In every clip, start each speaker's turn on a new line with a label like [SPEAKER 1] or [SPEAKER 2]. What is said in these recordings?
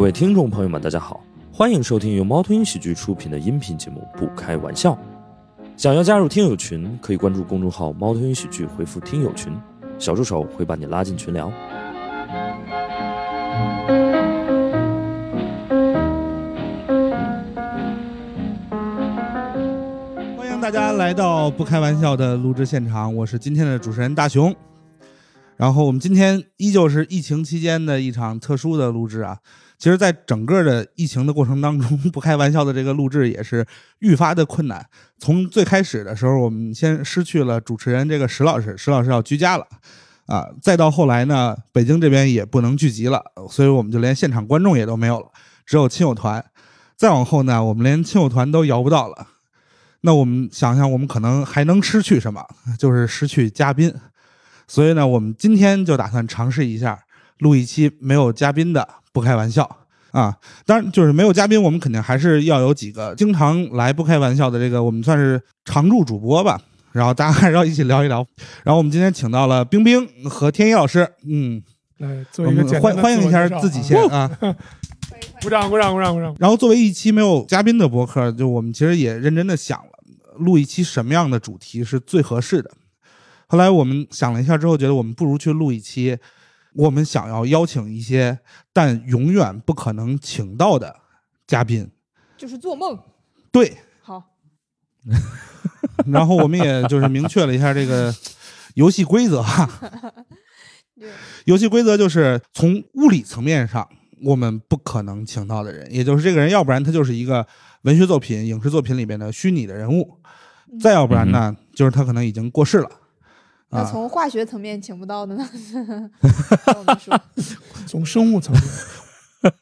[SPEAKER 1] 位听众朋友们，大家好，欢迎收听由猫头鹰喜剧出品的音频节目《不开玩笑》。想要加入听友群，可以关注公众号“猫头鹰喜剧”，回复“听友群”，小助手会把你拉进群聊。
[SPEAKER 2] 欢迎大家来到不开玩笑的录制现场，我是今天的主持人大熊。然后我们今天依旧是疫情期间的一场特殊的录制啊。其实，在整个的疫情的过程当中，不开玩笑的这个录制也是愈发的困难。从最开始的时候，我们先失去了主持人这个石老师，石老师要居家了啊。再到后来呢，北京这边也不能聚集了，所以我们就连现场观众也都没有了，只有亲友团。再往后呢，我们连亲友团都摇不到了。那我们想想，我们可能还能失去什么？ 就是失去嘉宾。所以呢，我们今天就打算尝试一下录一期没有嘉宾的，不开玩笑啊。当然，就是没有嘉宾，我们肯定还是要有几个经常来不开玩笑的这个，我们算是常驻主播吧。然后大家还是要一起聊一聊。然后我们今天请到了冰冰和天一老师，嗯，
[SPEAKER 3] 来做
[SPEAKER 2] 我
[SPEAKER 3] 一个
[SPEAKER 2] 们
[SPEAKER 3] 简单
[SPEAKER 2] 欢
[SPEAKER 3] 的
[SPEAKER 2] 欢迎一下
[SPEAKER 3] 自我介绍啊
[SPEAKER 2] 自己先啊。
[SPEAKER 3] 鼓掌鼓掌鼓掌鼓 掌。
[SPEAKER 2] 然后作为一期没有嘉宾的博客，就我们其实也认真的想了，录一期什么样的主题是最合适的。后来我们想了一下之后，觉得我们不如去录一期，我们想要邀请一些但永远不可能请到的嘉宾。
[SPEAKER 4] 就是做梦。
[SPEAKER 2] 对，
[SPEAKER 4] 好，
[SPEAKER 2] 然后我们也就是明确了一下这个游戏规则哈。
[SPEAKER 4] 对，
[SPEAKER 2] 游戏规则就是从物理层面上，我们不可能请到的人，也就是这个人，要不然他就是一个文学作品、影视作品里边的虚拟的人物，
[SPEAKER 3] 嗯
[SPEAKER 2] 再要不然呢，就是他可能已经过世了。
[SPEAKER 4] 那
[SPEAKER 2] 啊，
[SPEAKER 4] 从化学层面请不到的呢？ 跟我们说，
[SPEAKER 3] 从生物层面，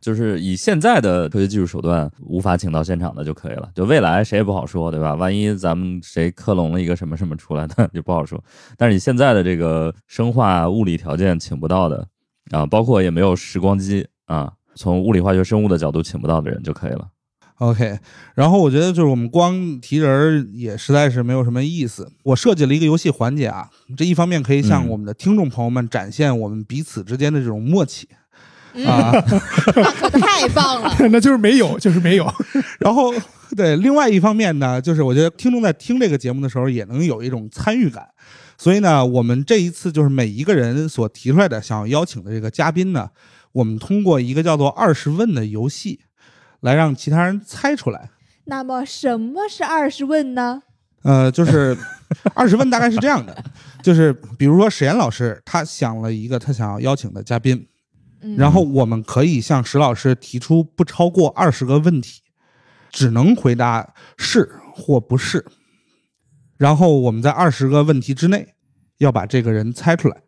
[SPEAKER 5] 就是以现在的科学技术手段无法请到现场的就可以了。就未来谁也不好说，对吧？万一咱们谁克隆了一个什么什么出来的就不好说。但是以现在的这个生化物理条件请不到的啊，包括也没有时光机啊，从物理化学生物的角度请不到的人就可以了。
[SPEAKER 2] OK，然后我觉得就是我们光提人儿也实在是没有什么意思。我设计了一个游戏环节啊，这一方面可以向
[SPEAKER 5] 嗯
[SPEAKER 2] 我们的听众朋友们展现我们彼此之间的这种默契、
[SPEAKER 4] 嗯，
[SPEAKER 2] 啊，
[SPEAKER 4] 那可太棒了。
[SPEAKER 3] 那就是没有， 就是没有。
[SPEAKER 2] 然后对，另外一方面呢，就是我觉得听众在听这个节目的时候也能有一种参与感。所以呢，我们这一次就是每一个人所提出来的想要邀请的这个嘉宾呢，我们通过一个叫做二十问的游戏，来让其他人猜出来。
[SPEAKER 4] 那么什么是二十问呢？
[SPEAKER 2] 呃，就是 二十问大概是这样的，就是比如说史岩老师他想了一个他想要邀请的嘉宾，
[SPEAKER 4] 嗯，
[SPEAKER 2] 然后我们可以向石老师提出不超过二十个问题，只能回答是或不是。然后我们在二十个问题之内要把这个人猜出来。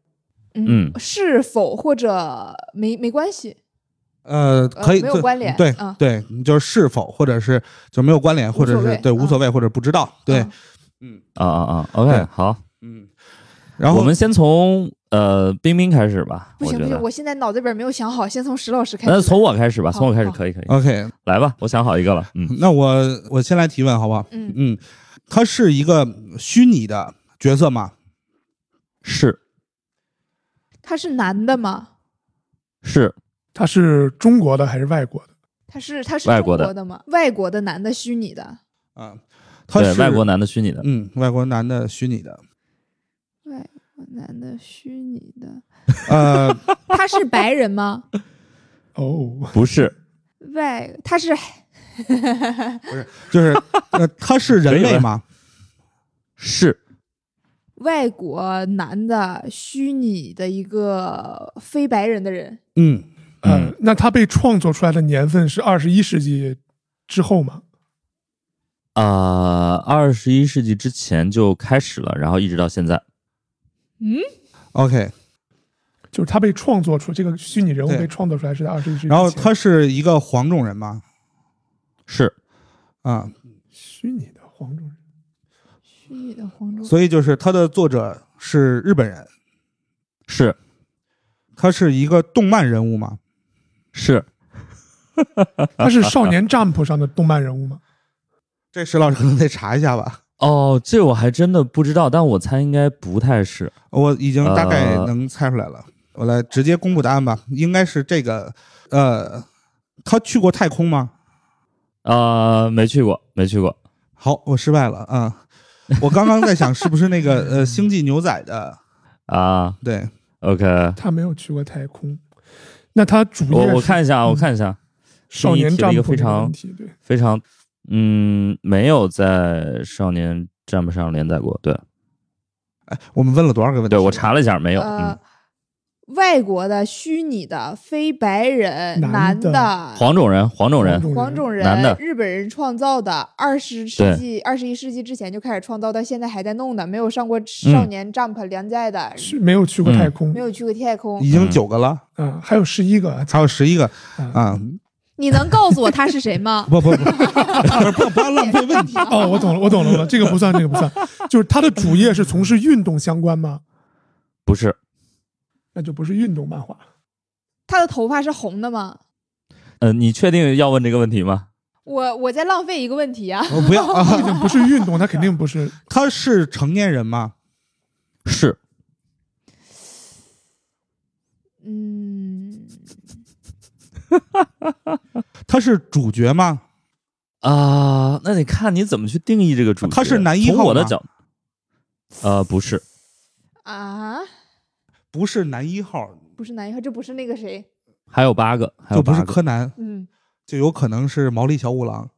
[SPEAKER 5] 嗯
[SPEAKER 4] 是否或者没没关系，
[SPEAKER 2] 呃，
[SPEAKER 4] 呃
[SPEAKER 2] 可以，
[SPEAKER 4] 没有
[SPEAKER 2] 对
[SPEAKER 4] 关联
[SPEAKER 2] 对、
[SPEAKER 4] 啊
[SPEAKER 2] 对，就是是否，或者是就没有关联，或者
[SPEAKER 4] 无所
[SPEAKER 2] 是
[SPEAKER 4] 谓
[SPEAKER 2] 对无所谓，或者不知道，对，
[SPEAKER 4] 嗯
[SPEAKER 5] 啊啊啊
[SPEAKER 2] 对
[SPEAKER 5] ！OK，好，
[SPEAKER 2] 嗯。然后
[SPEAKER 5] 我们先从呃冰冰开始吧，
[SPEAKER 4] 不
[SPEAKER 5] 我
[SPEAKER 4] 行
[SPEAKER 5] 觉
[SPEAKER 4] 不行，
[SPEAKER 5] 得。
[SPEAKER 4] 我现在脑子里边没有想好，先从石老师开始。
[SPEAKER 5] 那从我开始吧，
[SPEAKER 4] 好
[SPEAKER 5] 从我开始
[SPEAKER 4] 好
[SPEAKER 5] 可以可以，
[SPEAKER 2] OK，
[SPEAKER 5] 来吧，我想好一个了，嗯
[SPEAKER 2] 那我我先来提问好不好？
[SPEAKER 4] 嗯
[SPEAKER 2] 嗯，他是一个虚拟的角色吗？
[SPEAKER 5] 是
[SPEAKER 4] 他是男的吗？
[SPEAKER 5] 是
[SPEAKER 3] 他是中国的还是外国的？
[SPEAKER 4] 他是他是
[SPEAKER 5] 外
[SPEAKER 4] 中
[SPEAKER 5] 国的
[SPEAKER 4] 的吗？外国的男的虚拟的，
[SPEAKER 2] 啊，他
[SPEAKER 5] 对
[SPEAKER 2] 是
[SPEAKER 5] 外国男的虚拟的，
[SPEAKER 2] 嗯，外国男的虚拟的，
[SPEAKER 4] 外国男的虚拟的，
[SPEAKER 2] 呃，
[SPEAKER 4] 他是白人吗？
[SPEAKER 3] 哦，
[SPEAKER 5] 不是
[SPEAKER 4] 外他是
[SPEAKER 2] 就是呃，他是人类吗？
[SPEAKER 5] 是
[SPEAKER 4] 外国男的虚拟的一个非白人的人，
[SPEAKER 2] 嗯，
[SPEAKER 3] 呃，那他被创作出来的年份是二十一世纪之后吗？
[SPEAKER 5] 啊，二十一世纪之前就开始了，然后一直到现在。
[SPEAKER 2] ，OK。
[SPEAKER 3] 就是他被创作出这个虚拟人物
[SPEAKER 2] 对
[SPEAKER 3] 被创作出来是在二十一世纪之前。
[SPEAKER 2] 然后他是一个黄种人吗？
[SPEAKER 5] 是
[SPEAKER 2] 啊，
[SPEAKER 3] 虚拟的黄种人，
[SPEAKER 4] 虚拟的黄忠，
[SPEAKER 2] 所以就是他的作者是日本人，
[SPEAKER 5] 是
[SPEAKER 2] 他是一个动漫人物吗？
[SPEAKER 5] 是，
[SPEAKER 3] 他是少年 Jump 上的动漫人物吗？
[SPEAKER 2] 这石老师可能得查一下吧，
[SPEAKER 5] 哦，这我还真的不知道，但我猜应该不太是。
[SPEAKER 2] 我已经大概
[SPEAKER 5] 呃
[SPEAKER 2] 能猜出来了。我来直接公布答案吧，应该是这个，呃，他去过太空吗？
[SPEAKER 5] 啊、没去过，没去过。
[SPEAKER 2] 好，我失败了啊！我刚刚在想是不是那个呃《星际牛仔》的，
[SPEAKER 5] 啊
[SPEAKER 2] 对，
[SPEAKER 5] ，OK，
[SPEAKER 3] 他没有去过太空。那他主业
[SPEAKER 5] 我我
[SPEAKER 3] 是
[SPEAKER 5] 看一下，我看一下，
[SPEAKER 3] 少
[SPEAKER 5] 你
[SPEAKER 3] 年
[SPEAKER 5] 提了
[SPEAKER 3] 占
[SPEAKER 5] 一个
[SPEAKER 3] 卜
[SPEAKER 5] 非
[SPEAKER 3] 这个
[SPEAKER 5] 常
[SPEAKER 3] 问题，对，
[SPEAKER 5] 非常，嗯，没有在《少年占卜》上连载过。对，
[SPEAKER 2] 我们问了多少个问题？
[SPEAKER 5] 对我查了一下，没有。
[SPEAKER 4] 呃
[SPEAKER 5] 嗯，，
[SPEAKER 4] 外国的虚拟的非白人
[SPEAKER 3] 男
[SPEAKER 4] 男
[SPEAKER 3] 的
[SPEAKER 5] 黄种人，黄种人，
[SPEAKER 4] 黄种人、
[SPEAKER 5] 男的
[SPEAKER 4] 日本人创造的，二十世纪、二十一世纪之前就开始创造，到现在还在弄的，没有上过少年 Jump 连载的，
[SPEAKER 5] 嗯
[SPEAKER 3] 去没有去过太空
[SPEAKER 4] 没有去过太空。
[SPEAKER 2] 已经九个了，
[SPEAKER 3] 啊，还有十一个啊，
[SPEAKER 2] 还有十一个啊！
[SPEAKER 4] 你能告诉我他是 谁吗？
[SPEAKER 2] 不 不不，不不要浪费问题。
[SPEAKER 3] 哦，我懂了，我懂了，我懂了，这个不算，这个不算，就是他的主业是从事运动相关吗？
[SPEAKER 5] 不是
[SPEAKER 3] 那就不是运动漫画。
[SPEAKER 4] 他的头发是红的吗？
[SPEAKER 5] 呃，你确定要问这个问题吗？
[SPEAKER 4] 我我在浪费一个问题啊！
[SPEAKER 2] 我不要啊！
[SPEAKER 3] 那不是运动，他肯定 不是。
[SPEAKER 2] 他是成年人吗？
[SPEAKER 5] 是，
[SPEAKER 4] 嗯，
[SPEAKER 2] 他是主角吗？
[SPEAKER 5] 啊、那得看你怎么去定义这个主题。
[SPEAKER 2] 他是男一号
[SPEAKER 5] 从我的
[SPEAKER 2] 吗
[SPEAKER 5] 角，呃，不是，
[SPEAKER 4] 啊，
[SPEAKER 2] 不是男一号，
[SPEAKER 4] 不是男一号，这不是那个谁，
[SPEAKER 5] 还有八个，还
[SPEAKER 2] 就
[SPEAKER 5] 有
[SPEAKER 2] 不
[SPEAKER 5] 八
[SPEAKER 2] 是
[SPEAKER 5] 个，
[SPEAKER 2] 柯南，
[SPEAKER 4] 嗯，
[SPEAKER 2] 就有可能是毛利小五郎。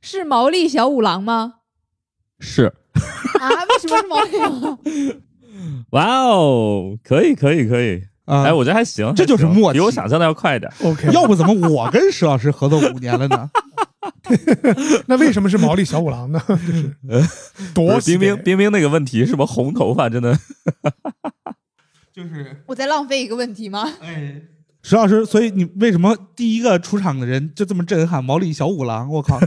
[SPEAKER 4] 是毛利小五郎吗？
[SPEAKER 5] 是。
[SPEAKER 4] 啊，为什么是毛利小五郎？
[SPEAKER 5] 哇哦，可以，可以，可以。
[SPEAKER 2] 啊、
[SPEAKER 5] 哎，我觉得还行，
[SPEAKER 2] 这
[SPEAKER 5] 还
[SPEAKER 2] 就是
[SPEAKER 5] 行
[SPEAKER 2] 默
[SPEAKER 5] 比我
[SPEAKER 2] 契
[SPEAKER 5] 想象的要快一点。
[SPEAKER 3] OK，
[SPEAKER 2] 要不怎么我跟石老师合作五年了呢？
[SPEAKER 3] 那为什么是毛利小五郎呢？ 就是
[SPEAKER 5] 不
[SPEAKER 3] 多
[SPEAKER 5] 是冰冰冰冰那个问题，什么红头发，真的
[SPEAKER 2] 就是
[SPEAKER 4] 我在浪费一个问题吗？
[SPEAKER 2] 哎，石老师，所以你为什么第一个出场的人就这么震撼？毛利小五郎，我靠！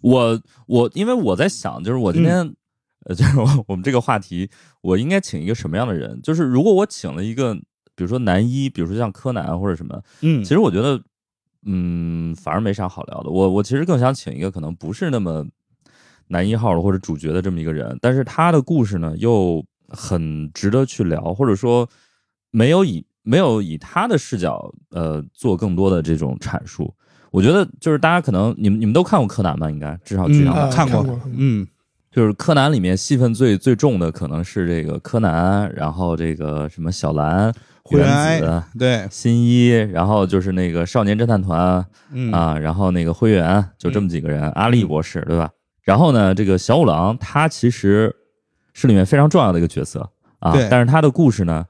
[SPEAKER 5] 我我因为我在想，就是我今天、呃，就是我我们这个话题，我应该请一个什么样的人？就是如果我请了一个，比如说男一，比如说像柯南或者什么，
[SPEAKER 2] 嗯
[SPEAKER 5] 其实我觉得，嗯，反而没啥好聊的。我我其实更想请一个可能不是那么男一号的或者主角的这么一个人，但是他的故事呢又很值得去聊，或者说没有以没有以他的视角呃做更多的这种阐述。我觉得就是大家可能你们你们都看过柯南吧？应该至少剧场
[SPEAKER 2] 嗯
[SPEAKER 5] 版
[SPEAKER 3] 啊
[SPEAKER 2] 看过
[SPEAKER 3] 看过
[SPEAKER 2] 嗯，
[SPEAKER 5] 就是柯南里面戏份最最重的可能是这个柯南，然后这个什么小兰、
[SPEAKER 2] 灰原
[SPEAKER 5] 原
[SPEAKER 2] 哀
[SPEAKER 5] 子、
[SPEAKER 2] 对，
[SPEAKER 5] 新一，然后就是那个少年侦探团
[SPEAKER 2] 嗯，
[SPEAKER 5] 啊，然后那个灰原就这么几个人，阿笠博士对吧？然后呢，这个小五郎他其实是里面非常重要的一个角色啊
[SPEAKER 2] 对，
[SPEAKER 5] 但是他的故事呢，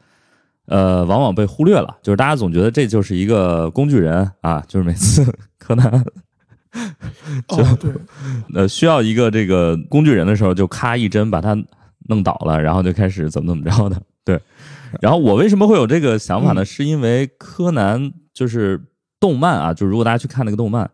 [SPEAKER 5] 呃，往往被忽略了，就是大家总觉得这就是一个工具人啊，就是每次 柯南嗯
[SPEAKER 3] 哦，对，
[SPEAKER 5] 呃需要一个这个工具人的时候，就咔一针把他弄倒了，然后就开始怎么怎么着的。 对，然后我为什么会有这个想法呢？是因为柯南就是动漫啊，就如果大家去看那个动漫，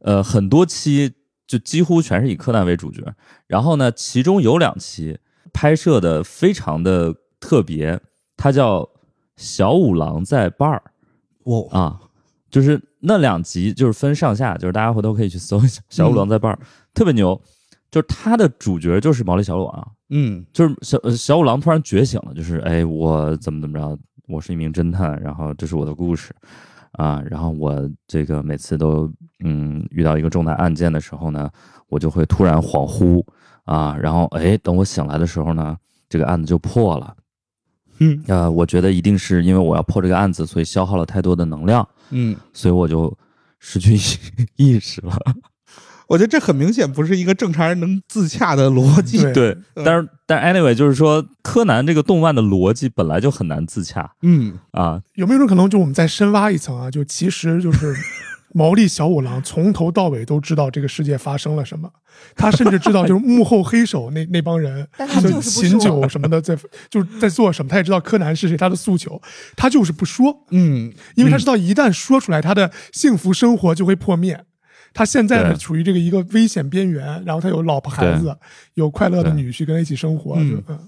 [SPEAKER 5] 呃，很多期就几乎全是以柯南为主角，然后呢，其中有两期拍摄的非常的特别，它叫《小五郎在伴儿》。
[SPEAKER 2] 我
[SPEAKER 5] 啊，就是那两集就是分上下，就是大家回头可以去搜一下《小五郎在伴儿》特别牛。就是他的主角就是毛利小五郎，
[SPEAKER 2] 嗯
[SPEAKER 5] 就是小呃小五郎突然觉醒了，就是哎，我怎么怎么着，我是一名侦探，然后这是我的故事啊，然后我这个每次都嗯遇到一个重大案件的时候呢，我就会突然恍惚啊，然后哎，等我醒来的时候呢，这个案子就破了。
[SPEAKER 2] 嗯
[SPEAKER 5] 呃，我觉得一定是因为我要破这个案子，所以消耗了太多的能量，
[SPEAKER 2] 嗯，
[SPEAKER 5] 所以我就失去意意识了。
[SPEAKER 2] 我觉得这很明显不是一个正常人能自洽的逻辑。
[SPEAKER 3] 对
[SPEAKER 5] 对，
[SPEAKER 2] 嗯
[SPEAKER 5] 但是但是 anyway，就是说柯南这个动漫的逻辑本来就很难自洽
[SPEAKER 2] 嗯，
[SPEAKER 5] 啊。
[SPEAKER 3] 有没有一种可能，就我们再深挖一层啊？就其实就是毛利小五郎从头到尾都知道这个世界发生了什么，他甚至知道就是幕后黑手那那帮人，
[SPEAKER 4] 但他
[SPEAKER 3] 就
[SPEAKER 4] 就是不
[SPEAKER 3] 秦
[SPEAKER 4] 说
[SPEAKER 3] 九什么的在就是在做什么，他也知道柯南是谁，他的诉求，他就是不说，
[SPEAKER 2] 嗯，
[SPEAKER 3] 因为他知道一旦说出来，他的幸福生活就会破灭。他现在呢
[SPEAKER 5] 对
[SPEAKER 3] 处于这个一个危险边缘，然后他有老婆孩子，有快乐的女婿跟他一起生活，
[SPEAKER 2] 嗯
[SPEAKER 3] 就嗯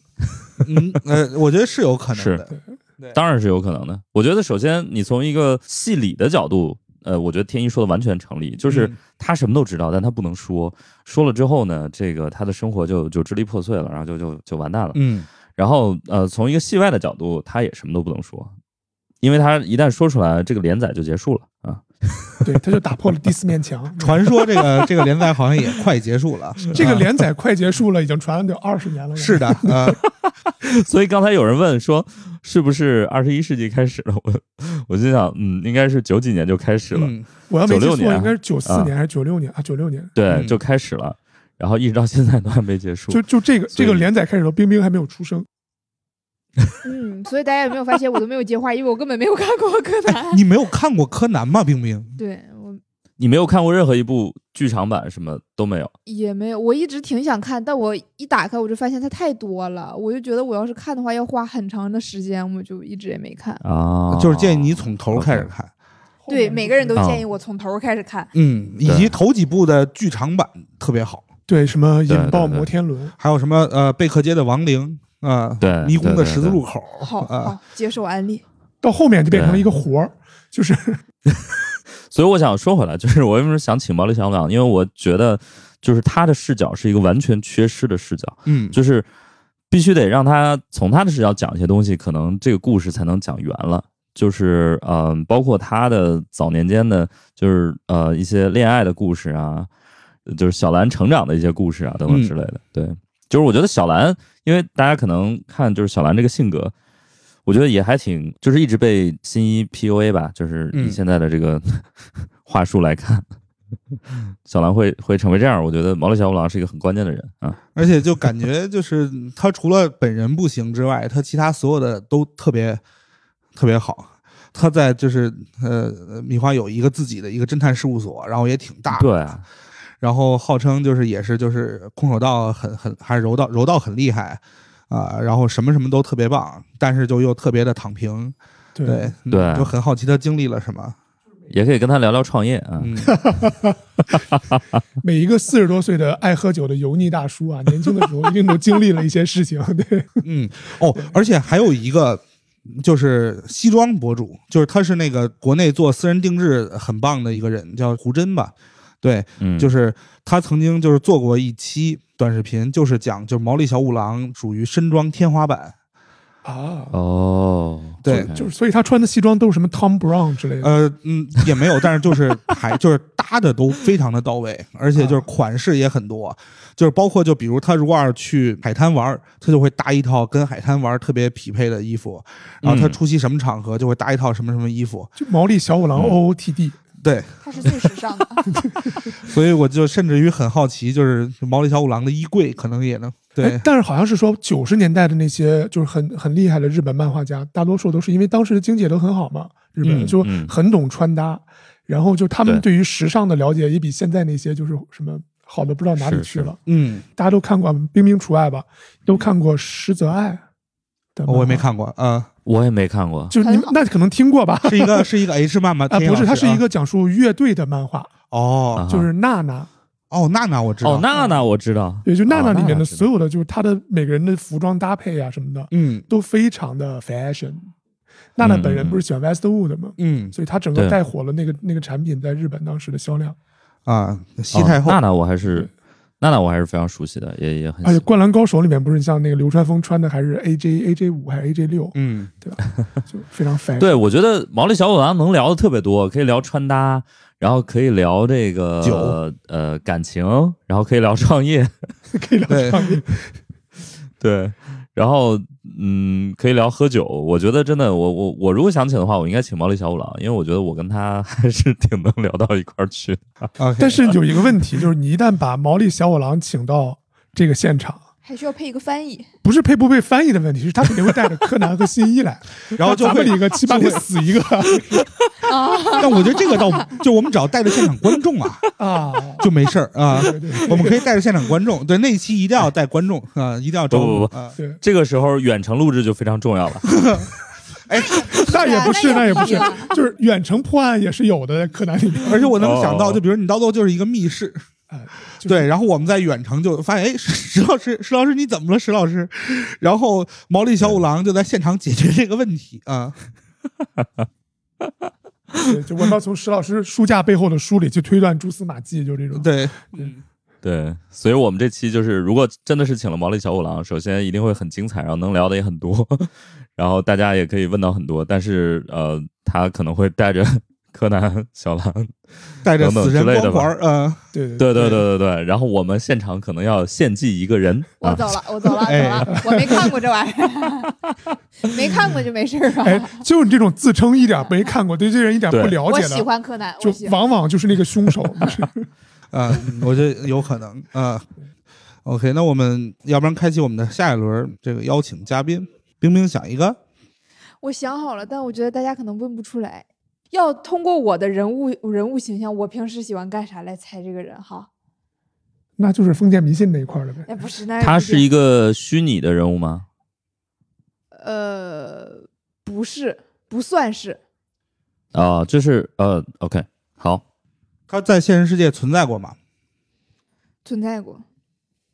[SPEAKER 2] 嗯，呃，我觉得是有可能的。
[SPEAKER 5] 当然是有可能的。我觉得首先你从一个戏理的角度，呃，我觉得天一说的完全成立，就是
[SPEAKER 2] 嗯
[SPEAKER 5] 他什么都知道，但他不能说，说了之后呢，这个他的生活就就支离破碎了，然后就就就完蛋了。
[SPEAKER 2] 嗯
[SPEAKER 5] 然后呃，从一个戏外的角度，他也什么都不能说，因为他一旦说出来，这个连载就结束了啊。
[SPEAKER 3] 对，他就打破了第四 面墙。
[SPEAKER 2] 传说这个这个连载好像也快结束了，啊
[SPEAKER 3] 这个连载快结束了，已经传了得有二十 年了。
[SPEAKER 2] 是的， 呃，
[SPEAKER 5] 所以刚才有人问说，是不是二十一世纪开始了？我我就想，嗯，应该是九几年就开始了，
[SPEAKER 2] 嗯
[SPEAKER 3] 我要没记
[SPEAKER 5] 96
[SPEAKER 3] 错，
[SPEAKER 5] 年
[SPEAKER 3] 应该是九四
[SPEAKER 5] 啊
[SPEAKER 3] 年还是九六年啊？九六年。
[SPEAKER 5] 对，
[SPEAKER 2] 嗯
[SPEAKER 5] 就开始了，然后一直到现在都还没结束
[SPEAKER 3] 就。就这个
[SPEAKER 5] 所以
[SPEAKER 3] 这个连载开始的时候，冰冰还没有出生。
[SPEAKER 4] 嗯，所以大家有没有发现我都没有接话，因为我根本没有看过柯 南。
[SPEAKER 2] 你没有看过柯南吗？冰冰，
[SPEAKER 4] 对我
[SPEAKER 5] 你没有看过任何一部剧场版，什么都没有。
[SPEAKER 4] 也没有，我一直挺想看，但我一打开我就发现它太多了，我就觉得我要是看的话要花很长的时间，我就一直也没看。
[SPEAKER 5] 啊，
[SPEAKER 2] 就是建议你从头开始看，
[SPEAKER 4] 对，每个人都
[SPEAKER 5] 啊
[SPEAKER 2] 哦
[SPEAKER 4] 建议我从头开始看。
[SPEAKER 2] 嗯，以及头几部的剧场版特别好，
[SPEAKER 3] 对什么
[SPEAKER 5] 对对
[SPEAKER 3] 引爆
[SPEAKER 5] 对
[SPEAKER 3] 摩天轮，
[SPEAKER 2] 还有什么呃贝克街的亡灵啊，
[SPEAKER 5] 对
[SPEAKER 2] 霓虹
[SPEAKER 5] 对对
[SPEAKER 2] 的十字路口，
[SPEAKER 4] 好
[SPEAKER 2] 啊，
[SPEAKER 4] 好接受安利，
[SPEAKER 3] 到后面就变成了一个活儿，就是
[SPEAKER 5] 所以我想说回来，就是我为什么想请毛利小五郎，因为我觉得就是他的视角是一个完全缺失的视角。
[SPEAKER 2] 嗯，
[SPEAKER 5] 就是必须得让他从他的视角讲一些东西，可能这个故事才能讲圆了。就是嗯、呃包括他的早年间的，就是呃一些恋爱的故事啊，就是小兰成长的一些故事啊等等之类的。对，就是我觉得小兰，因为大家可能看就是小兰这个性格。我觉得也还挺，就是一直被新一 PUA 吧，就是以
[SPEAKER 2] 嗯
[SPEAKER 5] 现在的这个 话术来看， 小兰会会成为这样。我觉得毛利小五郎是一个很关键的人啊，
[SPEAKER 2] 而且就感觉就是嗯他除了本人不行之外，他其他所有的都特别特别好。他在就是呃，米花有一个自己的一个侦探事务所，然后也挺大，
[SPEAKER 5] 对啊，
[SPEAKER 2] 然后号称就是也是就是空手道很很还是柔道柔道很厉害啊、然后什么什么都特别棒，但是就又特别的躺平，
[SPEAKER 3] 对
[SPEAKER 2] 对嗯
[SPEAKER 5] 对
[SPEAKER 2] 就很好奇他经历了什么，
[SPEAKER 5] 也可以跟他聊聊创业啊。
[SPEAKER 2] 嗯，
[SPEAKER 3] 每一个四十多岁的爱喝酒的油腻大叔啊，年轻的时候一定都经历了一些事情。 对，
[SPEAKER 2] 嗯，哦，而且还有一个就是西装博主，就是他是那个国内做私人定制很棒的一个人，叫胡真吧。对，
[SPEAKER 5] 嗯，
[SPEAKER 2] 就是是他曾经就是做过一期短视频，就是讲就是毛利小五郎属于身装天花板，
[SPEAKER 3] 啊，
[SPEAKER 5] 哦，
[SPEAKER 2] 对
[SPEAKER 5] OK
[SPEAKER 3] 就是所以他穿的西装都是什么 Tom Brown 之类的。
[SPEAKER 2] 呃，嗯，也没有，但是就是还就是搭的都非常的到位，而且就是款式也很多，就是包括就比如他如果要是去海滩玩儿，他就会搭一套跟海滩玩儿特别匹配的衣服，然后他
[SPEAKER 5] 嗯
[SPEAKER 2] 出席什么场合就会搭一套什么什么衣服，
[SPEAKER 3] 就毛利小五郎
[SPEAKER 2] 嗯
[SPEAKER 3] OOTD，
[SPEAKER 2] 对，
[SPEAKER 4] 它是最时尚的。
[SPEAKER 2] 所以我就甚至于很好奇，就是毛利小五郎的衣柜可能也能对
[SPEAKER 3] 哎，但是好像是说九十年代的那些就是很很厉害的日本漫画家，大多数都是因为当时的经济也都很好嘛，日本
[SPEAKER 2] 嗯
[SPEAKER 3] 就
[SPEAKER 5] 嗯
[SPEAKER 3] 很懂穿搭，然后就他们
[SPEAKER 5] 对
[SPEAKER 3] 对于时尚的了解也比现在那些就是什么好的不知道哪里
[SPEAKER 5] 是
[SPEAKER 3] 去
[SPEAKER 5] 是
[SPEAKER 3] 了。
[SPEAKER 2] 嗯，
[SPEAKER 3] 大家都看过冰冰除外吧，都看过石泽爱的漫画，
[SPEAKER 2] 我也没看过啊、呃
[SPEAKER 5] 我也没看过。
[SPEAKER 3] 就是你们
[SPEAKER 4] 很好
[SPEAKER 3] 那可能听过吧？
[SPEAKER 2] 是一个是一个 H 漫吗？
[SPEAKER 3] 啊，
[SPEAKER 2] 天
[SPEAKER 3] 不是，
[SPEAKER 2] 老
[SPEAKER 3] 它
[SPEAKER 2] 师
[SPEAKER 3] 是一
[SPEAKER 2] 啊
[SPEAKER 3] 个讲述乐队的漫画，
[SPEAKER 2] 哦
[SPEAKER 5] 啊
[SPEAKER 3] 就是娜娜，
[SPEAKER 2] 哦娜娜我知道
[SPEAKER 5] 哦，娜娜我知道，
[SPEAKER 3] 也就娜
[SPEAKER 5] 哦
[SPEAKER 3] 娜里面
[SPEAKER 5] 娜
[SPEAKER 3] 的
[SPEAKER 5] 娜知道
[SPEAKER 3] 所有的，就是她的每个人的服装搭配啊什么的，
[SPEAKER 2] 嗯
[SPEAKER 3] 都非常的 fashion。娜娜本人不是喜欢 Westwood 吗？
[SPEAKER 2] 嗯
[SPEAKER 3] 所以她整个
[SPEAKER 5] 对
[SPEAKER 3] 带火了那个那个产品在日本当时的销量，
[SPEAKER 2] 啊西太后嗯哎
[SPEAKER 5] 哦娜娜我还是娜娜我还是非常熟悉的，也也很
[SPEAKER 3] 而
[SPEAKER 5] 喜
[SPEAKER 3] 且《灌篮高手》里面不是像那个流川枫穿的还是 AJ AJ 五还是 AJ 六，
[SPEAKER 2] 嗯。
[SPEAKER 3] 对吧？就非常 fashion。
[SPEAKER 5] 对，我觉得毛利小五郎能聊的特别多，可以聊穿搭，然后可以聊这个
[SPEAKER 2] 酒
[SPEAKER 5] 呃感情，然后可以聊创业，
[SPEAKER 3] 可以 聊
[SPEAKER 2] 嗯
[SPEAKER 3] 创业。
[SPEAKER 5] 对，然后嗯，可以聊喝酒。我觉得真的，我我我如果想请的话，我应该请毛利小五郎，因为我觉得我跟他还是挺能聊到一块儿去。
[SPEAKER 2] OK
[SPEAKER 3] 但是有一个问题，就是你一旦把毛利小五郎请到这个现场，
[SPEAKER 4] 还需要配一个翻译，
[SPEAKER 3] 不是配不配翻译的问题，是他肯定会带着柯南和新一来，
[SPEAKER 2] 然后就
[SPEAKER 3] 咱
[SPEAKER 2] 会
[SPEAKER 3] 们里个七八个死一个
[SPEAKER 2] 但我觉得这个倒就我们只要带着现场观众啊，
[SPEAKER 3] 啊。
[SPEAKER 2] 就没事儿啊。
[SPEAKER 3] 对对对
[SPEAKER 2] 我们可以带着现场观众，对那一期一定要带观众啊，一定要找
[SPEAKER 5] 不不
[SPEAKER 2] 我
[SPEAKER 5] 不
[SPEAKER 2] 们啊。
[SPEAKER 3] 对，
[SPEAKER 5] 这个时候远程录制就非常重要了。
[SPEAKER 3] 那也不是，
[SPEAKER 4] 那
[SPEAKER 3] 那
[SPEAKER 4] 也
[SPEAKER 3] 也
[SPEAKER 4] 不
[SPEAKER 3] 不
[SPEAKER 4] 是
[SPEAKER 3] 是，就是远程破案也是有的，在柯南里面。
[SPEAKER 2] 而且我能想
[SPEAKER 5] 哦
[SPEAKER 2] 到，就比如你到最后就是一个密室，
[SPEAKER 3] 哎就是
[SPEAKER 2] 对，然后我们在远程就发现，哎，石石老师，石老师你怎么了，石老师？然后毛利小五郎就在现场解决这个问题啊。
[SPEAKER 3] 对就我要从石老师书架背后的书里去推断蛛丝马迹，就这种。
[SPEAKER 2] 对，
[SPEAKER 5] 对，所以我们这期就是，如果真的是请了毛利小五郎，首先一定会很精彩，然后能聊的也很多， 然后大家也可以问到很多，但是呃，他可能会带着柯南、小兰，
[SPEAKER 2] 带着死
[SPEAKER 5] 等等
[SPEAKER 2] 神
[SPEAKER 5] 之类的
[SPEAKER 2] 光环，嗯，
[SPEAKER 3] 对对
[SPEAKER 5] 对对对对对，然后我们现场可能要献祭一个人
[SPEAKER 4] 我
[SPEAKER 5] 啊，
[SPEAKER 4] 走了，我走了，走了，我没看过这玩意儿， 没看过就没事儿吧？
[SPEAKER 3] 哎，就你这种自称一点没看过，对这人一点不
[SPEAKER 5] 对
[SPEAKER 3] 了
[SPEAKER 4] 我
[SPEAKER 3] 解
[SPEAKER 4] 喜
[SPEAKER 3] 的，
[SPEAKER 4] 欢柯南，我
[SPEAKER 3] 就
[SPEAKER 4] 喜欢。
[SPEAKER 3] 往往就是那个凶手。就是
[SPEAKER 2] 啊，我觉得有可能啊。OK，那我们要不然开启我们的下一轮这个邀请嘉宾，冰冰想一个，
[SPEAKER 4] 我想好了，但我觉得大家可能问不出来，要通过我的人物人物形象，我平时喜欢干啥来猜这个人哈？
[SPEAKER 3] 那就是封建迷信那一块儿了呗。
[SPEAKER 4] 哎，不是，那
[SPEAKER 5] 他是一
[SPEAKER 4] 个
[SPEAKER 5] 个虚拟的人物吗？
[SPEAKER 4] 呃，不是，不算是，
[SPEAKER 5] 啊，这是呃，OK，好，
[SPEAKER 2] 他在现实世界存在过吗？
[SPEAKER 4] 存在过，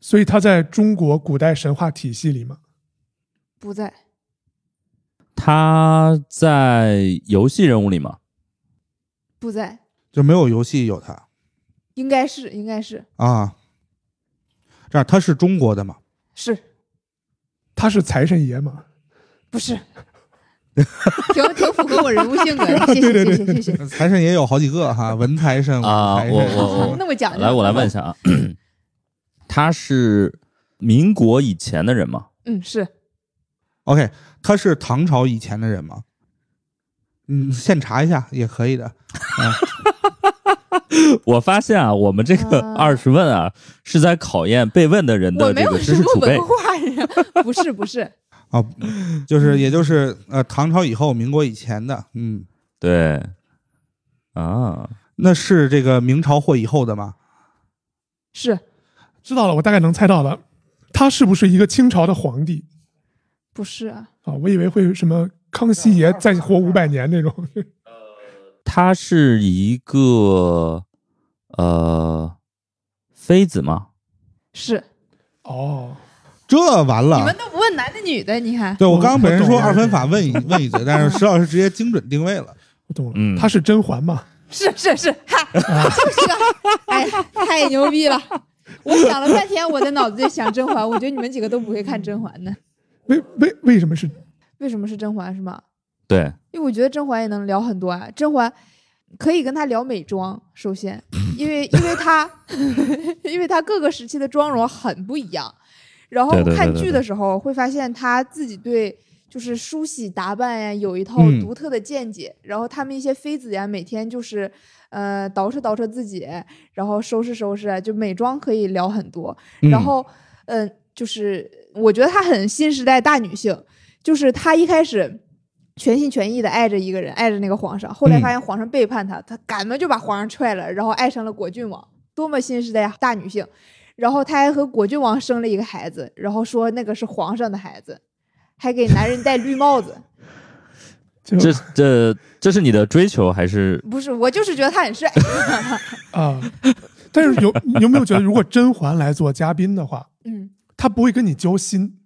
[SPEAKER 3] 所以他在中国古代神话体系里嘛，
[SPEAKER 4] 不在，
[SPEAKER 5] 他在游戏人物里吗？
[SPEAKER 4] 不在，
[SPEAKER 2] 就没有游戏有他
[SPEAKER 4] 应该是，应该是，
[SPEAKER 2] 啊？这样他是中国的嘛？
[SPEAKER 4] 是
[SPEAKER 3] 他是财神爷嘛。
[SPEAKER 4] 不是？ 挺挺符合我人物性格的，谢谢谢谢谢谢。
[SPEAKER 2] 财神也有好几个哈，文财神
[SPEAKER 5] 啊
[SPEAKER 2] 武财神
[SPEAKER 5] 我我我
[SPEAKER 4] 那么讲究，
[SPEAKER 5] 来，我来问一，下啊，
[SPEAKER 4] 嗯
[SPEAKER 5] 他是民国以前的人吗？
[SPEAKER 4] 嗯，是
[SPEAKER 2] OK，他是唐朝以前的人吗？嗯，现查一下也可以的。
[SPEAKER 5] 我发现啊，我们这个
[SPEAKER 4] 嗯啊
[SPEAKER 5] 二十问啊，是在考验被问的人
[SPEAKER 4] 我
[SPEAKER 5] 的
[SPEAKER 4] 没
[SPEAKER 5] 这
[SPEAKER 4] 有
[SPEAKER 5] 个知
[SPEAKER 4] 什
[SPEAKER 5] 识
[SPEAKER 4] 么
[SPEAKER 5] 储备
[SPEAKER 4] 文。化呀， 不是不是，
[SPEAKER 2] 哦，就是也就是呃，唐朝以后、民国以前的，嗯，
[SPEAKER 5] 对，啊，
[SPEAKER 2] 那是这个明朝或以后的吗？
[SPEAKER 4] 是
[SPEAKER 3] 知道了，我大概能猜到了，他是不是一个清朝的皇帝
[SPEAKER 4] 不是啊？
[SPEAKER 3] 啊？我以为会什么康熙爷再活五百年那种。
[SPEAKER 5] 他是一个呃妃子吗？
[SPEAKER 4] 是
[SPEAKER 3] 哦，
[SPEAKER 2] 这完
[SPEAKER 4] 你
[SPEAKER 2] 了
[SPEAKER 4] 们。都不问男的女的，你看
[SPEAKER 2] 对，我刚刚
[SPEAKER 3] 我
[SPEAKER 2] 本人
[SPEAKER 3] 懂
[SPEAKER 2] 说
[SPEAKER 3] 了
[SPEAKER 2] 二分法问一问一嘴，但是石老师直接精准定位了。
[SPEAKER 3] 我懂了，
[SPEAKER 5] 嗯
[SPEAKER 3] 他是甄嬛嘛？
[SPEAKER 4] 是是是，哈，就是这个，哎，太牛逼了！我想了半天，我的脑子里想甄嬛，我觉得你们几个都不会看甄嬛呢。
[SPEAKER 3] 为为为什么是
[SPEAKER 4] 为什么是甄嬛是吗？
[SPEAKER 5] 对，
[SPEAKER 4] 因为我觉得甄嬛也能聊很多啊，甄嬛可以跟她聊美妆，首先，因为因为她 因为她各个时期的妆容很不一样，然后
[SPEAKER 5] 对对对
[SPEAKER 4] 看
[SPEAKER 5] 对
[SPEAKER 4] 剧
[SPEAKER 5] 对
[SPEAKER 4] 的时候会发现她自己对就是梳洗打扮呀有一套
[SPEAKER 2] 嗯
[SPEAKER 4] 独特的见解，然后她们一些妃子呀每天就是呃捯饬捯饬自己，然后收拾收拾，啊就美妆可以聊很多，然后，嗯，就是我觉得她很新时代大女性，就是她一开始全心全意的爱着一个人，爱着那个皇上，后来发现皇上背叛她，她赶忙就把皇上踹了，然后爱上了果郡王，多么新时代大女性！然后她还和果郡王生了一个孩子，然后说那个是皇上的孩子，还给男人戴绿帽子。
[SPEAKER 3] 就
[SPEAKER 5] 这这这是你的追求还是
[SPEAKER 4] 不是，我就是觉得他很帅。
[SPEAKER 3] 啊？但是有 你有没有觉得，如果甄嬛来做嘉宾的话，
[SPEAKER 4] 嗯，
[SPEAKER 3] 他不会跟你交心，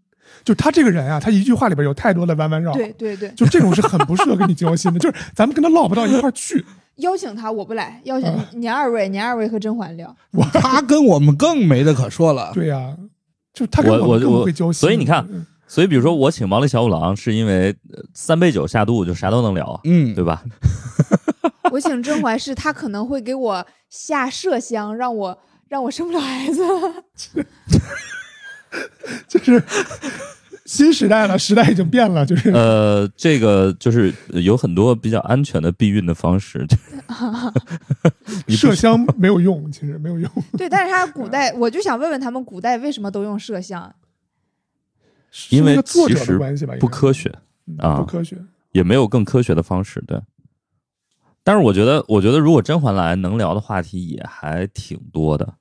[SPEAKER 3] 就他这个人啊，他一句话里边有太多的弯弯绕，
[SPEAKER 4] 对对对，
[SPEAKER 3] 就这种是很不适合跟你交心的，就是咱们跟他唠不到一块儿去。
[SPEAKER 4] 邀请他我不来，邀请
[SPEAKER 3] 啊
[SPEAKER 4] 您二位，您二位和甄嬛聊。
[SPEAKER 2] 他跟我们更没得可说了。
[SPEAKER 3] 对呀、就他跟
[SPEAKER 5] 啊我
[SPEAKER 3] 们
[SPEAKER 5] 我
[SPEAKER 3] 更不
[SPEAKER 5] 我
[SPEAKER 3] 会交心。
[SPEAKER 5] 所以你看，所以，比如说我请毛利小五郎，是因为呃三杯酒下肚就啥都能聊，啊
[SPEAKER 2] 嗯，
[SPEAKER 5] 对吧？
[SPEAKER 4] 我请甄嬛是她可能会给我下麝香，让我让我生不了孩子。
[SPEAKER 3] 就是新时代了，时代已经变了， 就是、
[SPEAKER 5] 呃，这个就是呃有很多比较安全的避孕的方式， 你不
[SPEAKER 3] 麝香没有用，其实没有用。
[SPEAKER 4] 对，但是她古代，我就想问问他们古代为什么都用麝香？啊
[SPEAKER 3] 是
[SPEAKER 5] 因为
[SPEAKER 3] 那个作
[SPEAKER 5] 其
[SPEAKER 3] 者
[SPEAKER 5] 实
[SPEAKER 3] 的关系吧，应
[SPEAKER 5] 不
[SPEAKER 3] 该
[SPEAKER 5] 科学，
[SPEAKER 3] 嗯
[SPEAKER 5] 啊
[SPEAKER 3] 不科学。
[SPEAKER 5] 也没有更科学的方式，对。但是我觉得，我觉得如果甄嬛来，能聊的话题也还挺多的。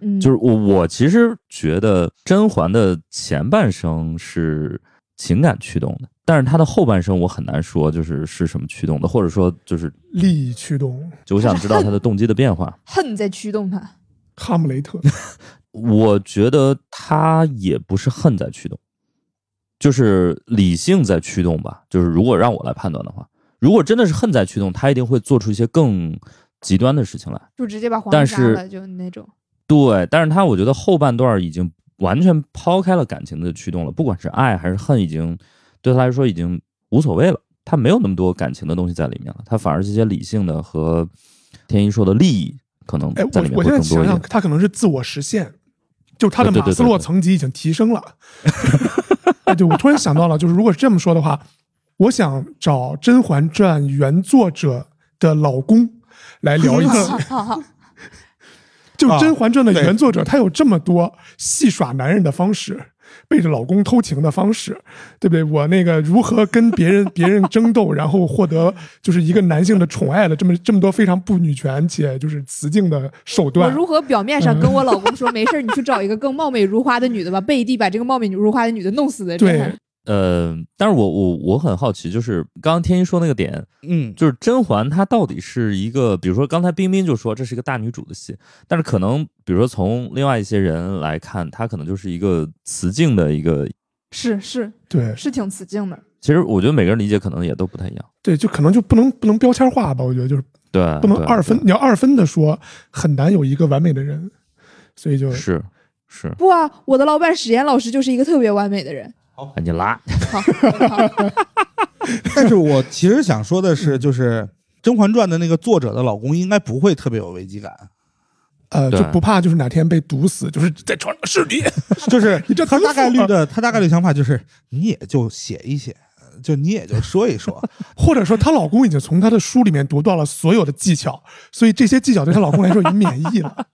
[SPEAKER 4] 嗯，
[SPEAKER 5] 就是我，我其实觉得甄嬛的前半生是情感驱动的，但是她的后半生我很难说就是是什么驱动的，或者说就是
[SPEAKER 3] 利益驱动，
[SPEAKER 5] 就我想知道她的动机的变化。
[SPEAKER 4] 恨在驱动她。
[SPEAKER 3] 哈姆雷特
[SPEAKER 5] 我觉得他也不是恨在驱动，就是理性在驱动吧。就是如果让我来判断的话，如果真的是恨在驱动，他一定会做出一些更极端的事情来。
[SPEAKER 4] 就直接把皇
[SPEAKER 5] 但
[SPEAKER 4] 上杀
[SPEAKER 5] 是
[SPEAKER 4] 了，就那种。
[SPEAKER 5] 对，但是他我觉得后半段已经完全抛开了感情的驱动了，不管是爱还是恨，已经对他来说已经无所谓了，他没有那么多感情的东西在里面了，他反而这些理性的和天一说的利益可能
[SPEAKER 3] 哎，
[SPEAKER 5] 在里面
[SPEAKER 3] 我我
[SPEAKER 5] 会
[SPEAKER 3] 现在
[SPEAKER 5] 更多
[SPEAKER 3] 想
[SPEAKER 5] 一
[SPEAKER 3] 想，
[SPEAKER 5] 点。
[SPEAKER 3] 他可能是自我实现，就他的
[SPEAKER 5] 对对
[SPEAKER 3] 马
[SPEAKER 5] 对
[SPEAKER 3] 斯
[SPEAKER 5] 对
[SPEAKER 3] 洛
[SPEAKER 5] 对
[SPEAKER 3] 层级已经提升了。 哎，对，我突然想到了，就是如果是这么说的话，我想找《甄嬛传》原作者的老公来聊一期。 就
[SPEAKER 2] 啊
[SPEAKER 3] 《甄嬛传》的
[SPEAKER 2] 对
[SPEAKER 3] 原作者，他有这么多戏耍男人的方式，背着老公偷情的方式，对不对？我那个如何跟别人 别人争斗，然后获得就是一个男性的宠爱的这么这么多非常不女权且就是雌竞的手
[SPEAKER 4] 我
[SPEAKER 5] 啊
[SPEAKER 3] 段。
[SPEAKER 4] 如何表面上跟我老公说没事儿，你去找一个更貌美如花的女的吧，背地把这个貌美如花的女的弄死的。真
[SPEAKER 3] 对
[SPEAKER 4] 的，
[SPEAKER 5] 呃，但是我我我很好奇，就是刚刚天一说那个点，
[SPEAKER 2] 嗯，
[SPEAKER 5] 就是甄嬛她到底是一个，比如说刚才冰冰就说这是一个大女主的戏，但是可能比如说从另外一些人来看，她可能就是一个雌竞的一个。
[SPEAKER 4] 是是
[SPEAKER 3] 对
[SPEAKER 4] 是挺雌竞的。
[SPEAKER 5] 其实我觉得每个人理解可能也都不太一样，
[SPEAKER 3] 对，就可能就不能不能标签化吧？我觉得就是
[SPEAKER 5] 对，
[SPEAKER 3] 不能
[SPEAKER 5] 啊对
[SPEAKER 3] 二分，你要二分的说，很难有一个完美的人，所以就
[SPEAKER 5] 对是是，
[SPEAKER 4] 不啊，我的老板史岩老师就是一个特别完美的人。
[SPEAKER 5] 哎你拉，
[SPEAKER 4] 好，好
[SPEAKER 2] 但是我其实想说的
[SPEAKER 3] 嗯
[SPEAKER 2] 是，就是《甄嬛传》的那个作者的老公应该不会特别有危机 感，
[SPEAKER 3] 呃
[SPEAKER 5] 对
[SPEAKER 3] 就不怕就是哪天被毒死，就是在床上是你，
[SPEAKER 2] 就是
[SPEAKER 3] 你这
[SPEAKER 2] 他
[SPEAKER 3] 毒死
[SPEAKER 2] 大概率
[SPEAKER 3] 我
[SPEAKER 2] 的，他大概率想法就是你也就写一写，就你也就说一 说，
[SPEAKER 3] 或者说她老公已经从她的书里面读到了所有的技巧，所以这些技巧对她老公来说已经免疫了。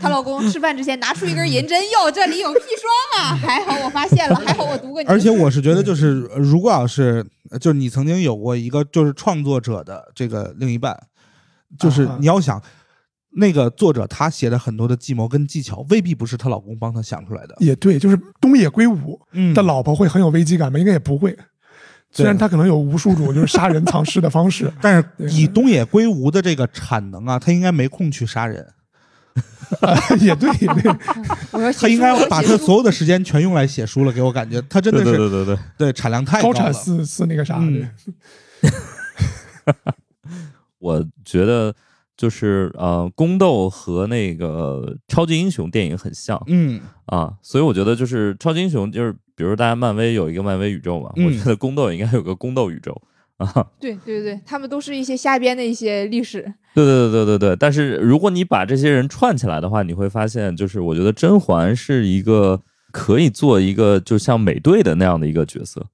[SPEAKER 4] 她老公吃饭之前拿出一根银针，哟，这里有砒霜 啊！还好我发现了，还好我读过你的。
[SPEAKER 2] 而且我是觉得，就是
[SPEAKER 3] 嗯
[SPEAKER 2] 呃如果要是呃就是你曾经有过一个就是创作者的这个另一半，就是
[SPEAKER 3] 啊
[SPEAKER 2] 你要想。那个作者他写的很多的计谋跟技巧，未必不是她老公帮她想出来的。
[SPEAKER 3] 也对，就是东野圭吾
[SPEAKER 2] 嗯，
[SPEAKER 3] 的老婆会很有危机感吗？应该也不会。虽然她可能有无数种就是杀人藏尸的方式
[SPEAKER 2] 但是以东野圭吾的这个产能啊，他应该没空去杀人，
[SPEAKER 3] 也对，也对，
[SPEAKER 4] 我
[SPEAKER 2] 他
[SPEAKER 4] 要写
[SPEAKER 2] 应
[SPEAKER 4] 书
[SPEAKER 2] 该把
[SPEAKER 4] 我要写
[SPEAKER 2] 他
[SPEAKER 4] 书
[SPEAKER 2] 所有的时间全用来写书了，给我感觉他真的
[SPEAKER 5] 对
[SPEAKER 2] 是
[SPEAKER 5] 对对对对，
[SPEAKER 2] 对产量太
[SPEAKER 3] 高
[SPEAKER 2] 了。
[SPEAKER 3] 产似似那个啥，
[SPEAKER 2] 嗯
[SPEAKER 3] 对
[SPEAKER 5] 我觉得就是呃，宫斗和那个超级英雄电影很像
[SPEAKER 2] 嗯，
[SPEAKER 5] 啊，所以我觉得就是超级英雄就是，比如大家漫威有一个漫威宇宙嘛，
[SPEAKER 2] 嗯
[SPEAKER 5] 我觉得宫斗也应该有个宫斗宇宙啊。
[SPEAKER 4] 对对对，他们都是一些瞎编的一些历史。
[SPEAKER 5] 对对对对对对，但是如果你把这些人串起来的话，你会发现，就是我觉得甄嬛是一个可以做一个就像美队的那样的一个角色。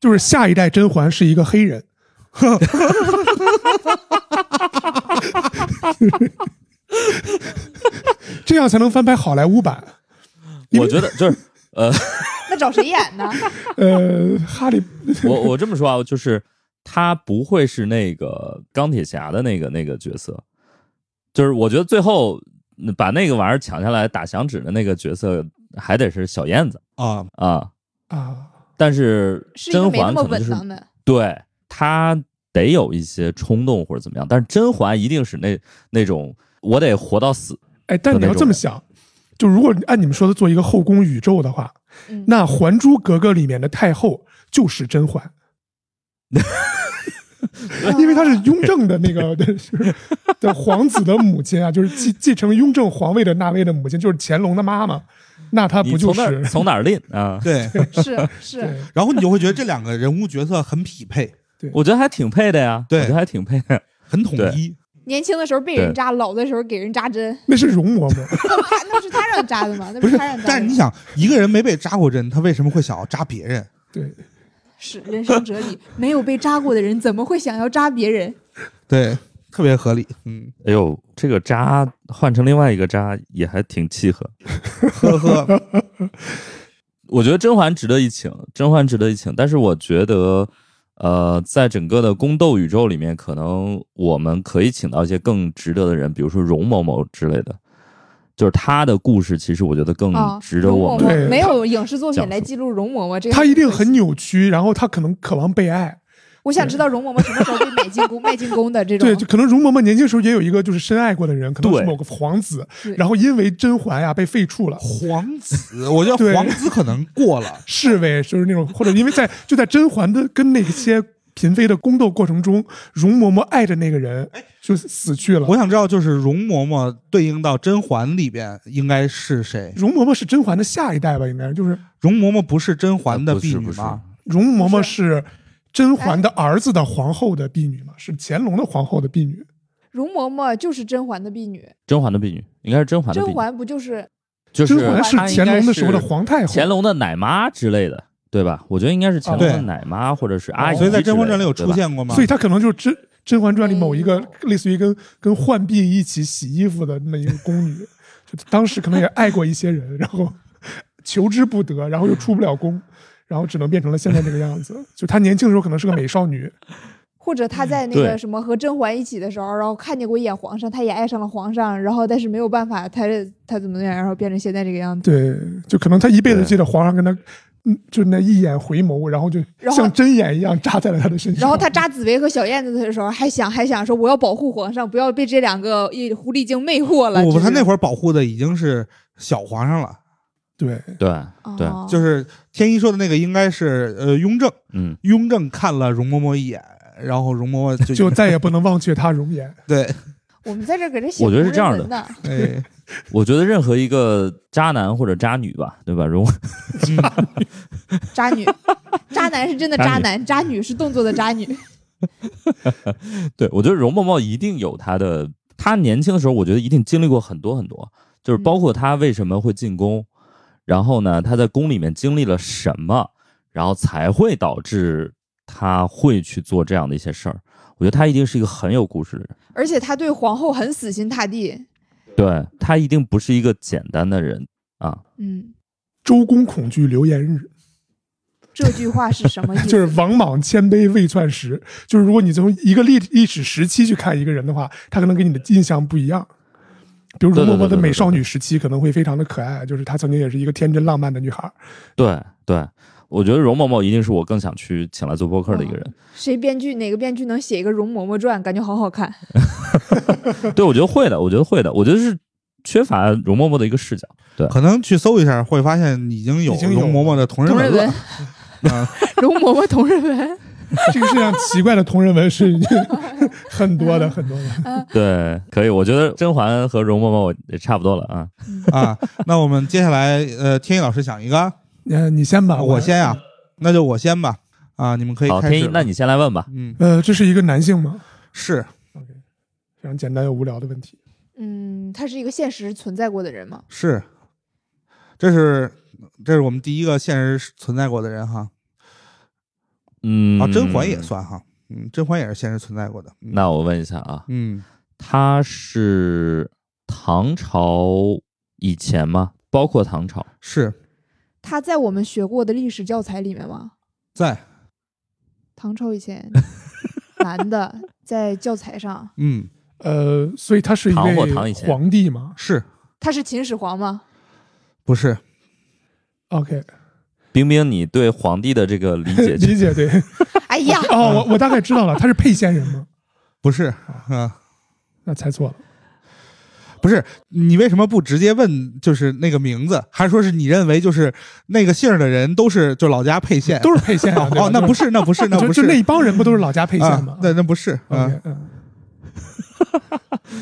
[SPEAKER 3] 就是下一代甄嬛是一个黑人， 这样才能翻拍好莱坞版。因为
[SPEAKER 5] 我觉得就是
[SPEAKER 4] 那找谁演呢？
[SPEAKER 3] 呃，哈利
[SPEAKER 5] 我我这么说啊，就是他不会是那个钢铁侠的那个那个角色，就是我觉得最后嗯把那个玩意儿抢下来打响指的那个角色还得是小燕子
[SPEAKER 2] 啊，
[SPEAKER 5] 啊，
[SPEAKER 3] 啊，
[SPEAKER 5] 但是
[SPEAKER 4] 是一个
[SPEAKER 5] 甄
[SPEAKER 4] 没那
[SPEAKER 5] 嬛
[SPEAKER 4] 么
[SPEAKER 5] 可能
[SPEAKER 4] 稳
[SPEAKER 5] 就是
[SPEAKER 4] 当的。
[SPEAKER 5] 对他得有一些冲动或者怎么样，但是甄嬛一定是那那种我得活到死，
[SPEAKER 3] 哎，但你要这么想，就如果按你们说的做一个后宫宇宙的话，
[SPEAKER 4] 嗯，
[SPEAKER 3] 那《还珠格格》里面的太后就是甄 嬛，因为她是雍正的那个就是的皇子的母亲啊，就是继继承雍正皇位的那位的母亲，就是乾隆的妈妈，那她
[SPEAKER 5] 你
[SPEAKER 3] 不就
[SPEAKER 5] 从哪儿
[SPEAKER 3] 是？
[SPEAKER 5] 从哪儿拎啊？
[SPEAKER 2] 对，
[SPEAKER 4] 是 是
[SPEAKER 3] 对，
[SPEAKER 2] 然后你就会觉得这两个人物角色很匹配，
[SPEAKER 5] 我觉得还挺配的呀，
[SPEAKER 2] 对
[SPEAKER 5] 我觉得还挺配的。
[SPEAKER 2] 很统
[SPEAKER 5] 对
[SPEAKER 2] 一。
[SPEAKER 4] 年轻的时候被人
[SPEAKER 5] 对
[SPEAKER 4] 扎，老的时候给人扎针。
[SPEAKER 3] 那是容嬷嬷，
[SPEAKER 4] 那他那不是他让扎的吗？那
[SPEAKER 2] 不是
[SPEAKER 4] 他让，扎的。
[SPEAKER 2] 但是你，想，一个人没被扎过针，他为什么会想要扎别人？
[SPEAKER 3] 对，
[SPEAKER 4] 是人生哲理，没有被扎过的人怎么会想要扎别人？
[SPEAKER 2] 对，特别合理。嗯，
[SPEAKER 5] 哎呦，这个渣换成另外一个渣也还挺契合。
[SPEAKER 2] 呵呵，
[SPEAKER 5] 我觉得甄嬛值得一请，甄嬛值得一请。但是我觉得，呃，在整个的宫斗宇宙里面，可能我们可以请到一些更值得的人，比如说容嬷嬷之类的。就是她的故事，其实我觉得更
[SPEAKER 4] 啊，
[SPEAKER 5] 嗯值得我
[SPEAKER 4] 容嬷
[SPEAKER 5] 们。
[SPEAKER 3] 对
[SPEAKER 4] 嬷没有影视作品
[SPEAKER 5] 讲
[SPEAKER 4] 来
[SPEAKER 5] 述
[SPEAKER 4] 记录容嬷嬷这个，
[SPEAKER 3] 她一定很。扭曲，然后她可能渴望被爱，
[SPEAKER 4] 我想知道容嬷嬷什么时候被买进宫、 卖进宫的这种
[SPEAKER 3] 对，就可能容嬷嬷年轻时候也有一个就是深爱过的人，可能是
[SPEAKER 5] 对
[SPEAKER 3] 某个皇子
[SPEAKER 4] 对，
[SPEAKER 3] 然后因为甄嬛呀被废黜了，
[SPEAKER 2] 皇子，我觉得
[SPEAKER 3] 对
[SPEAKER 2] 皇子可能过了。
[SPEAKER 3] 侍卫，就是那种或者因为在就在甄嬛的跟那些嫔妃的宫斗过程中，容嬷嬷爱着那个人，就死去了。
[SPEAKER 2] 我想知道，就是容嬷嬷对应到甄嬛里边应该是谁？
[SPEAKER 3] 容嬷嬷是甄嬛的下一代吧？应该就是
[SPEAKER 2] 容嬷嬷不是甄嬛的
[SPEAKER 5] 呃不是
[SPEAKER 2] 婢女
[SPEAKER 5] 不是
[SPEAKER 2] 吗？
[SPEAKER 3] 容嬷嬷是甄嬛的儿子的皇后的婢女嘛，是乾隆的皇后的婢女。
[SPEAKER 4] 容嬷嬷就是甄嬛的婢女，
[SPEAKER 5] 甄嬛的婢女应该是甄嬛的婢
[SPEAKER 4] 甄
[SPEAKER 5] 女，
[SPEAKER 4] 嬛不就是
[SPEAKER 5] 就是
[SPEAKER 3] 甄嬛是
[SPEAKER 5] 她应
[SPEAKER 3] 乾
[SPEAKER 5] 该
[SPEAKER 3] 隆的时候的
[SPEAKER 5] 是
[SPEAKER 3] 皇太后，
[SPEAKER 5] 乾隆的奶妈之类的，对吧？我觉得应该是乾隆
[SPEAKER 2] 对
[SPEAKER 5] 的奶妈或者是阿姨之
[SPEAKER 2] 所
[SPEAKER 5] 类的，
[SPEAKER 2] 以在《甄嬛传》里有
[SPEAKER 5] 对
[SPEAKER 2] 出
[SPEAKER 5] 吧。
[SPEAKER 2] 现过吗？
[SPEAKER 3] 所以她可能就是甄《甄嬛传》里某一个
[SPEAKER 4] 嗯
[SPEAKER 3] 类似于跟跟浣碧一起洗衣服的那么一个宫 女，就当时可能也爱过一些人，然后求之不得，然后又出不了宫， 然后只能变成了现在这个样子。就她年轻的时候可能是个美少女，
[SPEAKER 4] 或者她在那
[SPEAKER 5] 对
[SPEAKER 4] 个什么和甄嬛一起的时候，然后看见过一眼皇上，她也爱上了皇上，然后但是没有办法，她她怎么怎么样，然后变成现在这个样子。
[SPEAKER 3] 对，就可能她一辈子
[SPEAKER 5] 对
[SPEAKER 3] 记得皇上跟她。嗯，就那一眼回眸，然后就
[SPEAKER 4] 然后
[SPEAKER 3] 像针眼一样扎在了她的 身上。
[SPEAKER 4] 然后她扎紫薇和小燕子的时候，还想还想说我要保护皇上，不要被这两 个一狐狸精魅 惑了。
[SPEAKER 2] 不不，他那
[SPEAKER 4] 儿
[SPEAKER 2] 会儿保护的已经是小皇上了，
[SPEAKER 3] 对，
[SPEAKER 5] 对对，
[SPEAKER 4] 哦、
[SPEAKER 2] 就是天一说的那个应该是呃雍正，
[SPEAKER 5] 嗯，
[SPEAKER 2] 雍正看了容嬷嬷一眼，然后容嬷嬷就
[SPEAKER 3] 就再也不能忘却她容颜。
[SPEAKER 2] 对，
[SPEAKER 4] 我们在这儿给这写
[SPEAKER 5] 我觉得是
[SPEAKER 4] 同人
[SPEAKER 5] 这样的
[SPEAKER 4] 文呢
[SPEAKER 2] 哎，
[SPEAKER 5] 我觉得任何一个渣男或者渣女吧，对吧？容
[SPEAKER 2] 嗯
[SPEAKER 4] 渣 女，渣男是真的
[SPEAKER 5] 渣
[SPEAKER 4] 渣
[SPEAKER 5] 女
[SPEAKER 4] 男，渣女是动作的渣女。
[SPEAKER 5] 对，我觉得容嬷嬷一定有她的，她年轻的时候，我觉得一定经历过很多很多，就是包括她为什么会进宫，然后呢，她在宫里面经历了什么，然后才会导致她会去做这样的一些事儿。我觉得她一定是一个很有故事的人，
[SPEAKER 4] 而且她对皇后很死心塌地。
[SPEAKER 5] 对她一定不是一个简单的人啊。
[SPEAKER 4] 嗯，
[SPEAKER 3] 周公恐惧流言日，
[SPEAKER 4] 这句话是什 么意 思？
[SPEAKER 3] 就是王莽千杯未算时。就是如果你从一个历历史时期去看一个人的话，他可能给你的印象不一样。比如容嬷嬷的美少女时期可能会非常的可爱，就是她曾经也是一个天真浪漫的女孩。
[SPEAKER 5] 对对，我觉得容嬷嬷一定是我更想去请来做播客的一个人。
[SPEAKER 4] 谁编剧哪个编剧能写一个《容嬷嬷传》，感觉好好看。
[SPEAKER 5] 对，我觉得会的，我觉得会的，我觉得是缺乏容嬷嬷的一个视角。
[SPEAKER 2] 可能去搜一下会发现已经有
[SPEAKER 3] 已经有
[SPEAKER 2] 容嬷嬷的同人
[SPEAKER 4] 同人
[SPEAKER 2] 文
[SPEAKER 4] 文
[SPEAKER 2] 了，， 啊，
[SPEAKER 4] 容嬷嬷同人文，
[SPEAKER 3] 这个世界上奇怪的同人文是很多的，很多的。
[SPEAKER 5] 对，可以，我觉得甄嬛和容嬷嬷也差不多了啊。
[SPEAKER 2] 啊， 那我们接下来呃，天一老师想一个啊，
[SPEAKER 3] 呃，你先吧，
[SPEAKER 2] 我。先啊，那就我先吧，啊，你们可以
[SPEAKER 5] 好，
[SPEAKER 2] 开
[SPEAKER 5] 天
[SPEAKER 2] 始
[SPEAKER 5] 一
[SPEAKER 2] 了，，
[SPEAKER 5] 那你先来问吧。
[SPEAKER 2] 嗯
[SPEAKER 3] 呃，这是一个男性吗？
[SPEAKER 2] 是
[SPEAKER 3] 非常简单又无聊的问题。
[SPEAKER 4] 嗯，他是一个现实存在过的人吗？
[SPEAKER 2] 是，这是这是我们第一个现实存在过的人哈，
[SPEAKER 5] 嗯，
[SPEAKER 2] 啊，甄嬛也。算哈，嗯，甄嬛也是现实存在过的，嗯
[SPEAKER 5] 那我问一下啊，
[SPEAKER 2] 嗯，
[SPEAKER 5] 他是唐朝以前吗？包括唐朝，
[SPEAKER 2] 是
[SPEAKER 4] 他在我们学过的历史教材里面吗？
[SPEAKER 2] 在，
[SPEAKER 4] 唐朝 以前，男的在教材上，
[SPEAKER 2] 嗯，
[SPEAKER 3] 呃，所以他是一
[SPEAKER 5] 唐或唐以
[SPEAKER 3] 位
[SPEAKER 5] 前
[SPEAKER 3] 皇帝吗
[SPEAKER 2] 是
[SPEAKER 4] 他是秦始皇 吗？
[SPEAKER 2] 不是？
[SPEAKER 3] ？OK，
[SPEAKER 5] 冰冰，你对皇帝的这个理解 就
[SPEAKER 3] 理解对。
[SPEAKER 4] 哎呀，
[SPEAKER 3] 哦，我我大概知道了，他是沛县人吗？
[SPEAKER 2] 不是啊，
[SPEAKER 3] 那猜 错了。
[SPEAKER 2] 不是，你为什么不直接问就是那个名字，还是说是你认为就是那个姓儿的人都是就老家沛县？
[SPEAKER 3] 都是沛县啊。对吧
[SPEAKER 2] 哦，那不，是，那不是，那
[SPEAKER 3] 就
[SPEAKER 2] 不
[SPEAKER 3] 就是那一帮人不都是老家沛
[SPEAKER 2] 啊
[SPEAKER 3] 县吗？
[SPEAKER 2] 那那不是啊
[SPEAKER 3] OK，嗯，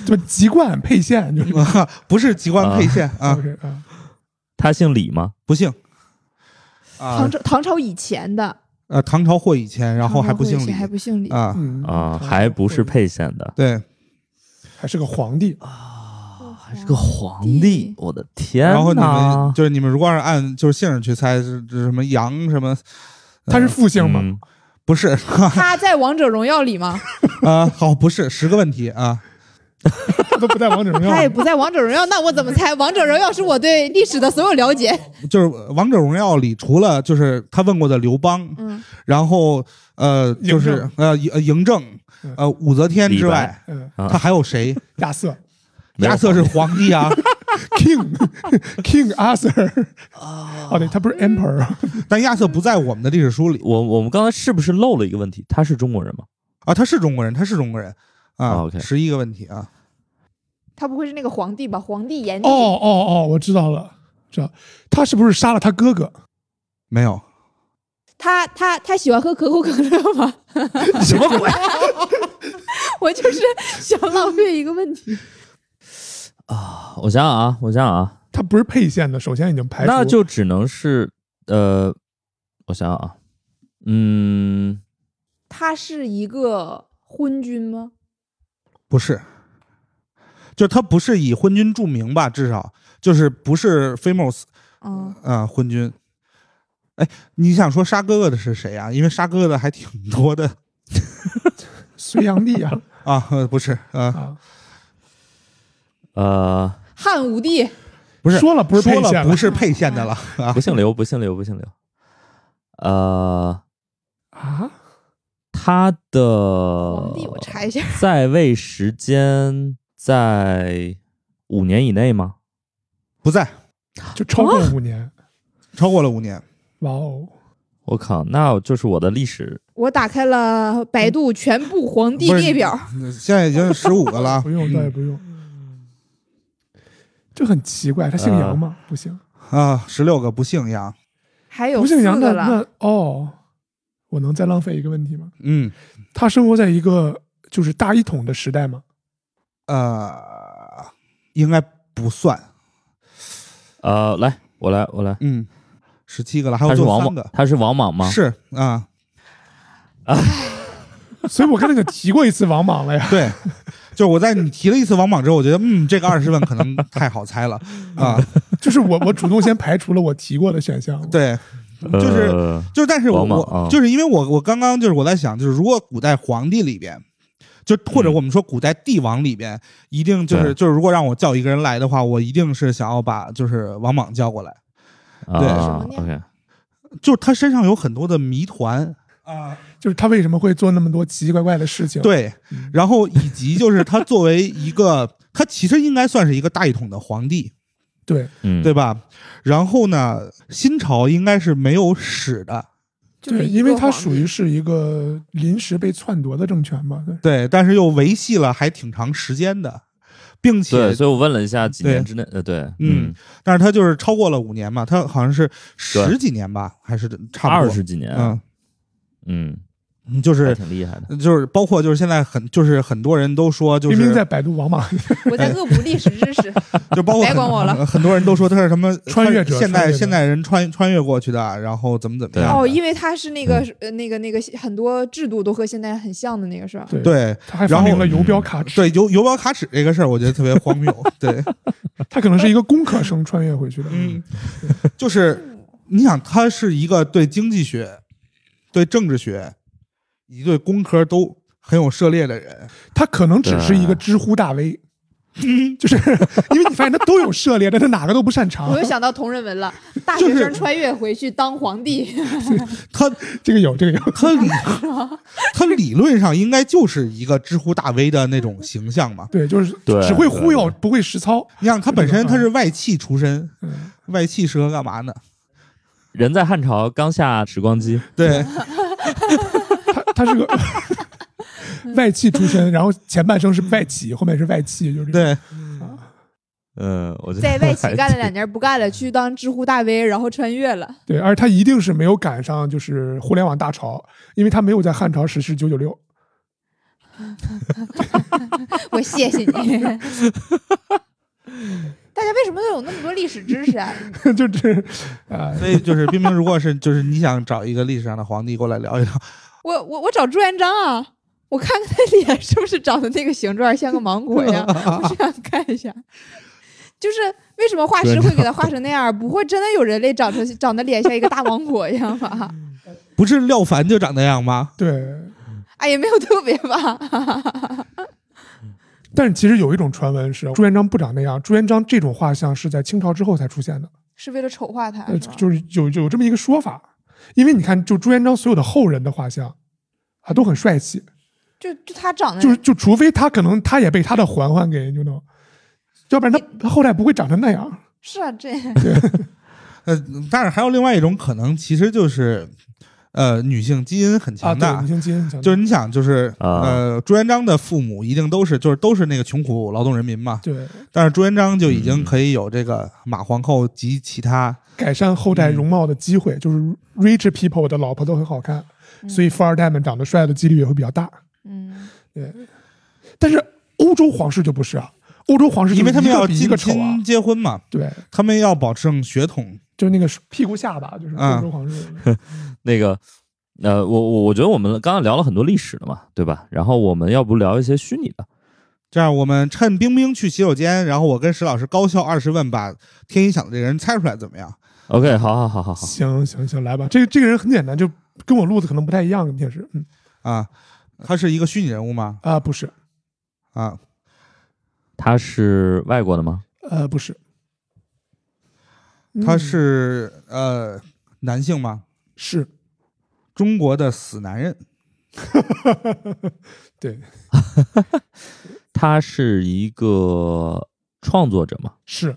[SPEAKER 3] 就籍贯沛县就是。
[SPEAKER 2] 啊，不是籍贯沛县啊，
[SPEAKER 3] OK 啊，
[SPEAKER 5] 他姓李吗？
[SPEAKER 2] 不姓
[SPEAKER 4] 唐
[SPEAKER 2] 啊
[SPEAKER 4] 朝唐朝以前的，
[SPEAKER 2] 呃，唐朝或以前，然后还
[SPEAKER 4] 唐朝
[SPEAKER 2] 不姓
[SPEAKER 4] 以前
[SPEAKER 2] 李
[SPEAKER 4] 还不姓李。
[SPEAKER 2] 啊，
[SPEAKER 3] 嗯
[SPEAKER 5] 啊，还不是，沛县的
[SPEAKER 2] 对，
[SPEAKER 3] 还是个皇帝。
[SPEAKER 5] 啊，
[SPEAKER 4] 还
[SPEAKER 5] 还
[SPEAKER 4] 是
[SPEAKER 5] 是
[SPEAKER 4] 个
[SPEAKER 5] 个
[SPEAKER 4] 皇
[SPEAKER 5] 皇
[SPEAKER 4] 帝
[SPEAKER 5] 帝，我的天
[SPEAKER 2] 然后你们
[SPEAKER 5] 呐
[SPEAKER 2] 就是你们如果要是按就是姓儿去猜，是是什么杨什么，
[SPEAKER 3] 他是复姓吗？
[SPEAKER 5] 嗯
[SPEAKER 2] 不是
[SPEAKER 4] 他在王者荣耀里吗？
[SPEAKER 2] 啊，好，不是十个问题啊，
[SPEAKER 3] 他都不在王者荣耀
[SPEAKER 4] 他也
[SPEAKER 3] 里。
[SPEAKER 4] 不在王者荣耀，那我怎么猜？王者荣耀是我对历史的所有了解。
[SPEAKER 2] 就是呃王者荣耀里除了就是他问过的刘邦，
[SPEAKER 4] 嗯，
[SPEAKER 2] 然后呃，就
[SPEAKER 3] 嬴
[SPEAKER 2] 是
[SPEAKER 3] 政
[SPEAKER 2] 呃嬴呃嬴政
[SPEAKER 3] 嗯，
[SPEAKER 2] 呃武则天之
[SPEAKER 5] 李
[SPEAKER 2] 外，
[SPEAKER 3] 嗯，
[SPEAKER 5] 啊
[SPEAKER 2] 他还有谁？
[SPEAKER 3] 亚瑟
[SPEAKER 5] 没有
[SPEAKER 2] 亚瑟是皇帝 啊，
[SPEAKER 3] King King Arthur 哦，对，他不是 Emperor，啊
[SPEAKER 2] 但亚瑟不在我们的历史书里
[SPEAKER 5] 我我们刚才是不是漏了一个问题？他是中国人吗？
[SPEAKER 2] 啊，他是中国人，他是中国人
[SPEAKER 5] 啊
[SPEAKER 2] 啊
[SPEAKER 5] ，OK，
[SPEAKER 2] 十一个问题啊，
[SPEAKER 4] 他不会是那个皇帝吧？皇帝炎帝。
[SPEAKER 3] 哦哦哦，我知道了，知道他是不是杀了他哥哥？
[SPEAKER 2] 没有，
[SPEAKER 4] 他他他喜欢喝可口可乐吗？
[SPEAKER 5] 什么鬼？
[SPEAKER 4] 我就是想浪费一个问题。
[SPEAKER 5] 我想想啊，我想想啊，
[SPEAKER 3] 他不是沛县的，首先已经排除。
[SPEAKER 5] 那就只能是呃，我想想啊，嗯，
[SPEAKER 4] 他是一个昏君吗？
[SPEAKER 2] 不是，就他不是以昏君著名吧，至少就是不是 famous
[SPEAKER 4] 嗯，
[SPEAKER 2] 啊、昏君。哎，你想说杀哥哥的是谁啊？因为杀哥哥的还挺多的
[SPEAKER 3] 隋炀 帝啊
[SPEAKER 2] 啊，呃不是啊，
[SPEAKER 3] 啊，
[SPEAKER 5] 呃，
[SPEAKER 4] 汉武帝
[SPEAKER 2] 不是
[SPEAKER 3] 说了不是
[SPEAKER 2] 说
[SPEAKER 3] 沛县
[SPEAKER 2] 了
[SPEAKER 3] 了
[SPEAKER 2] 不是沛 县的了 啊
[SPEAKER 5] 不姓刘，不姓刘，不姓刘。呃，
[SPEAKER 3] 啊，
[SPEAKER 5] 他
[SPEAKER 4] 皇
[SPEAKER 5] 的
[SPEAKER 4] 帝，我 查一下，
[SPEAKER 5] 在位时间在五年以内吗？
[SPEAKER 2] 不在，
[SPEAKER 3] 就超过
[SPEAKER 4] 啊
[SPEAKER 3] 五年，
[SPEAKER 2] 超过了五年。
[SPEAKER 3] 哇哦，
[SPEAKER 5] 我靠，那就是我的历史
[SPEAKER 4] 我打开了百度全部皇帝
[SPEAKER 2] 不是
[SPEAKER 4] 列表，
[SPEAKER 2] 现在已经十五个了 啊
[SPEAKER 3] 不用，倒也不用，
[SPEAKER 2] 嗯
[SPEAKER 3] 这很奇怪，他姓杨吗？
[SPEAKER 2] 呃
[SPEAKER 3] 不行，
[SPEAKER 2] 啊，十六个不姓杨。
[SPEAKER 4] 还有
[SPEAKER 3] 不姓
[SPEAKER 4] 四
[SPEAKER 3] 杨
[SPEAKER 4] 个
[SPEAKER 3] 的
[SPEAKER 4] 了。
[SPEAKER 3] 那哦，我能再浪费一个问题吗？
[SPEAKER 2] 嗯，
[SPEAKER 3] 他生活在一个就是大一统的时代 吗？
[SPEAKER 2] 呃，应该不算。
[SPEAKER 5] 呃，来，我来，我来。
[SPEAKER 2] 嗯，十七个了，还
[SPEAKER 5] 他
[SPEAKER 2] 有
[SPEAKER 5] 是
[SPEAKER 2] 做
[SPEAKER 5] 王
[SPEAKER 2] 三
[SPEAKER 5] 莽
[SPEAKER 2] 个，。
[SPEAKER 5] 他是王莽吗？
[SPEAKER 2] 是啊，。
[SPEAKER 3] 所以我刚才就提过一次王莽了呀
[SPEAKER 2] 对，就是我在你提了一次王莽之后，我觉得嗯，这个二十问可能太好猜了啊。
[SPEAKER 3] 就是我我主动先排除了我提过的选项。，
[SPEAKER 2] 对，
[SPEAKER 5] 呃，
[SPEAKER 2] 就是就是，但是我
[SPEAKER 5] 王莽
[SPEAKER 2] 我
[SPEAKER 5] 啊
[SPEAKER 2] 就是因为我我刚刚就是我在想，就是如果古代皇帝里边，就或者
[SPEAKER 5] 嗯
[SPEAKER 2] 我们说古代帝王里边，一定就是
[SPEAKER 5] 对
[SPEAKER 2] 就是如果让我叫一个人来的话，我一定是想要把就是王莽叫过来，对什
[SPEAKER 5] 啊
[SPEAKER 4] 么念
[SPEAKER 5] ，OK，
[SPEAKER 2] 就是他身上有很多的谜团啊，
[SPEAKER 3] 就是他为什么会做那么多奇奇怪怪的事情？，
[SPEAKER 2] 对，
[SPEAKER 5] 嗯
[SPEAKER 2] 然后以及就是他作为一个， 他其实应该算是一个大一统的皇帝，
[SPEAKER 3] 对，
[SPEAKER 5] 嗯，
[SPEAKER 2] 对吧？然后呢，新朝应该是没有史的，
[SPEAKER 4] 就是
[SPEAKER 3] 对
[SPEAKER 4] 一
[SPEAKER 3] 因为
[SPEAKER 4] 个
[SPEAKER 3] 他
[SPEAKER 4] 皇
[SPEAKER 3] 属
[SPEAKER 4] 帝
[SPEAKER 3] 于是一个临时被篡夺的政权嘛。对，
[SPEAKER 2] 对，但是又维系了还挺长时间的，并且
[SPEAKER 5] 对，所以我问了一下，几
[SPEAKER 2] 对
[SPEAKER 5] 年之内，呃，对，
[SPEAKER 2] 嗯，但是他就是超过了五年嘛，他好像是十几年吧，还是差不
[SPEAKER 5] 二
[SPEAKER 2] 多
[SPEAKER 5] 十几年，嗯，
[SPEAKER 2] 嗯，就
[SPEAKER 5] 还
[SPEAKER 2] 是
[SPEAKER 5] 挺厉害的。
[SPEAKER 2] 就是包括就是现在很就是很多人都说就
[SPEAKER 3] 明明在
[SPEAKER 2] 是
[SPEAKER 3] 百度王莽
[SPEAKER 4] 我在恶补历史知 识，
[SPEAKER 2] 就包括
[SPEAKER 4] 别
[SPEAKER 2] 很
[SPEAKER 4] 管我了
[SPEAKER 2] 很很多人都说他是什么
[SPEAKER 3] 穿越者啊
[SPEAKER 2] 现
[SPEAKER 3] 穿
[SPEAKER 2] 代
[SPEAKER 3] 越者
[SPEAKER 2] 现代人穿穿越过去的，然后怎么怎么
[SPEAKER 5] 对
[SPEAKER 2] 样的
[SPEAKER 4] 哦，因为他是那个、呃那个那个很多制度都和现在很像的那个是吧？
[SPEAKER 3] 对
[SPEAKER 2] 对
[SPEAKER 3] 他还
[SPEAKER 2] 然
[SPEAKER 3] 发
[SPEAKER 2] 后
[SPEAKER 3] 明了游标卡尺，
[SPEAKER 2] 对游游标卡尺这个事儿，我觉得特别荒 谬。对，
[SPEAKER 3] 他可能是一个工科生穿越回去的。
[SPEAKER 2] 嗯，就是你想，他是一个对经济学、对政治学以及对工科都很有涉猎的人，
[SPEAKER 3] 他可能只是一个知乎大 V，就是因为你发现他都有涉猎，但他哪个都不擅长
[SPEAKER 4] 我。又想到同人 文了，大
[SPEAKER 2] 就
[SPEAKER 4] 学
[SPEAKER 2] 是
[SPEAKER 4] 生穿越回去当皇帝，
[SPEAKER 2] 他
[SPEAKER 3] 这个有，这个有。
[SPEAKER 2] 他 理他理论上应该就是一个知乎大 V 的那种形象嘛。
[SPEAKER 3] 对，就是
[SPEAKER 5] 对
[SPEAKER 3] 只会忽悠，
[SPEAKER 5] 对
[SPEAKER 3] 不会实操。
[SPEAKER 2] 你想，他本身他是外企出身
[SPEAKER 3] 嗯，
[SPEAKER 2] 外企适合干嘛呢？
[SPEAKER 5] 人在汉朝刚下时光机，
[SPEAKER 2] 对，
[SPEAKER 3] 他他 是个外企出身，然后前半生是外企，后面是外企，就是这种
[SPEAKER 2] 对，
[SPEAKER 5] 嗯，我觉得
[SPEAKER 4] 在外企
[SPEAKER 5] 还
[SPEAKER 4] 干了两年不干了，去当知乎大 V，然后穿越了。
[SPEAKER 3] 对，而他一定是没有赶上就是互联网大潮，因为他没有在汉朝实施九九六。
[SPEAKER 4] 我谢谢 你。大家为什么都有那么多历史知识啊？
[SPEAKER 3] 就这啊、
[SPEAKER 2] 所以就是冰冰，如果是就是你想找一个历史上的皇帝过来聊一聊，
[SPEAKER 4] 我我我找朱元璋啊，我看看他脸是不是长得那个形状 像个芒果呀？我这样看一下，就是为什么画师会给他画成那样？不会真的有人类长成长得脸像一个大芒果一样吧？
[SPEAKER 2] 不是廖凡就长那样吗？
[SPEAKER 3] 对。
[SPEAKER 4] 哎，也没有特别吧。
[SPEAKER 3] 但是其实有一种传闻是朱元璋不长那样，朱元璋这种画像是在清朝之后才出现的，
[SPEAKER 4] 是为了丑化他，
[SPEAKER 3] 呃，
[SPEAKER 4] 是吧
[SPEAKER 3] 就是有有这么一个说法。因为你看，就朱元璋所有的后人的画像啊，都很帅气，
[SPEAKER 4] 就就他长得
[SPEAKER 3] 就是就除非他可能他也被他的嬛嬛给就能，要不然他他后代不会长成那样。
[SPEAKER 4] 是啊，这
[SPEAKER 2] 呃，但是还有另外一种可能，其实就是呃，女性基因很
[SPEAKER 3] 啊，
[SPEAKER 2] 强
[SPEAKER 3] 对，
[SPEAKER 2] 大
[SPEAKER 3] 女。性基因强 大
[SPEAKER 2] 就是你想，就是
[SPEAKER 5] 啊
[SPEAKER 2] 呃，朱元璋的父母一定都是，就是都是那个穷苦劳动人民嘛。
[SPEAKER 3] 对
[SPEAKER 2] 但是朱元璋就已经
[SPEAKER 5] 嗯
[SPEAKER 2] 可以有这个马皇后及其他
[SPEAKER 3] 改善后代容貌的机会，就是 rich people 的老婆都很好看，所以富二代们长得帅的几率也会比较大。
[SPEAKER 4] 嗯，
[SPEAKER 3] 但是欧洲皇室就不是啊，欧洲皇室就
[SPEAKER 2] 因为
[SPEAKER 3] 是
[SPEAKER 2] 他
[SPEAKER 3] 一
[SPEAKER 2] 们
[SPEAKER 3] 个
[SPEAKER 2] 要
[SPEAKER 3] 比一
[SPEAKER 2] 近
[SPEAKER 3] 个丑啊
[SPEAKER 2] 亲，结婚嘛，
[SPEAKER 3] 对，
[SPEAKER 2] 他们要保证血统。
[SPEAKER 3] 就那个屁股下巴，就是
[SPEAKER 2] 嗯
[SPEAKER 3] 欧洲皇室。
[SPEAKER 5] 那个呃，我我我觉得我们刚刚聊了很多历史的嘛，对吧？然后我们要不聊一些虚拟的？
[SPEAKER 2] 这样，我们趁冰冰去洗手间，然后我跟石老师高效二十问把天音响的这个人猜出来，怎么样？
[SPEAKER 5] OK，好好好好
[SPEAKER 2] 啊
[SPEAKER 5] 好，
[SPEAKER 3] 行行行，来吧，这个这个人很简单，就跟我路子可能不太一样，平时，嗯
[SPEAKER 2] 啊，他是一个虚拟人物吗？
[SPEAKER 3] 啊，不是，
[SPEAKER 2] 啊，
[SPEAKER 5] 他是外国的吗？
[SPEAKER 3] 呃，不是，
[SPEAKER 2] 他
[SPEAKER 3] 嗯
[SPEAKER 2] 是、呃男性吗？
[SPEAKER 3] 是，
[SPEAKER 2] 中国的死男人，
[SPEAKER 3] 对，
[SPEAKER 5] 他是一个创作者吗？
[SPEAKER 3] 是，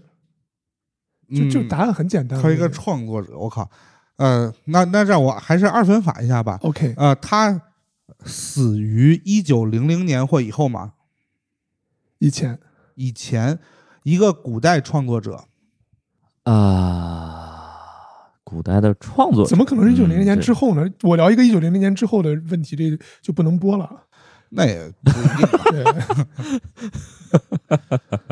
[SPEAKER 3] 就
[SPEAKER 2] 嗯
[SPEAKER 3] 就答案很简单，
[SPEAKER 2] 他是一个
[SPEAKER 3] 我觉得
[SPEAKER 2] 创作者，我靠，呃，那那让我还是二分法一下吧，
[SPEAKER 3] OK，
[SPEAKER 2] 呃，他死于一九零零年或以后嘛，
[SPEAKER 3] 以前
[SPEAKER 2] 以前一个古代创作者，
[SPEAKER 5] 啊、古代的创作者
[SPEAKER 3] 怎么可能是一九零零年
[SPEAKER 5] 嗯
[SPEAKER 3] 之后呢？我聊一个一九零零年之后的问题，这就不能播了。。
[SPEAKER 2] 那也不一定吧
[SPEAKER 3] 对，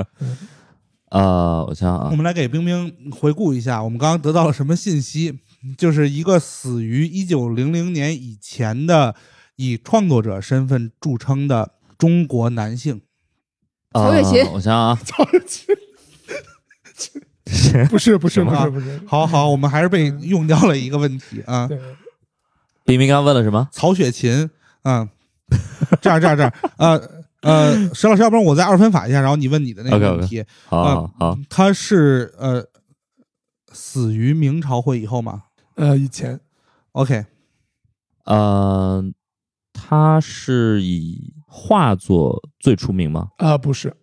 [SPEAKER 5] 呃，我想想啊
[SPEAKER 4] 嗯
[SPEAKER 2] 我，们来给冰冰回顾一下，我们刚刚得到了什么信息？就是一个死于一九零零年以前的以创作者身份著称的中国男性，
[SPEAKER 5] 啊
[SPEAKER 4] 曹雪芹
[SPEAKER 5] 我想想啊，
[SPEAKER 3] 曹雪 芹不是不是
[SPEAKER 2] 行啊吧
[SPEAKER 3] 不是不是，
[SPEAKER 2] 好好，我们还是被用掉了一个问题啊。
[SPEAKER 3] 对，
[SPEAKER 5] 冰冰刚问了什么？
[SPEAKER 2] 曹雪芹，嗯，这样这样这样，呃呃，石老师，要不然我再二分法一下，然后你问你的那个
[SPEAKER 5] OK，OK
[SPEAKER 2] 问题，
[SPEAKER 5] 好
[SPEAKER 2] 啊
[SPEAKER 5] 好好，
[SPEAKER 2] 他是呃死于明朝或以后吗
[SPEAKER 3] 呃，以前
[SPEAKER 2] ？OK，
[SPEAKER 3] 嗯
[SPEAKER 5] 呃，他是以画作最出名吗？
[SPEAKER 3] 啊不是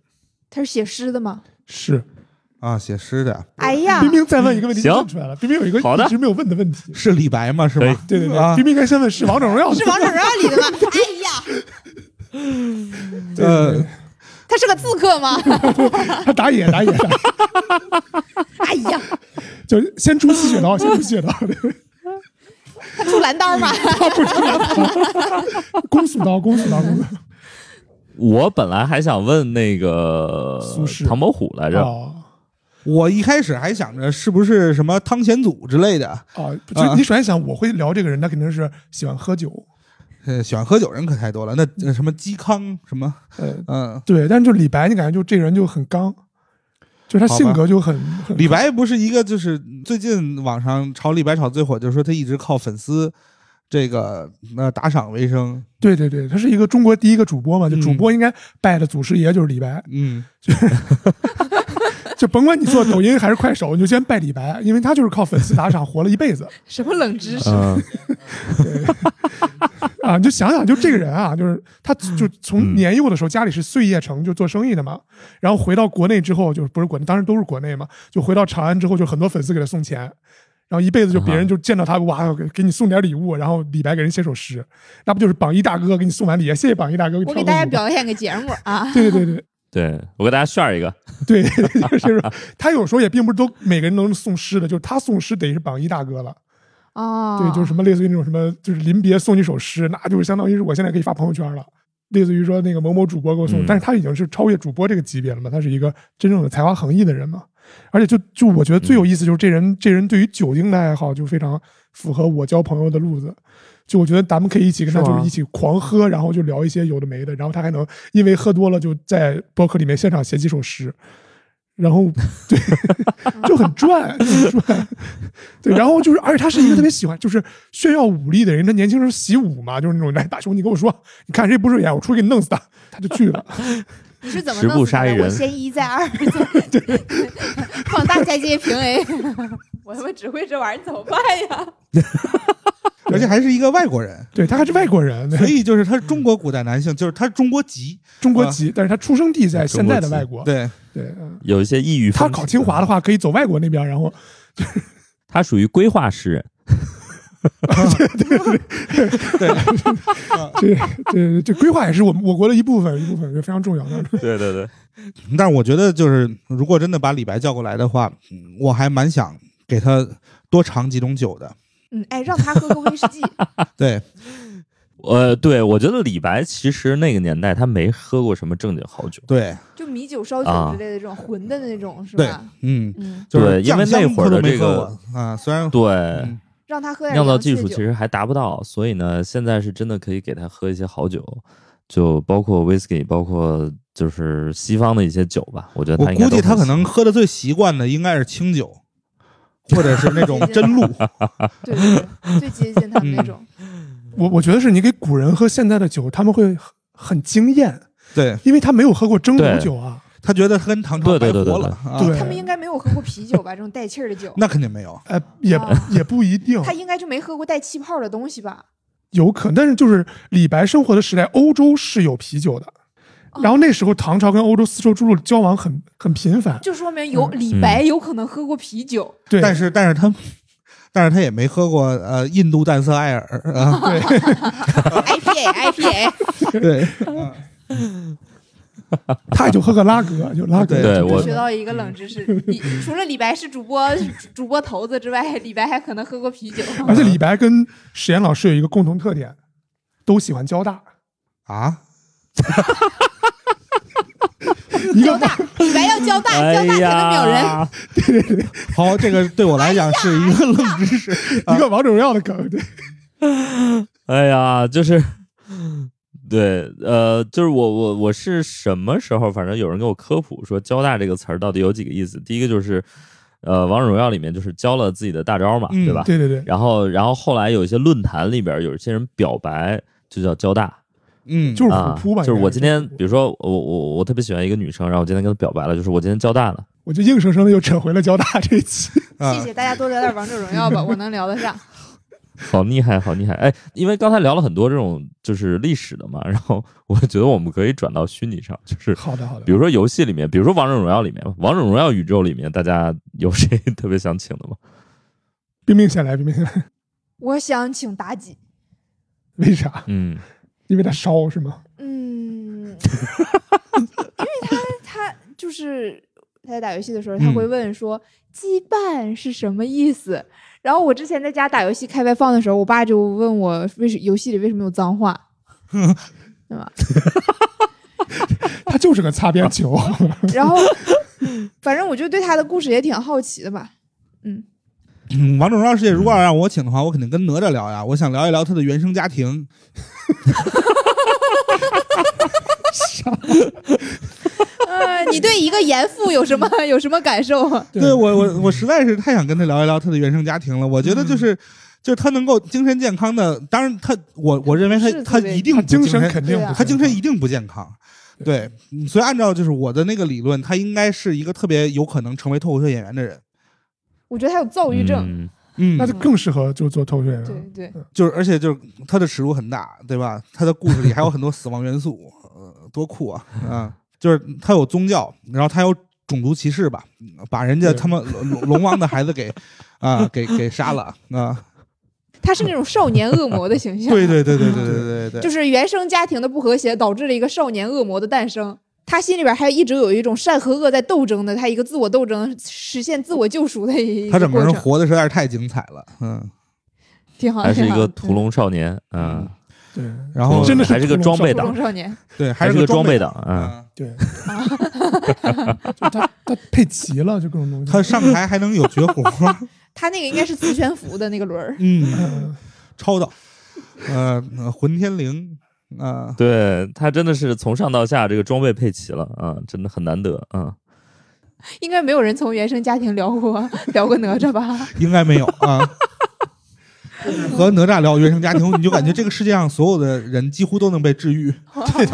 [SPEAKER 4] 他是写诗的吗？
[SPEAKER 3] 是，
[SPEAKER 2] 啊，写诗的
[SPEAKER 4] 哎呀
[SPEAKER 3] 冰，冰再问一个问题就
[SPEAKER 5] 行
[SPEAKER 3] 问出来了，冰冰有一个
[SPEAKER 5] 好的
[SPEAKER 3] 一直没有问的问题，
[SPEAKER 2] 是李白吗？是
[SPEAKER 5] 对
[SPEAKER 2] 吧？
[SPEAKER 3] 对对对，
[SPEAKER 2] 啊
[SPEAKER 3] 冰冰应该先问是王者荣耀的
[SPEAKER 4] 是王者荣耀里的 吗？哎呀，
[SPEAKER 3] 对
[SPEAKER 2] 呃
[SPEAKER 3] 对对，
[SPEAKER 4] 他是个刺客吗？
[SPEAKER 3] 他打野打野，打野
[SPEAKER 4] 哎呀，
[SPEAKER 3] 就先出吸血刀，先出吸血刀，
[SPEAKER 4] 他出蓝单吗？
[SPEAKER 3] 嗯公鼠刀公鼠刀公鼠刀
[SPEAKER 5] 我本来还想问那个
[SPEAKER 3] 苏轼
[SPEAKER 5] 唐伯虎来着，
[SPEAKER 3] 哦
[SPEAKER 2] 我一开始还想着是不是什么汤显祖之类的，
[SPEAKER 3] 啊，就你首先想，我会聊这个人，他肯定是喜欢喝酒，
[SPEAKER 2] 呃，喜欢喝酒人可太多了。那呃什么嵇康什么，
[SPEAKER 3] 呃，
[SPEAKER 2] 嗯、
[SPEAKER 3] 对，但是就李白，你感觉就这个人就很刚，就是他
[SPEAKER 2] 好吧
[SPEAKER 3] 性格就很很
[SPEAKER 2] 李白不是一个，就是最近网上炒李白炒最火，就是说他一直靠粉丝这个呃打赏为生。
[SPEAKER 3] 对对对，他是一个中国第一个主播嘛，就主
[SPEAKER 2] 嗯
[SPEAKER 3] 播应该拜的祖师爷就是李白，
[SPEAKER 2] 嗯，
[SPEAKER 3] 就甭管你做抖音还是快手，你就先拜李白，因为他就是靠粉丝打赏活了一辈子
[SPEAKER 4] 什么冷知识？
[SPEAKER 3] 呃
[SPEAKER 5] 嗯、
[SPEAKER 3] 啊！你就想想，就这个人啊，就是他就从
[SPEAKER 5] 嗯
[SPEAKER 3] 年幼的时候家里是碎叶城就做生意的嘛，然后回到国内之后，就是不是国内，当时都是国内嘛，就回到长安之后，就很多粉丝给他送钱，然后一辈子就别
[SPEAKER 5] 啊
[SPEAKER 3] 人就见到他哇，给给你送点礼物，然后李白给人写首诗，那不就是榜一大哥给你送完礼，谢谢榜一大哥，
[SPEAKER 4] 我
[SPEAKER 3] 跳
[SPEAKER 4] 给
[SPEAKER 3] 个
[SPEAKER 4] 大家
[SPEAKER 3] 舞
[SPEAKER 4] 表演个节目啊！
[SPEAKER 3] 对对对对。
[SPEAKER 5] 对我给大家炫儿一个，
[SPEAKER 3] 对， 就是他有时候也并不是都每个人能送诗的，就是他送诗得是榜一大哥了。
[SPEAKER 4] 哦，
[SPEAKER 3] 对，就是什么类似于那种什么，就是临别送一首诗，那就是相当于是我现在可以发朋友圈了。类似于说那个某某主播给我送，
[SPEAKER 5] 嗯
[SPEAKER 3] 但是他已经是超越主播这个级别了嘛，他是一个真正的才华横溢的人嘛。而且就就我觉得最有意思就是这人、这人对于酒精的爱好就非常符合我交朋友的路子。就我觉得咱们可以一起跟他
[SPEAKER 5] 是
[SPEAKER 3] 就
[SPEAKER 5] 吗
[SPEAKER 3] 是一起狂喝，然后就聊一些有的没的，然后他还能因为喝多了就在播客里面现场写几首诗，然后对， 就很赚，就很赚。对，然后就是，而且他是一个特别喜欢就是炫耀武力的人。他年轻时候习武嘛，就是那种来大雄，你跟我说，你看谁不顺眼，我出去给你弄死他，他就去了。
[SPEAKER 4] 你是怎么
[SPEAKER 5] 十
[SPEAKER 4] 弄
[SPEAKER 5] 步
[SPEAKER 4] 死他
[SPEAKER 5] 杀一
[SPEAKER 4] 的？我
[SPEAKER 5] 人
[SPEAKER 4] 先一再二，再 放大下界平 A。我 他妈只会这玩意儿，怎么办呀？
[SPEAKER 2] 而且还是一个外国 人，
[SPEAKER 3] 对他还是外国人，
[SPEAKER 2] 所以就是他是中国古代男性，就是他是中国籍。
[SPEAKER 3] 中国籍，但是他出生地在现在的
[SPEAKER 5] 啊中国籍
[SPEAKER 3] 外国。
[SPEAKER 2] 对，
[SPEAKER 3] 对，嗯
[SPEAKER 5] 有一些异域风
[SPEAKER 3] 他
[SPEAKER 5] 情。
[SPEAKER 3] 考清华的话，可以走外国那边，然后
[SPEAKER 5] 他属于规划诗人，
[SPEAKER 3] 这这这规划也是我们我国的一部分，一部分就非常重要的。
[SPEAKER 5] 对对对，
[SPEAKER 2] 但是我觉得就是如果真的把李白叫过来的话，嗯我还蛮想给他多尝几种酒的。
[SPEAKER 4] 嗯，哎，让他喝个威 士忌，
[SPEAKER 2] 对，
[SPEAKER 5] 呃，对我觉得李白其实那个年代他没喝过什么正经好酒，
[SPEAKER 2] 对，
[SPEAKER 4] 就米酒、烧
[SPEAKER 5] 啊
[SPEAKER 4] 酒之类的这种浑的那种，是
[SPEAKER 2] 对
[SPEAKER 4] 吧？
[SPEAKER 2] 嗯，
[SPEAKER 4] 嗯，
[SPEAKER 2] 就是
[SPEAKER 5] 对因为
[SPEAKER 2] 酱香
[SPEAKER 5] 那会儿
[SPEAKER 2] 他都
[SPEAKER 5] 的这
[SPEAKER 2] 没喝
[SPEAKER 5] 个
[SPEAKER 2] 过啊，虽然
[SPEAKER 5] 对，
[SPEAKER 2] 嗯
[SPEAKER 4] 让他喝点
[SPEAKER 5] 酿造
[SPEAKER 4] 洋
[SPEAKER 5] 技
[SPEAKER 4] 气
[SPEAKER 5] 术其
[SPEAKER 4] 酒
[SPEAKER 5] 实还达不到，所以呢，现在是真的可以给他喝一些好酒，就包括 whisky，包括就是西方的一些酒吧。我觉得
[SPEAKER 2] 我
[SPEAKER 5] 他应该
[SPEAKER 2] 估
[SPEAKER 5] 都
[SPEAKER 2] 计他
[SPEAKER 5] 很
[SPEAKER 2] 可
[SPEAKER 5] 喜
[SPEAKER 2] 能喝的最习惯的应该是清酒，或者是那种真 露。
[SPEAKER 4] 对对对，最接近他
[SPEAKER 5] 嗯
[SPEAKER 4] 们那种。
[SPEAKER 3] 我我觉得是你给古人喝现在的酒，他们会很很惊艳，
[SPEAKER 2] 对
[SPEAKER 3] 因为他没有喝过蒸
[SPEAKER 5] 对
[SPEAKER 3] 馏酒啊。
[SPEAKER 2] 他觉得他跟唐朝
[SPEAKER 5] 对
[SPEAKER 2] 白
[SPEAKER 5] 对对
[SPEAKER 2] 活
[SPEAKER 5] 对
[SPEAKER 2] 了啊，
[SPEAKER 3] 对
[SPEAKER 4] 他们应该没有喝过啤酒吧？这种带气儿的酒，
[SPEAKER 2] 那肯定没有。
[SPEAKER 3] 呃，也、
[SPEAKER 4] 啊
[SPEAKER 3] 也不一定，
[SPEAKER 4] 他应该就没喝过带气泡的东西吧？
[SPEAKER 3] 有可能。但是就是李白生活的时代，欧洲是有啤酒的。
[SPEAKER 4] 哦
[SPEAKER 3] 然后那时候唐朝跟欧洲丝绸之路交往很很频繁，
[SPEAKER 4] 就说明有
[SPEAKER 5] 嗯
[SPEAKER 4] 李白有可能喝过啤酒，
[SPEAKER 3] 对，
[SPEAKER 2] 但是但是他， 但是他也没喝过呃印度淡色艾尔啊，
[SPEAKER 3] 对
[SPEAKER 4] IPA IPA，
[SPEAKER 2] 对，
[SPEAKER 3] 他也就喝个拉格，就拉格。
[SPEAKER 2] 对
[SPEAKER 5] 对我
[SPEAKER 4] 学到一个冷知识。你除了李白是主播主播头子之外，李白还可能喝过啤酒。
[SPEAKER 5] 啊
[SPEAKER 3] 而且李白跟史岩老师有一个共同特点，都喜欢交大。
[SPEAKER 2] 啊，
[SPEAKER 4] 交大，李白要交大，
[SPEAKER 5] 欢
[SPEAKER 4] 交大
[SPEAKER 5] 哎
[SPEAKER 4] 可能秒人。
[SPEAKER 5] 呀，
[SPEAKER 2] 好，这个对我来讲是一个冷知识。啊
[SPEAKER 3] 一个王者荣耀的梗，对，
[SPEAKER 5] 哎呀，就是。 对，呃，就是我我我是什么时候，反正有人给我科普说“交大”这个词儿到底有几个意思。第一个就是，呃，《王者荣耀》里面就是交了自己的大招嘛，
[SPEAKER 2] 嗯
[SPEAKER 5] 对吧？
[SPEAKER 3] 对对对，
[SPEAKER 5] 然后，然后后来有一些论坛里边有一些人表白，就叫交大，
[SPEAKER 2] 嗯，
[SPEAKER 3] 就是虎
[SPEAKER 5] 啊，
[SPEAKER 3] 扑吧。
[SPEAKER 5] 就是
[SPEAKER 3] 应该
[SPEAKER 5] 我今天，比
[SPEAKER 3] 虎扑
[SPEAKER 5] 如说我我我特别喜欢一个女生，然后我今天跟她表白了，就是我今天交大了。
[SPEAKER 3] 我就硬生生的又扯回了交大这一期。
[SPEAKER 2] 啊
[SPEAKER 4] 谢谢大家多聊点王者荣耀吧，我能聊得上。
[SPEAKER 5] 好厉害，好厉害！哎，因为刚才聊了很多这种就是历史的嘛，然后我觉得我们可以转到虚拟上，就是
[SPEAKER 3] 好的好的
[SPEAKER 5] 比，如说游戏里面，比如说王者荣耀里面，王者荣耀宇宙里面，大家有谁 特别想请的吗？
[SPEAKER 3] 冰冰先来，冰冰先来，
[SPEAKER 4] 我想请妲己。
[SPEAKER 3] 为啥？
[SPEAKER 5] 嗯，
[SPEAKER 3] 因为他烧是 吗？
[SPEAKER 4] 嗯，因为他他就是他在打游戏的时候，
[SPEAKER 5] 嗯
[SPEAKER 4] 他会问说“羁绊”是什么意思。然后我之前在家打游戏开外放的时候，我爸就问我为什游戏里为什么有 脏话，对吧？
[SPEAKER 3] 他就是个擦边球。
[SPEAKER 4] 然后反正我就对他的故事也挺好奇的吧。嗯，
[SPEAKER 2] 嗯王者荣耀世界，如果要让我请的话，我肯定跟哪吒聊呀。我想聊一聊他的原生家庭。
[SPEAKER 4] 呃，你对一个严父有什么有什么感受啊？
[SPEAKER 2] 对
[SPEAKER 3] 对
[SPEAKER 2] 我， 我我实在是太想跟他聊一聊他的原生家庭了。我觉得就是，
[SPEAKER 3] 嗯
[SPEAKER 2] 就是他能够精神健康的，当然他，我我认为他
[SPEAKER 4] 是特
[SPEAKER 2] 他
[SPEAKER 4] 别
[SPEAKER 2] 一定
[SPEAKER 3] 他
[SPEAKER 2] 不
[SPEAKER 3] 精神
[SPEAKER 2] 健
[SPEAKER 3] 肯定不
[SPEAKER 4] 对啊
[SPEAKER 2] 他精神
[SPEAKER 3] 健
[SPEAKER 2] 一定不健康。对，嗯所以按照就是我的那个理论，他应该是一个特别有可能成为脱口秀演员的人。
[SPEAKER 4] 我觉得他有躁郁症，
[SPEAKER 5] 嗯
[SPEAKER 2] 嗯
[SPEAKER 3] 康，那就更适合就做脱口秀演员了。
[SPEAKER 4] 对对，
[SPEAKER 2] 就是而且就是他的尺度很大，对吧？他的故事里还有很多死亡元素，呃，多酷啊！啊、就是他有宗教，然后他有种族歧视吧，把人家
[SPEAKER 3] 对
[SPEAKER 2] 他们龙龙王的孩子给啊、给给杀了啊、
[SPEAKER 4] 他是那种少年恶魔的形象。
[SPEAKER 2] 对对对对对对对对，
[SPEAKER 4] 就是原生家庭的不和谐导致了一个少年恶魔的诞生。他心里边还一直有一种善和恶在斗争的，他一个自我斗争、实现自我救赎的一
[SPEAKER 2] 他
[SPEAKER 4] 个
[SPEAKER 2] 整个
[SPEAKER 4] 过
[SPEAKER 2] 人
[SPEAKER 4] 程，
[SPEAKER 2] 活的实在是太精彩了，嗯。
[SPEAKER 4] 挺好。
[SPEAKER 5] 还是一
[SPEAKER 4] 挺好
[SPEAKER 5] 个
[SPEAKER 4] 的
[SPEAKER 5] 屠龙少年，
[SPEAKER 2] 嗯
[SPEAKER 5] 嗯，
[SPEAKER 3] 对
[SPEAKER 2] 然后
[SPEAKER 3] 真的是
[SPEAKER 5] 还是个
[SPEAKER 3] 屠龙
[SPEAKER 5] 装备
[SPEAKER 4] 嗯屠龙
[SPEAKER 5] 党，
[SPEAKER 4] 少年，
[SPEAKER 2] 对，
[SPEAKER 5] 还
[SPEAKER 2] 是
[SPEAKER 5] 是个
[SPEAKER 2] 装
[SPEAKER 5] 装备
[SPEAKER 2] 党，
[SPEAKER 5] 党，嗯，
[SPEAKER 2] 嗯
[SPEAKER 3] 对， 就他他配齐了，就各种东西。
[SPEAKER 2] 他上台还能有绝活，。
[SPEAKER 4] 他那个应该是磁悬浮的那个轮儿
[SPEAKER 2] 嗯，
[SPEAKER 3] 嗯
[SPEAKER 2] 超导，呃，呃混天绫，啊、
[SPEAKER 5] 对他真的是从上到下这个装备配齐了啊、真的很难得啊、
[SPEAKER 4] 应该没有人从原生家庭聊过聊过哪吒吧？
[SPEAKER 2] 应该没有 啊。和哪吒聊原生家庭，你就感觉这个世界上所有的人几乎都能被治愈。
[SPEAKER 3] 孩子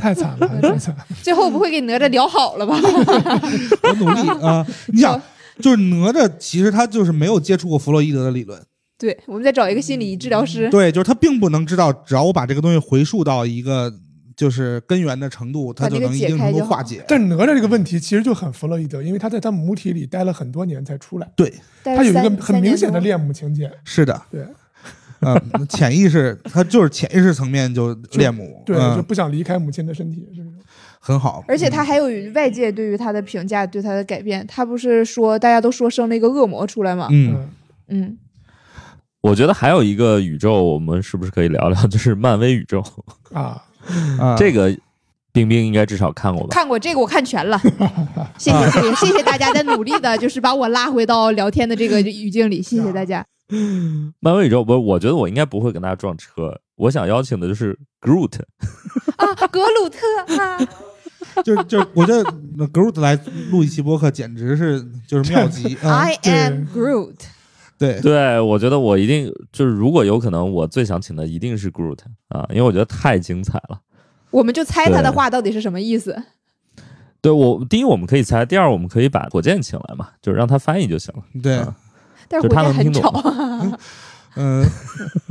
[SPEAKER 3] 太惨了，孩子太惨了。
[SPEAKER 4] 最后不会给哪吒聊好了吧？
[SPEAKER 2] 我努力啊！你
[SPEAKER 4] 哦
[SPEAKER 2] 想，就是哪吒，其实他就是没有接触过弗洛伊德的理论，
[SPEAKER 4] 对，我们再找一个心理治疗师。
[SPEAKER 2] 对，就是他并不能知道，只要我把这个东西回溯到一个就是根源的程度，他
[SPEAKER 4] 把这
[SPEAKER 2] 就
[SPEAKER 4] 个
[SPEAKER 2] 能一
[SPEAKER 4] 解
[SPEAKER 2] 定
[SPEAKER 4] 开
[SPEAKER 2] 程度
[SPEAKER 4] 就好
[SPEAKER 2] 化解。
[SPEAKER 3] 但是哪吒这个问题其实就很弗洛伊德，因为他在他母体里待了很多年才出来，
[SPEAKER 2] 对，
[SPEAKER 4] 但
[SPEAKER 3] 他有
[SPEAKER 4] 是
[SPEAKER 3] 一个
[SPEAKER 4] 三
[SPEAKER 3] 很
[SPEAKER 4] 三
[SPEAKER 3] 明
[SPEAKER 4] 年
[SPEAKER 3] 显的
[SPEAKER 4] 多
[SPEAKER 3] 恋母情节。
[SPEAKER 2] 是的，
[SPEAKER 3] 对
[SPEAKER 2] 嗯， 潜意识，他就是潜意识层面就恋母，
[SPEAKER 3] 对，就
[SPEAKER 2] 嗯，
[SPEAKER 3] 不想离开母亲的身体，是不是？
[SPEAKER 2] 很好。嗯
[SPEAKER 4] 而
[SPEAKER 3] 嗯
[SPEAKER 4] 且他还有外界对于他的评价、对他的改变。他不是说大家都说生了一个恶魔出来吗？
[SPEAKER 2] 嗯，
[SPEAKER 3] 嗯，
[SPEAKER 4] 嗯，
[SPEAKER 5] 我觉得还有一个宇宙，我们是不是可以聊聊？ 就是漫威宇宙，
[SPEAKER 3] 啊，
[SPEAKER 4] 嗯
[SPEAKER 2] 啊
[SPEAKER 5] 这个冰冰应该至少看过吧？
[SPEAKER 4] 看过这个，我看全 了。谢谢谢谢谢谢大家的努力的，就是把我拉回到聊天的这个语境里，谢谢大家。
[SPEAKER 5] 漫威宇宙，我我觉得我应该不会跟大家撞车。我想邀请的就是 Groot，
[SPEAKER 4] 啊，格鲁特 啊，
[SPEAKER 2] 就就我觉得那 Groot 来录一期播客，简直是 就是妙极啊！
[SPEAKER 4] I am Groot。
[SPEAKER 2] 对，
[SPEAKER 5] 对我觉得我一定就是如果有可能，我最想请的一定是 Groot 啊，因为我觉得太精彩了。
[SPEAKER 4] 我们就猜他的话到底是什么意思。
[SPEAKER 5] 对我，第一我们可以猜，第二我们可以把火箭请来嘛，就是让他翻译就行了。
[SPEAKER 2] 对，
[SPEAKER 5] 啊
[SPEAKER 4] 但
[SPEAKER 5] 就是他
[SPEAKER 4] 火箭
[SPEAKER 5] 能
[SPEAKER 4] 很
[SPEAKER 5] 听
[SPEAKER 4] 吵
[SPEAKER 5] 懂
[SPEAKER 4] 啊，
[SPEAKER 2] 嗯、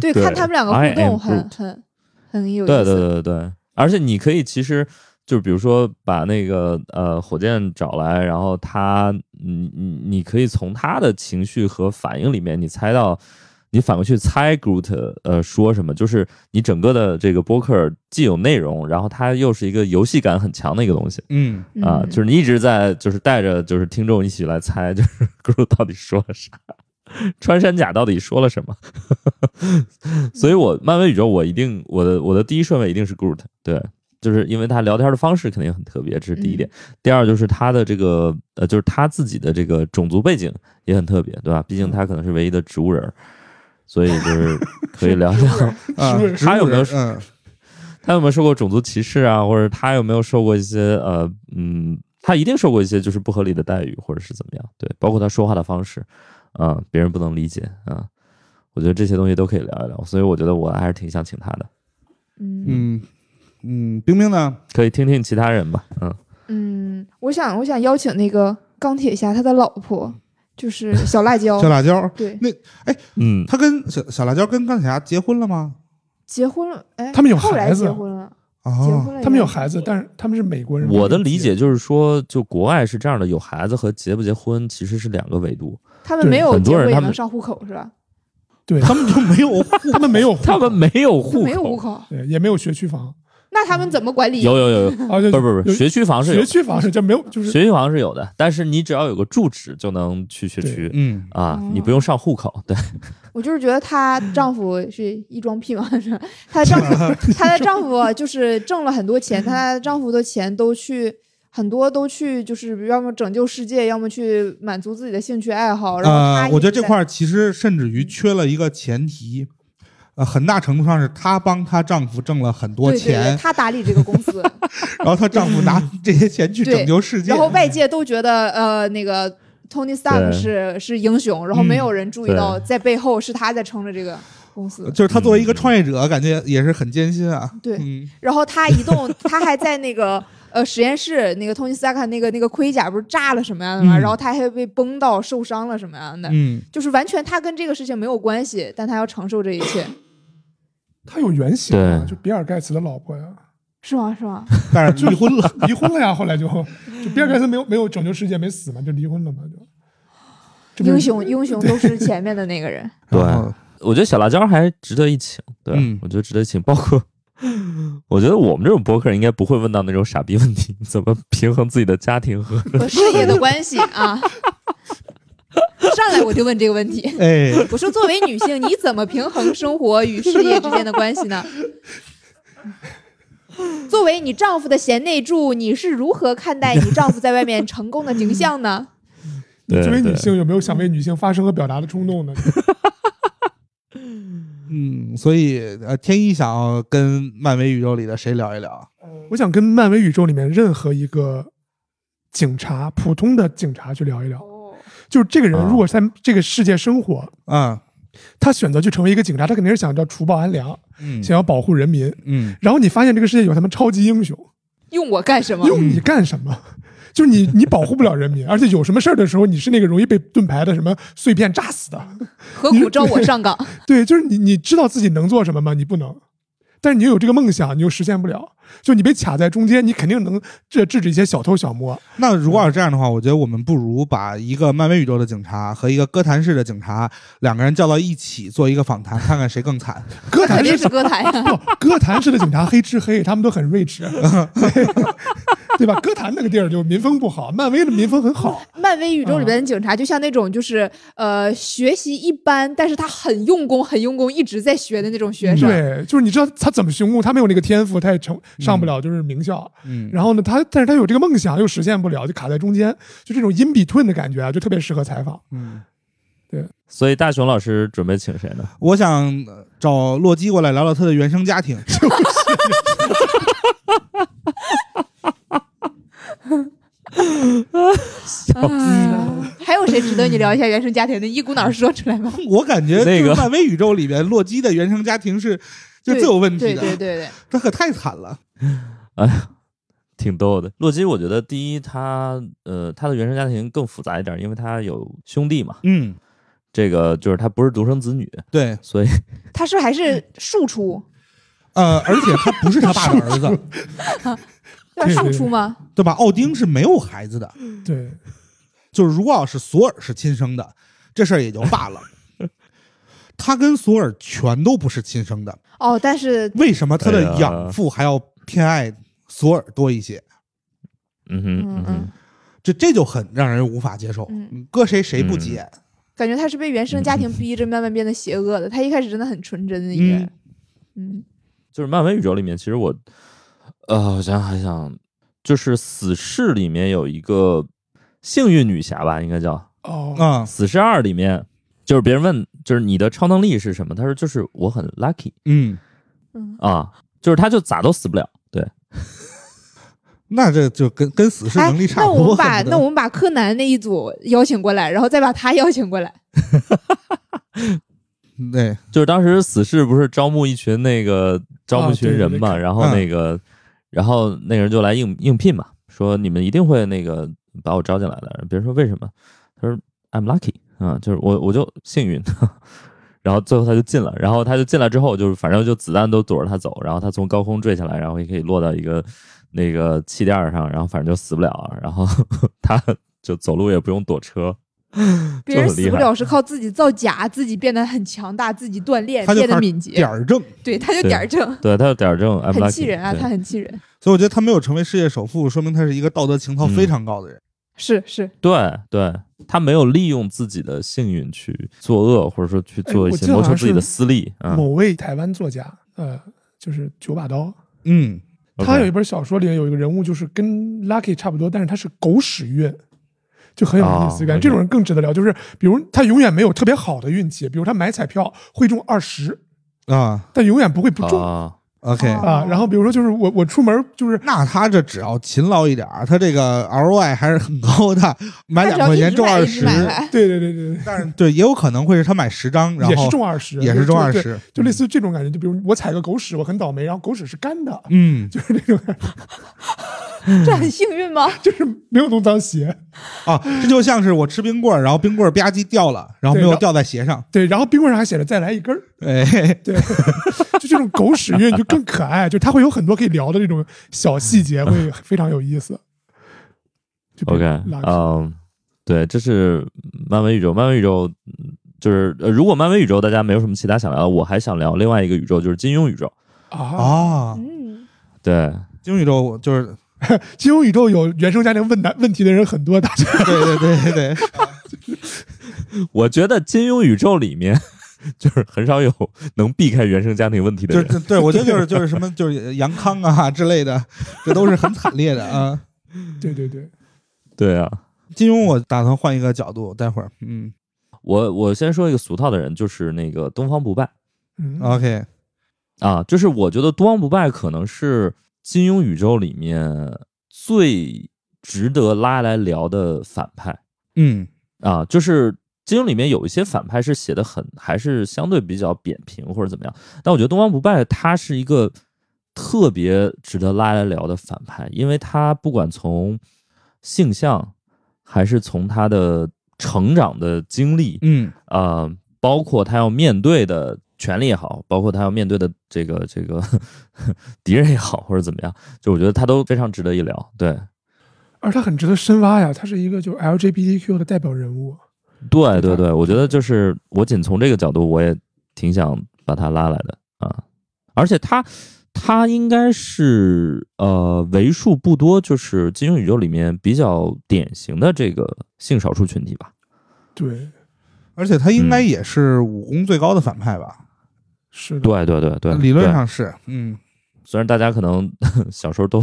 [SPEAKER 4] 对，
[SPEAKER 5] 对
[SPEAKER 4] 看他们两个
[SPEAKER 5] I
[SPEAKER 4] 互
[SPEAKER 5] am
[SPEAKER 4] 动很
[SPEAKER 5] Groot
[SPEAKER 4] 很很有意
[SPEAKER 5] 对对
[SPEAKER 4] 思。
[SPEAKER 5] 对对对，而且你可以其实就是比如说把那个呃火箭找来，然后他你你你可以从他的情绪和反应里面，你猜到你反过去猜 Groot 呃说什么，就是你整个的这个播客既有内容，然后它又是一个游戏感很强的一个东西。
[SPEAKER 2] 嗯，
[SPEAKER 5] 啊，
[SPEAKER 4] 嗯
[SPEAKER 5] 就是你一直在就是带着就是听众一起来猜，就是 Groot 到底说了啥，穿山甲到底说了什么， 所以我漫威宇宙我一定我的我的第一顺位一定是 Groot，对，就是因为他聊天的方式肯定很特别，这是第一点。第二就是他的这个呃，就是他自己的这个种族背景也很特别，对吧？毕竟他可能是唯一的植物人儿，所以就是可以聊聊
[SPEAKER 2] 啊
[SPEAKER 3] 是，
[SPEAKER 5] 他有没有
[SPEAKER 2] 植物人
[SPEAKER 5] 他有没有受过种族歧视啊，或者他有没有受过一些呃嗯，他一定受过一些就是不合理的待遇，或者是怎么样？对，包括他说话的方式，啊、别人不能理解啊、我觉得这些东西都可以聊一聊，所以我觉得我还是挺想请他的，
[SPEAKER 4] 嗯
[SPEAKER 2] 嗯嗯嗯，冰冰呢？
[SPEAKER 5] 可以听听其他人吧，嗯，
[SPEAKER 4] 嗯，我想我想邀请那个钢铁侠他的老婆，就是小辣椒
[SPEAKER 2] 嗯 小。辣椒，
[SPEAKER 4] 对，
[SPEAKER 5] 嗯，
[SPEAKER 2] 他跟小小辣椒跟钢铁侠结婚了吗？
[SPEAKER 4] 结婚了，哎，
[SPEAKER 3] 他们有
[SPEAKER 4] 后来
[SPEAKER 3] 孩子
[SPEAKER 4] 结婚了，结
[SPEAKER 2] 哦
[SPEAKER 4] 婚，了以后，
[SPEAKER 3] 他们有孩子，但是他们是美国人。
[SPEAKER 5] 我的理解就是说，就国外是这样的，有孩子和结不结婚其实是两个维度，
[SPEAKER 4] 他们没有
[SPEAKER 5] 很
[SPEAKER 4] 结
[SPEAKER 5] 多人
[SPEAKER 4] 婚也
[SPEAKER 5] 他
[SPEAKER 4] 能
[SPEAKER 5] 们
[SPEAKER 4] 上户口是吧？
[SPEAKER 3] 对
[SPEAKER 2] 他们就没有，
[SPEAKER 3] 他们没有户口，
[SPEAKER 5] 他们没有
[SPEAKER 4] 就
[SPEAKER 5] 户
[SPEAKER 4] 没有户
[SPEAKER 5] 口，
[SPEAKER 4] 口，
[SPEAKER 3] 对也没有学区 房
[SPEAKER 4] 那他们怎么管理？
[SPEAKER 5] 有有有有，
[SPEAKER 3] 啊，就
[SPEAKER 5] 不是不是不
[SPEAKER 3] 有
[SPEAKER 5] 是，学区房是有
[SPEAKER 3] 学
[SPEAKER 5] 的，
[SPEAKER 3] 区房是这没有，就是
[SPEAKER 5] 学区房是有的，但是你只要有个住址就能去学
[SPEAKER 3] 对
[SPEAKER 5] 区。
[SPEAKER 2] 嗯，
[SPEAKER 5] 啊，你不
[SPEAKER 4] 哦
[SPEAKER 5] 用上户口，对，
[SPEAKER 4] 我就是觉得她丈夫是一装屁嘛，是吧 她的丈夫，她的丈夫就是挣了很多钱，她的丈夫的钱都去很多都去，就是要么拯救世界，要么去满足自己的兴趣爱好。然后她
[SPEAKER 2] 呃
[SPEAKER 4] 一，直
[SPEAKER 2] 我觉得这
[SPEAKER 4] 在
[SPEAKER 2] 块儿其实甚至于缺了一个前提，呃，很大程度上是她帮她丈夫挣了很多
[SPEAKER 4] 对对对，
[SPEAKER 2] 钱，
[SPEAKER 4] 她打理这个公司，
[SPEAKER 2] 然后她丈夫拿这些钱去
[SPEAKER 4] 对
[SPEAKER 2] 拯救世界
[SPEAKER 4] 然，后外界都觉得呃那个。Tony Stark
[SPEAKER 5] 对
[SPEAKER 4] 是是英雄，然后没有人注意
[SPEAKER 5] 对
[SPEAKER 4] 到在背后是他在撑着这个公司。
[SPEAKER 2] 就是她作为一个创业者，感觉也是很艰辛啊。
[SPEAKER 4] 对
[SPEAKER 2] 呃嗯
[SPEAKER 4] 然后他移动，他还在那个呃实验室，那个托尼斯塔克那个那个盔甲不是炸了什么样的吗？
[SPEAKER 2] 嗯
[SPEAKER 4] 然后他还被崩到受伤了什么样的，
[SPEAKER 2] 嗯，
[SPEAKER 4] 就是完全他跟这个事情没有关系，但他要承受这一切，
[SPEAKER 3] 他有原型啊，
[SPEAKER 5] 对
[SPEAKER 3] 就比尔盖茨的老婆 呀，
[SPEAKER 4] 是吗？是吗？
[SPEAKER 2] 但是离婚了，
[SPEAKER 3] 离婚了呀，后来就就比尔盖茨没有没有拯救世界没死嘛，就离婚了嘛，就这不是
[SPEAKER 4] 英雄英雄都是前面的那个人，
[SPEAKER 5] 对
[SPEAKER 2] 然后
[SPEAKER 5] 我觉得小辣椒还值得一请，对，
[SPEAKER 2] 嗯
[SPEAKER 5] 我觉得值得一请，包括我觉得我们这种博客应该不会问到那种傻逼问题，怎么平衡自己的家庭和
[SPEAKER 4] 和事业的关系啊。上来我就问这个问题，
[SPEAKER 2] 哎，
[SPEAKER 4] 我说作为女性，你怎么平衡生活与事业之间的关系呢？作为你丈夫的贤内助，你是如何看待你丈夫在外面成功的景象呢？
[SPEAKER 3] 你作为
[SPEAKER 5] 对对
[SPEAKER 3] 女性有没有想为女性发声和表达的冲动呢？
[SPEAKER 2] 嗯，所以呃，天一想要跟漫威宇宙里的谁聊一聊？
[SPEAKER 3] 我想跟漫威宇宙里面任何一个警察，普通的警察去聊一聊，
[SPEAKER 4] 哦
[SPEAKER 3] 就是这个人
[SPEAKER 5] 啊
[SPEAKER 3] 如果在这个世界生活，
[SPEAKER 2] 啊，
[SPEAKER 3] 他选择去成为一个警察，他肯定是想要除暴安良，
[SPEAKER 2] 嗯
[SPEAKER 3] 想要保护人民。
[SPEAKER 2] 嗯
[SPEAKER 3] 然后你发现这个世界有他们超级英雄，
[SPEAKER 4] 用我干什么？
[SPEAKER 3] 用你干什么？就是你，你保护不了人民，而且有什么事儿的时候，你是那个容易被盾牌的什么碎片炸死的。
[SPEAKER 4] 何苦招我上岗？
[SPEAKER 3] 对，就是你，你知道自己能做什么吗？你不能，但是你又有这个梦想，你又实现不了。就你被卡在中间，你肯定能制制止一些小偷小摸。
[SPEAKER 2] 那如果要是这样的话，我觉得我们不如把一个漫威宇宙的警察和一个哥谭市的警察两个人叫到一起做一个访谈，看看谁更惨。
[SPEAKER 3] 歌
[SPEAKER 4] 肯
[SPEAKER 3] 坛
[SPEAKER 4] 定
[SPEAKER 3] 是
[SPEAKER 4] 是歌坛呀、
[SPEAKER 3] 不，歌坛式的警察黑吃黑， 他们都很睿智， 对对吧？歌坛那个地儿就民风不好，漫威的民风很好。
[SPEAKER 4] 漫威宇宙里边的警察就像那种就是呃学习一般，但是他很用功、很用功，一直在学的那种学生。
[SPEAKER 3] 嗯对，就是你知道他怎么寻工，他没有那个天赋，他也成上不了就是名校。
[SPEAKER 2] 嗯，
[SPEAKER 3] 然后呢，他但是他有这个梦想又实现不了，就卡在中间，就这种 in between 的感觉啊，就特别适合采访。
[SPEAKER 2] 嗯，
[SPEAKER 5] 所以大雄老师准备请谁呢？
[SPEAKER 2] 我想呃找洛基过来聊聊他的原生家庭。 嗯
[SPEAKER 4] 啊，还有谁值得你聊一下原生家庭的？一股脑儿说出来吗？
[SPEAKER 2] 我感 觉
[SPEAKER 5] 那
[SPEAKER 2] 就是
[SPEAKER 5] 个
[SPEAKER 2] 漫威宇宙里边，洛基的原生家庭是就
[SPEAKER 4] 对
[SPEAKER 2] 最有问
[SPEAKER 4] 对
[SPEAKER 2] 题
[SPEAKER 4] 对对
[SPEAKER 2] 的，
[SPEAKER 4] 对，
[SPEAKER 2] 这可太惨了。
[SPEAKER 5] 挺逗的。洛基，我觉得第一，他呃，他的原生家庭更复杂一点，因为他有兄弟嘛。
[SPEAKER 2] 嗯，
[SPEAKER 5] 这个就是他不是独生子女，
[SPEAKER 2] 对，
[SPEAKER 5] 所以
[SPEAKER 4] 他是不是还是庶出？
[SPEAKER 2] 呃，而且他不是他爸的儿子，
[SPEAKER 4] 对吧？
[SPEAKER 3] 对
[SPEAKER 4] 庶
[SPEAKER 3] 对
[SPEAKER 4] 出吗？
[SPEAKER 2] 对吧？奥丁是没有孩子的，
[SPEAKER 5] 嗯
[SPEAKER 3] 对，
[SPEAKER 2] 就是如果要是索尔是亲生的，这事儿也就罢 了。他跟索尔全都不是亲生的，
[SPEAKER 4] 哦，但是
[SPEAKER 2] 为什么他
[SPEAKER 5] 哎
[SPEAKER 2] 的
[SPEAKER 5] 呀
[SPEAKER 2] 养父还要偏爱索尔多一些？
[SPEAKER 5] 嗯哼
[SPEAKER 4] 嗯
[SPEAKER 5] 嗯
[SPEAKER 4] 嗯
[SPEAKER 5] 哼，
[SPEAKER 2] 这这就很让人无法接受。
[SPEAKER 4] 嗯
[SPEAKER 2] 搁谁谁不急眼？
[SPEAKER 4] 感觉他是被原生家庭逼着慢慢变得邪恶的。他一开始真的很纯真的一个人，嗯，
[SPEAKER 5] 就是漫威宇宙里面，其实我呃，我想还想，就是死侍里面有一个幸运女侠吧，应该叫
[SPEAKER 3] 哦，
[SPEAKER 2] 啊，
[SPEAKER 5] 死侍二里面，就是别人问，就是你的超能力是什么？他说就是我很 lucky
[SPEAKER 2] 嗯，
[SPEAKER 5] 啊，就是他就咋都死不了。对，
[SPEAKER 2] 那这就跟跟死侍
[SPEAKER 4] 哎
[SPEAKER 2] 能力，差
[SPEAKER 4] 那
[SPEAKER 2] 不
[SPEAKER 4] 我
[SPEAKER 2] 多。
[SPEAKER 4] 们把
[SPEAKER 2] 恨不
[SPEAKER 4] 那
[SPEAKER 2] 得
[SPEAKER 4] 我们把柯南那一组邀请过来，然后再把他邀请过来。
[SPEAKER 2] 对，
[SPEAKER 5] 就是当时死侍不是招募一群那个招募一群人嘛，
[SPEAKER 3] 啊啊对对对
[SPEAKER 5] 然后那个、然后那个人就来应应聘嘛，说你们一定会那个把我招进来的。别人说为什么？他说 I'm lucky 啊，就是我我就幸运。 然后最后他就进了，然后他就进来之后，就是反正就子弹都躲着他走，然后他从高空坠下来，然后也可以落到一个那个气垫儿上，然后反正就死不了，然后 他就走路也不用躲车，这
[SPEAKER 4] 别人
[SPEAKER 5] 很厉
[SPEAKER 4] 死不
[SPEAKER 5] 害
[SPEAKER 4] 了是靠自己造假，自己变得很强大，自己锻炼，
[SPEAKER 2] 他就
[SPEAKER 4] 变得
[SPEAKER 2] 开始
[SPEAKER 4] 敏捷
[SPEAKER 2] 点。儿正。
[SPEAKER 4] 对，他就
[SPEAKER 5] 对
[SPEAKER 4] 点儿正，
[SPEAKER 5] 对他有点儿这种 I'm lucky，
[SPEAKER 4] 很气人啊，
[SPEAKER 5] 对
[SPEAKER 4] 他很气人。
[SPEAKER 2] 所以我觉得他没有成为世界首富，说明他是一个道德情操
[SPEAKER 5] 嗯
[SPEAKER 2] 非常高的人。
[SPEAKER 4] 是是，
[SPEAKER 5] 对对，他没有利用自己的幸运去作恶，或者说去
[SPEAKER 3] 哎
[SPEAKER 5] 做一
[SPEAKER 3] 我
[SPEAKER 5] 些
[SPEAKER 3] 记得
[SPEAKER 5] 谋
[SPEAKER 3] 好
[SPEAKER 5] 求
[SPEAKER 3] 像
[SPEAKER 5] 自己
[SPEAKER 3] 是
[SPEAKER 5] 的私利啊。
[SPEAKER 3] 某位台湾作家，呃，就是九把刀，
[SPEAKER 2] 嗯，
[SPEAKER 3] 他有一
[SPEAKER 5] OK
[SPEAKER 3] 本小说里有一个人物，就是跟 Lucky 差不多，但是他是狗屎运，就很有意思。
[SPEAKER 5] 哦
[SPEAKER 3] 感觉这种人更值得聊，就是比如他永远没有特别好的运气，比如他买彩票会中二十，
[SPEAKER 2] 啊
[SPEAKER 3] 但永远不会不中
[SPEAKER 5] 啊，
[SPEAKER 2] ，OK，、
[SPEAKER 4] 哦
[SPEAKER 3] 啊。然后比如说就是我我出门就是
[SPEAKER 2] 那他这只要勤劳一点儿，他这个 ROI 还是很高的，买
[SPEAKER 4] 他只
[SPEAKER 2] 两
[SPEAKER 4] 要
[SPEAKER 2] 块
[SPEAKER 4] 一
[SPEAKER 2] 钱
[SPEAKER 4] 直
[SPEAKER 2] 中
[SPEAKER 4] 买，
[SPEAKER 2] 二
[SPEAKER 4] 一直
[SPEAKER 2] 十，
[SPEAKER 4] 买来。
[SPEAKER 3] 对对对对
[SPEAKER 2] 但是对，也有可能会是他买十张，
[SPEAKER 3] 对，
[SPEAKER 2] 然
[SPEAKER 3] 也
[SPEAKER 2] 后
[SPEAKER 3] 是中二十，
[SPEAKER 2] 也是中二
[SPEAKER 3] 就对
[SPEAKER 2] 十，
[SPEAKER 3] 就类似于这种感觉。就比如我踩个狗屎，我很倒霉，然后狗屎是干的，
[SPEAKER 2] 嗯
[SPEAKER 3] 就是这种感觉，
[SPEAKER 4] 这很幸运吗？
[SPEAKER 3] 就是没有弄脏鞋。
[SPEAKER 2] 啊，这就像是我吃冰棍儿，然后冰棍儿吧唧掉了，然后
[SPEAKER 3] 对
[SPEAKER 2] 没有
[SPEAKER 3] 然后
[SPEAKER 2] 掉在鞋上，
[SPEAKER 3] 对，然后冰棍上还写着再来一根儿，
[SPEAKER 2] 哎，
[SPEAKER 3] 对， 就这种狗屎运就更可爱，就它会有很多可以聊的这种小细节，会非常有意思。就比如
[SPEAKER 5] OK，
[SPEAKER 3] 垃圾
[SPEAKER 5] 嗯，对，这是漫威宇宙，漫威宇宙嗯就是、呃如果漫威宇宙大家没有什么其他想聊的，我还想聊另外一个宇宙，就是金庸宇宙。
[SPEAKER 3] 啊，
[SPEAKER 2] 啊，
[SPEAKER 4] 嗯，
[SPEAKER 5] 对，
[SPEAKER 2] 金宇宙我就是
[SPEAKER 3] 金庸宇宙有原生家庭问难问题的人很多，大家
[SPEAKER 2] 对对对对对，
[SPEAKER 5] 我觉得金庸宇宙里面 就是很少有能避开原生家庭问题的
[SPEAKER 2] 就
[SPEAKER 5] 人。
[SPEAKER 2] 是对我觉得就是就是什么就是杨康啊之类的，这都是很惨烈的啊。
[SPEAKER 3] 对对对，
[SPEAKER 5] 对啊，
[SPEAKER 2] 金庸我打算换一个角度，待会儿嗯
[SPEAKER 5] 我我先说一个俗套的人，就是那个东方不败。
[SPEAKER 3] 嗯，
[SPEAKER 2] ，OK，
[SPEAKER 5] 啊，就是我觉得东方不败可能是金庸宇宙里面最值得拉来聊的反派
[SPEAKER 2] 嗯
[SPEAKER 5] 啊，就是。金庸里面有一些反派是写的很，还是相对比较扁平或者怎么样，但我觉得东方不败他是一个特别值得拉来聊的反派，因为他不管从性向，还是从他的成长的经历，
[SPEAKER 2] 嗯
[SPEAKER 5] 呃，包括他要面对的权利也好，包括他要面对的这个这个 敌人也好，或者怎么样，就我觉得他都非常值得一聊。对，
[SPEAKER 3] 而他很值得深挖呀，他是一个就 LGBTQ 的代表人物，
[SPEAKER 5] 对对对，我觉得就是我仅从这个角度，我也挺想把他拉来的啊。而且他他应该是呃为数不多，就是金庸宇宙里面比较典型的这个性少数群体吧。
[SPEAKER 3] 对，
[SPEAKER 2] 而且他应
[SPEAKER 5] 嗯
[SPEAKER 2] 该也是武功最高的反派吧？
[SPEAKER 3] 是的，
[SPEAKER 5] 对对对对，
[SPEAKER 2] 理论
[SPEAKER 5] 对
[SPEAKER 2] 上是，嗯
[SPEAKER 5] 虽然大家可能 小时候都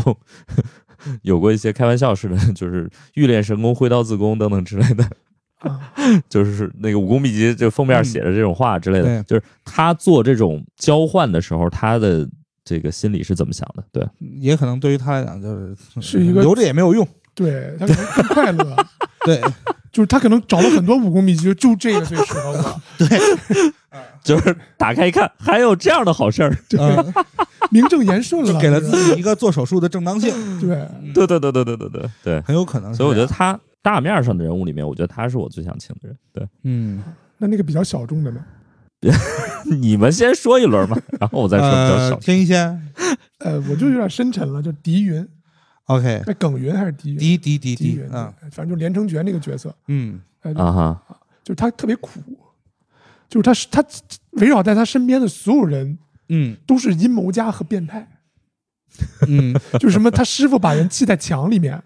[SPEAKER 5] 有过一些开玩笑似的，就是欲练神功、挥刀自宫等等之类的
[SPEAKER 2] 啊
[SPEAKER 5] 就是那个武功秘籍这封面写着这种话之类的，
[SPEAKER 2] 嗯对
[SPEAKER 5] 就是他做这种交换的时候，他的这个心里是怎么想的？对，
[SPEAKER 2] 也可能对于他来讲就是嗯
[SPEAKER 3] 是一个
[SPEAKER 2] 留着也没 有用。
[SPEAKER 3] 对他可能更快乐，
[SPEAKER 2] 对，
[SPEAKER 3] 就是他可能找了很多武功秘籍，就就这个最适 合我。
[SPEAKER 5] 就是打开一看，还有这样的好事儿。
[SPEAKER 2] 嗯，
[SPEAKER 3] 名正言顺
[SPEAKER 2] 就
[SPEAKER 3] 了，
[SPEAKER 2] 给了
[SPEAKER 3] 就
[SPEAKER 2] 自
[SPEAKER 3] 是
[SPEAKER 2] 己一个做手术的正当 性，
[SPEAKER 3] 对，
[SPEAKER 5] 对对对对对对对对，
[SPEAKER 2] 很有可能是这
[SPEAKER 5] 所
[SPEAKER 2] 样。
[SPEAKER 5] 以我觉得他大面上的人物里面，我觉得他是我最想请的人。对，
[SPEAKER 2] 嗯，
[SPEAKER 3] 那那个比较小众的呢？
[SPEAKER 5] 你们先说一轮嘛，然后我再说比较
[SPEAKER 2] 呃
[SPEAKER 5] 少，。
[SPEAKER 2] 天一仙
[SPEAKER 3] 呃，我就有点深沉了，就狄云，
[SPEAKER 2] ，OK，
[SPEAKER 3] 那耿云还是狄云？
[SPEAKER 2] 滴滴滴
[SPEAKER 3] 狄
[SPEAKER 2] 滴
[SPEAKER 3] 云，，
[SPEAKER 2] 嗯
[SPEAKER 3] 对反正就连城诀那个角色，
[SPEAKER 2] 嗯，
[SPEAKER 3] 呃
[SPEAKER 5] 啊哈，
[SPEAKER 3] 就是他特别苦，就是他是他围绕在他身边的所有人
[SPEAKER 2] 嗯
[SPEAKER 3] 都是阴谋家和变态，
[SPEAKER 2] 嗯，
[SPEAKER 3] 就是什么他师傅把人砌在墙里面，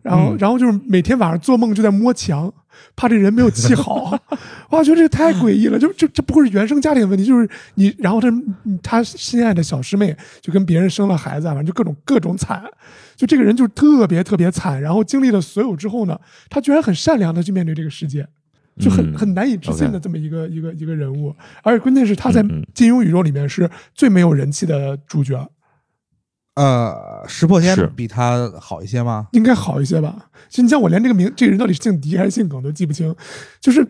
[SPEAKER 3] 然后、
[SPEAKER 2] 嗯
[SPEAKER 3] 然后就是每天晚上做梦就在摸墙，怕这人没有砌好，哇，觉得这太诡异了，就这这不会是原生家庭的问题，就是你，然后他他心爱的小师妹就跟别人生了孩子啊，反正就各种各种惨，就这个人就是特别特别惨，然后经历了所有之后呢，他居然很善良的去面对这个世界。就很
[SPEAKER 5] 嗯
[SPEAKER 3] 很难以置信的
[SPEAKER 5] OK
[SPEAKER 3] 这么一个、一个一个人物，而且关键是他在
[SPEAKER 5] 嗯嗯
[SPEAKER 3] 金庸宇宙里面是最没有人气的主角，
[SPEAKER 2] 呃，石破
[SPEAKER 5] 是
[SPEAKER 2] 天比他好一些吗？
[SPEAKER 3] 应该好一些吧？其实你像我连这个名，这个人到底是姓狄还是姓耿都记不清，就是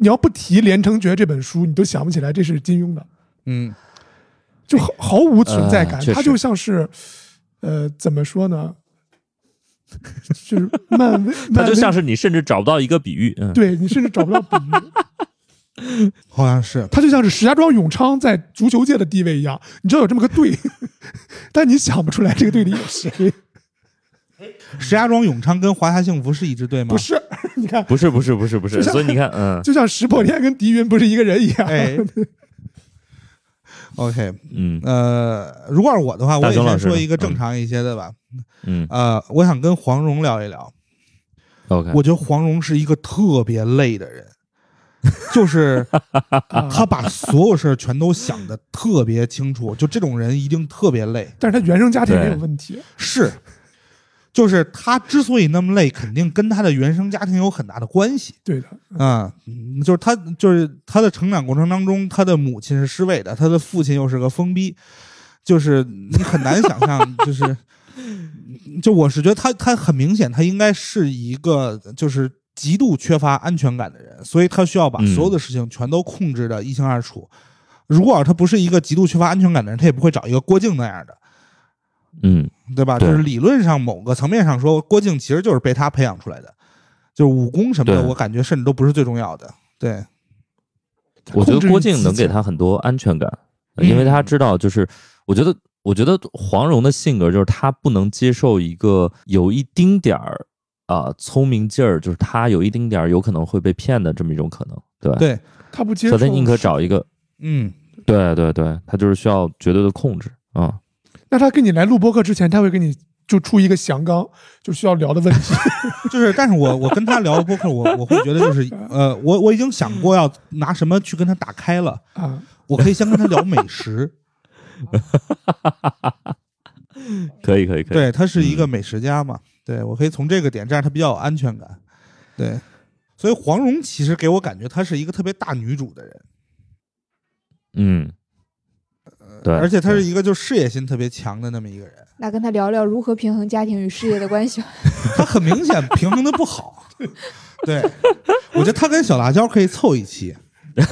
[SPEAKER 3] 你要不提《连城诀》这本书，你都想不起来这是金庸的，
[SPEAKER 2] 嗯
[SPEAKER 3] 就毫毫无存在感
[SPEAKER 5] 哎呃确。实
[SPEAKER 3] 他就像是，呃，怎么说呢？就是 漫威，
[SPEAKER 5] 他
[SPEAKER 3] 漫
[SPEAKER 5] 就
[SPEAKER 3] 威
[SPEAKER 5] 像是你甚至找不到一个比喻，嗯，
[SPEAKER 3] 对你甚至找不到比喻，
[SPEAKER 2] 好像是，
[SPEAKER 3] 他就像是石家庄永昌在足球界的地位一样。你知道有这么个队， 但你想不出来这个队里有 谁。
[SPEAKER 2] 石家庄永昌跟华夏幸福是一支队吗？
[SPEAKER 3] 不，是， 你看，
[SPEAKER 5] 不是不是不是不是，所以你看，嗯
[SPEAKER 3] 就像石破天跟狄云不是一个人一样。
[SPEAKER 2] 哎，OK，
[SPEAKER 5] 嗯
[SPEAKER 2] 呃，如果是我的话，我
[SPEAKER 5] 大
[SPEAKER 2] 也
[SPEAKER 5] 熊老
[SPEAKER 2] 先
[SPEAKER 5] 师呢
[SPEAKER 2] 说一个正常一些的吧。
[SPEAKER 5] 嗯
[SPEAKER 2] 呃，我想跟黄蓉聊一聊。
[SPEAKER 5] ，OK，
[SPEAKER 2] 我觉得黄蓉是一个特别累的人，就是
[SPEAKER 3] 啊
[SPEAKER 2] 她把所有事儿全都想的特别清楚，就这种人一定特别累。
[SPEAKER 3] 但是他原生家庭也有
[SPEAKER 5] 对
[SPEAKER 3] 问题，
[SPEAKER 2] 是，就是她之所以那么累，肯定跟她的原生家庭有很大的关系。
[SPEAKER 3] 对的，
[SPEAKER 2] 啊、嗯，就是他，就是他的成长过程当中，他的母亲是失位的，他的父亲又是个疯逼，就是你很难想象，就是， 就我是觉得他，他很明显，他应该是一个就是极度缺乏安全感的人，所以他需要把
[SPEAKER 5] 嗯
[SPEAKER 2] 所有的事情全都控制的一清二楚。如果他不是一个极度缺乏安全感的人，他也不会找一个郭靖那样的，
[SPEAKER 5] 嗯
[SPEAKER 2] 对吧？
[SPEAKER 5] 对
[SPEAKER 2] 就是理论上某个层面上说，郭靖其实就是被他培养出来的，就是武功什么的，
[SPEAKER 5] 对
[SPEAKER 2] 我感觉甚至都不是最重要的。对，
[SPEAKER 5] 我觉
[SPEAKER 3] 控制
[SPEAKER 5] 得
[SPEAKER 3] 欲
[SPEAKER 5] 郭靖
[SPEAKER 3] 极
[SPEAKER 5] 能给
[SPEAKER 3] 强
[SPEAKER 5] 他很多安全感，
[SPEAKER 2] 嗯
[SPEAKER 5] 因为他知道，就是我觉得，我觉得黄蓉的性格就是她不能接受一个有一丁点儿啊、聪明劲儿，就是她有一丁点儿有可能会被骗的这么一种可能，对吧？
[SPEAKER 2] 对
[SPEAKER 3] 他不接
[SPEAKER 5] 所
[SPEAKER 3] 受，
[SPEAKER 5] 以她宁可找一个，
[SPEAKER 2] 嗯，
[SPEAKER 5] 对对对，她就是需要绝对的控制啊、
[SPEAKER 3] 那他跟你来录播客之前，他会跟你就出一个详纲，就需要聊的问 题。
[SPEAKER 2] 就是，但是我我跟他聊播客，我我会觉得就是，呃，我我已经想过要拿什么去跟他打开了。
[SPEAKER 3] 啊，
[SPEAKER 2] 我可以先跟他聊美食，
[SPEAKER 5] 可以可以可以，
[SPEAKER 2] 对他是一个美食家嘛，对我可以从这个点，这样他比较有安全感。对，所以黄蓉其实给我感觉她是一个特别大女主的人，
[SPEAKER 5] 嗯，对，
[SPEAKER 2] 而且她
[SPEAKER 5] 对
[SPEAKER 2] 是一个就事业心特别强的那么一个人，
[SPEAKER 4] 那跟他聊聊如何平衡家庭与事业的 关系吧。
[SPEAKER 2] 她很明显平衡的不好。对，我觉得她跟小辣椒可以凑一期，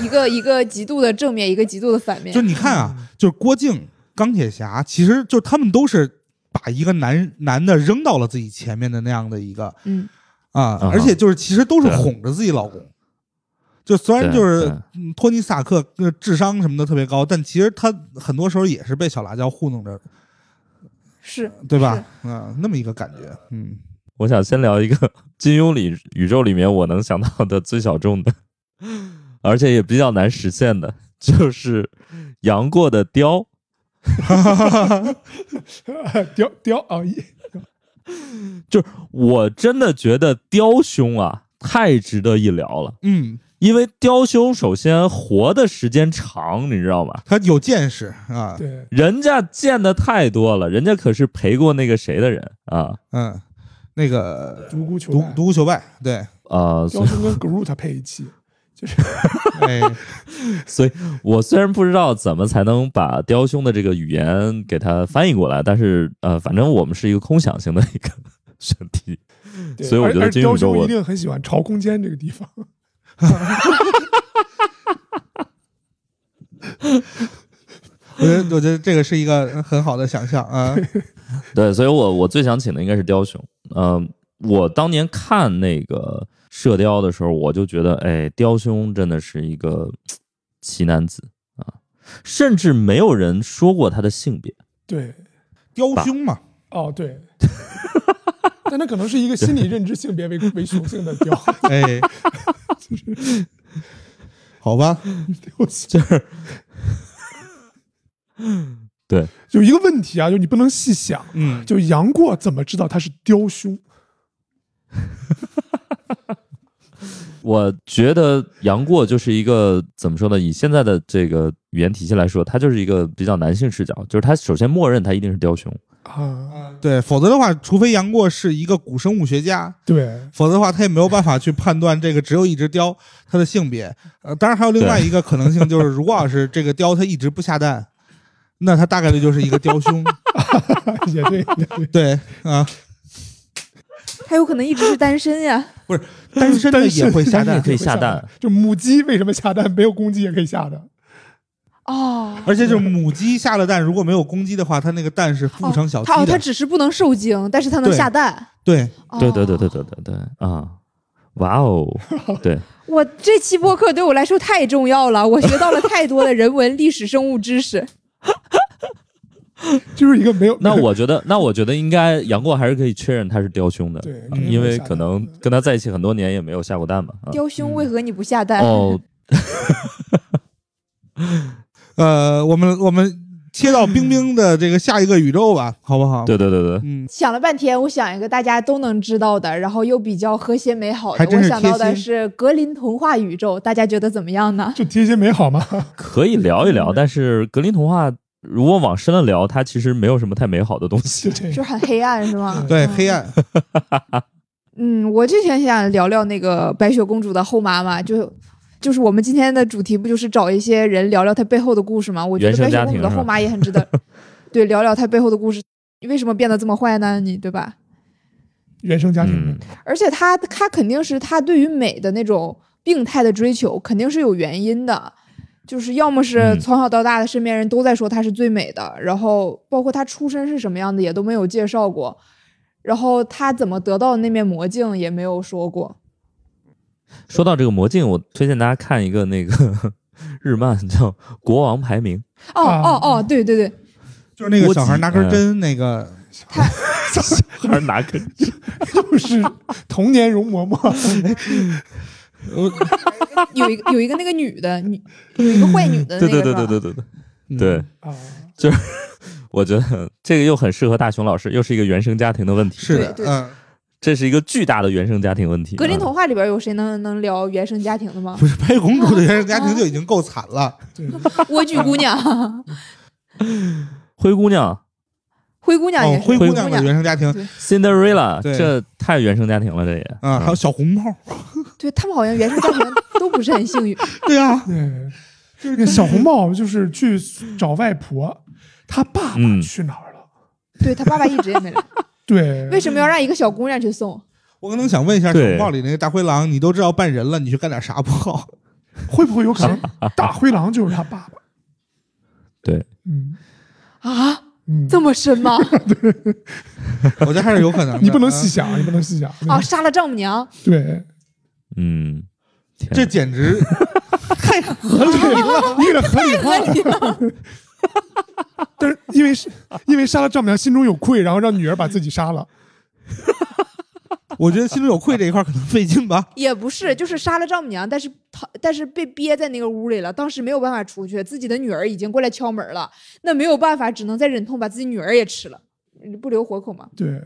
[SPEAKER 4] 一个一个极度的正面，一个极度的反面。
[SPEAKER 2] 就是你看啊，就是郭靖、钢铁侠，其实就他们都是把一个男男的扔到了自己前面的那样的一个
[SPEAKER 4] 嗯，
[SPEAKER 2] 啊，
[SPEAKER 5] 嗯
[SPEAKER 2] 而且就是其实都是
[SPEAKER 5] 对
[SPEAKER 2] 哄着自己老公。就虽然
[SPEAKER 5] 对
[SPEAKER 2] 就是
[SPEAKER 5] 对
[SPEAKER 2] 嗯托尼·斯塔克呃智商什么的特别高，但其实他很多时候也是被小辣椒糊弄着，
[SPEAKER 4] 是
[SPEAKER 2] 对吧？嗯，那么一个感觉，嗯，
[SPEAKER 5] 我想先聊一个 金庸里宇宙里面我能想到的最小众的， 而且也比较难实现的， 就是杨过的雕。
[SPEAKER 3] 雕雕啊，一
[SPEAKER 5] 我真的觉得雕兄啊，太值得一聊了。
[SPEAKER 2] 嗯，
[SPEAKER 5] 因为雕兄首先活的时间长，你知道吗？
[SPEAKER 2] 他有见识啊，
[SPEAKER 3] 对，
[SPEAKER 5] 人家见的太多了，人家可是陪过那个谁的人啊
[SPEAKER 2] 嗯，那个
[SPEAKER 3] 独孤求
[SPEAKER 2] 独
[SPEAKER 3] 败，
[SPEAKER 2] 独孤求败，对，
[SPEAKER 5] 啊、呃，所
[SPEAKER 3] 焦
[SPEAKER 5] 以
[SPEAKER 3] 森跟 Groot 配一起，
[SPEAKER 2] 哎，
[SPEAKER 5] 所以我虽然不知道怎么才能把雕兄的这个语言给它翻译过来，但是呃，反正我们是一个空想型的一个 选题，
[SPEAKER 3] 对
[SPEAKER 5] 所以我觉得
[SPEAKER 3] 而而
[SPEAKER 5] 金宇
[SPEAKER 3] 雕
[SPEAKER 5] 宙
[SPEAKER 3] 兄
[SPEAKER 5] 我
[SPEAKER 3] 一定很喜欢潮空间这个地方。
[SPEAKER 2] 我觉得我觉得这个是一个很好的想象啊。
[SPEAKER 5] 对，所以我我最想请的应该是雕兄。嗯、我当年看那个射雕的时候，我就觉得，哎，雕兄真的是一个嘖奇男子啊，甚至没有人说过他的性别。
[SPEAKER 3] 对，
[SPEAKER 2] 雕兄嘛，
[SPEAKER 3] 哦 对，但那可能是一个心理认知性别为为雄性的雕，
[SPEAKER 2] 哎，好吧，
[SPEAKER 5] 就是
[SPEAKER 3] 有一个问题啊，就你不能细想，
[SPEAKER 2] 嗯，
[SPEAKER 3] 就杨过怎么知道他是雕兄？
[SPEAKER 5] 我觉得杨过就是一个怎么说呢？以现在的这个语言体系来说，他就是一个比较男性视角，就是他首先默认他一定是雕兄。
[SPEAKER 3] 啊，
[SPEAKER 2] 对，否则的话，除非杨过是一个古生物学家，
[SPEAKER 3] 对，
[SPEAKER 2] 否则的话，他也没有办法去判断这个只有一只雕它的性别。呃，当然还有另外一个可能性，就是如果要是这个雕它一直不下蛋， 那它大概率就是一个雕兄。
[SPEAKER 3] 也对，也对
[SPEAKER 2] 对啊，
[SPEAKER 4] 他有可能一直是单身呀。
[SPEAKER 2] 单身的
[SPEAKER 3] 单身
[SPEAKER 2] 也会下
[SPEAKER 5] 单身也
[SPEAKER 2] 蛋
[SPEAKER 5] 可，以下蛋
[SPEAKER 3] 蛋，就母鸡为什么下蛋？没有公鸡也可以下的，
[SPEAKER 4] 哦，
[SPEAKER 2] 而且就是母鸡下了蛋，如果没有公鸡的话，它那个蛋是孵不成小鸡
[SPEAKER 4] 他哦，他
[SPEAKER 2] 的。
[SPEAKER 4] 只是不能受精，但是他能
[SPEAKER 2] 对
[SPEAKER 4] 下蛋。
[SPEAKER 2] 对，
[SPEAKER 4] 哦
[SPEAKER 5] 对对对对对对对啊！哇哦，对，
[SPEAKER 4] 我这期播客对我来说太重要了，我学到了太多的人文、历史、生物知 识。
[SPEAKER 3] 就是一个没有。
[SPEAKER 5] 那我觉得，那我觉得应该杨过还是可以确认他是雕兄的，
[SPEAKER 3] 对
[SPEAKER 5] 啊
[SPEAKER 3] 肯定
[SPEAKER 5] 因
[SPEAKER 3] 没有
[SPEAKER 5] 为
[SPEAKER 3] 下蛋
[SPEAKER 5] 可能跟他在一起很多年也没有下过蛋嘛。啊、
[SPEAKER 4] 雕兄为何你不下
[SPEAKER 2] 嗯
[SPEAKER 4] 蛋？
[SPEAKER 5] 哦，
[SPEAKER 2] 呃，我们我们切到冰冰的这个下一个宇宙吧，好不好？
[SPEAKER 5] 对对对对，
[SPEAKER 2] 嗯，
[SPEAKER 4] 想了半天，我想一个大家都能知道的，然后又比较和谐美好
[SPEAKER 2] 还
[SPEAKER 4] 的。
[SPEAKER 2] 真
[SPEAKER 4] 我
[SPEAKER 2] 是
[SPEAKER 4] 想
[SPEAKER 2] 贴
[SPEAKER 4] 到的
[SPEAKER 2] 心
[SPEAKER 4] 是格林童话宇宙，大家觉得怎么样 呢？
[SPEAKER 3] 就贴心美 好嘛，
[SPEAKER 5] 可以聊一聊，但是格林童话如果往深了聊，它其实没有什么太美好的东西
[SPEAKER 3] 就。这
[SPEAKER 4] 就是
[SPEAKER 3] 样。
[SPEAKER 4] 很黑暗，是吗？
[SPEAKER 2] 对，
[SPEAKER 4] 嗯
[SPEAKER 2] 黑暗，
[SPEAKER 4] 嗯，我就想想聊聊那个白雪公主的后妈妈，就就是我们今天的主题不就是找一些人聊聊她背后的故事吗？我觉
[SPEAKER 5] 原
[SPEAKER 4] 得
[SPEAKER 5] 生
[SPEAKER 4] 白雪
[SPEAKER 5] 家
[SPEAKER 4] 公主
[SPEAKER 5] 庭
[SPEAKER 4] 的
[SPEAKER 5] 是
[SPEAKER 4] 后
[SPEAKER 5] 吧
[SPEAKER 4] 妈也很 值得，对，聊聊她背后的故事，为什么变得这么坏呢？你对吧？
[SPEAKER 3] 原生家庭
[SPEAKER 5] 嗯
[SPEAKER 3] 的，，
[SPEAKER 4] 而且她她肯定是她对于美的那种病态的追求，肯定是有原因的。就是要么是
[SPEAKER 5] 嗯
[SPEAKER 4] 从小到大的身边人都在说她是最美的，然后包括她出身是什么样的也都没有介绍过，然后她怎么得到那面魔镜也没有说过。
[SPEAKER 5] 说到这个魔镜，我推荐大家看一个那个日漫叫《国王排名》，
[SPEAKER 4] 哦
[SPEAKER 3] 啊
[SPEAKER 4] 哦哦，对对对，
[SPEAKER 2] 就是那个
[SPEAKER 5] 我
[SPEAKER 2] 小孩
[SPEAKER 5] 记
[SPEAKER 2] 拿根
[SPEAKER 5] 嗯
[SPEAKER 2] 针，那个
[SPEAKER 5] 还是哪个？
[SPEAKER 3] 就是童年容 嬷嬷，嗯
[SPEAKER 4] 有一个有一个那个女的女，有一个坏女的那
[SPEAKER 5] 对对对
[SPEAKER 4] 个是
[SPEAKER 5] 对
[SPEAKER 4] 吧
[SPEAKER 5] 对对对
[SPEAKER 2] 嗯
[SPEAKER 5] 对，
[SPEAKER 3] 啊，
[SPEAKER 5] 我觉得这个又很适合大雄老师，又是一个原生家庭的问题。
[SPEAKER 2] 是的，
[SPEAKER 4] 对对
[SPEAKER 2] 嗯，
[SPEAKER 5] 这是一个巨大的原生家庭问题。
[SPEAKER 4] 格林
[SPEAKER 5] 啊
[SPEAKER 4] 童话里边有谁能能聊原生家庭 的吗
[SPEAKER 2] 不？是白雪公主的原生家庭就已经够惨了，
[SPEAKER 3] 对，
[SPEAKER 4] 莴苣姑娘，
[SPEAKER 5] 灰姑娘
[SPEAKER 4] 灰姑娘也
[SPEAKER 2] 哦，
[SPEAKER 4] 是、
[SPEAKER 2] 灰
[SPEAKER 4] 姑
[SPEAKER 2] 姑娘的原生家庭
[SPEAKER 5] Cinderella，
[SPEAKER 2] 对
[SPEAKER 5] 这太原生家庭了，这也
[SPEAKER 2] 啊，
[SPEAKER 3] 嗯
[SPEAKER 2] 还有小红帽，
[SPEAKER 4] 对他们好像原生家庭都不是很幸运。
[SPEAKER 2] 对啊，
[SPEAKER 3] 对，这个小红帽就是去找外婆，她爸爸
[SPEAKER 5] 嗯
[SPEAKER 3] 去哪儿了？
[SPEAKER 4] 对他爸爸一直也没来，
[SPEAKER 3] 对，
[SPEAKER 4] 为什么要让一个小姑娘去送？
[SPEAKER 2] 我可能想问一下，小
[SPEAKER 5] 对
[SPEAKER 2] 红帽里那个大灰狼，你都知道扮人了，你去干点啥不好？
[SPEAKER 3] 会不会有可能大灰狼就是他爸爸？
[SPEAKER 5] 对，
[SPEAKER 3] 嗯
[SPEAKER 4] 啊，
[SPEAKER 3] 嗯，
[SPEAKER 4] 这么深吗？
[SPEAKER 2] 我觉得还是有可能的。
[SPEAKER 3] 你不能
[SPEAKER 2] 嗯
[SPEAKER 3] 细想，你不能细想。
[SPEAKER 4] 啊哦，杀了丈母娘，
[SPEAKER 3] 对，
[SPEAKER 5] 嗯，天
[SPEAKER 2] 这简直太合理
[SPEAKER 3] 对，你给他合理
[SPEAKER 4] 合
[SPEAKER 3] 化。
[SPEAKER 4] 理了。
[SPEAKER 3] 但是因为是，因为杀了丈母娘，心中有愧，然后让女儿把自己杀了。
[SPEAKER 2] 我觉得心中有愧这一块可能费劲 吧。
[SPEAKER 4] 也不是，就是杀了丈母娘，但是她但是被憋在那个屋里了，当时没有办法出去，自己的女儿已经过来敲门了，那没有办法，只能再忍痛把自己女儿也吃了，不留活口 嘛。
[SPEAKER 3] 对，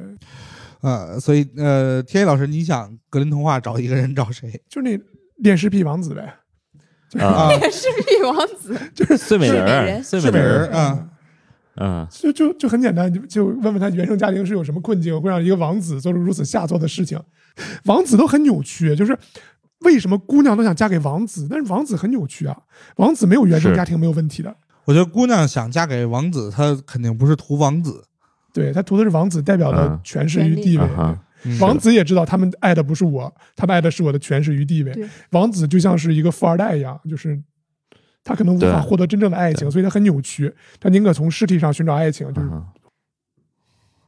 [SPEAKER 2] 呃，所以呃，天一老师，你想格林童话找一个人找 谁
[SPEAKER 3] 就那恋尸癖王子呗。
[SPEAKER 5] 啊，
[SPEAKER 2] 啊？
[SPEAKER 4] 也是女王子，
[SPEAKER 5] 睡美
[SPEAKER 4] 睡美
[SPEAKER 5] 人儿，
[SPEAKER 4] 人
[SPEAKER 5] 睡
[SPEAKER 2] 睡
[SPEAKER 5] 美
[SPEAKER 2] 美
[SPEAKER 5] 人儿，
[SPEAKER 2] 人儿啊，
[SPEAKER 5] 嗯
[SPEAKER 3] 就就就很简单，就就问问他原生家庭是有什么困境，会让一个王子做出如此下作的事情。王子都很扭曲，就是为什么姑娘都想嫁给王子，但是王子很扭曲啊，王子没有原生
[SPEAKER 5] 是
[SPEAKER 3] 家庭没有问题的，
[SPEAKER 2] 我觉得姑娘想嫁给王子，她肯定不是图王子。
[SPEAKER 3] 对他图的是王子代表的
[SPEAKER 5] 嗯
[SPEAKER 3] 权势与
[SPEAKER 4] 权力
[SPEAKER 3] 地位。
[SPEAKER 5] 啊哈，
[SPEAKER 2] 嗯
[SPEAKER 3] 王子也知道他们爱的不是我，他们爱的是我的权势与地位
[SPEAKER 4] 对。
[SPEAKER 3] 王子就像是一个富二代一样，就是他可能无
[SPEAKER 5] 对
[SPEAKER 3] 法获得真正的爱情，所以他很扭曲，他宁可从尸体上寻找爱情，就是
[SPEAKER 5] 嗯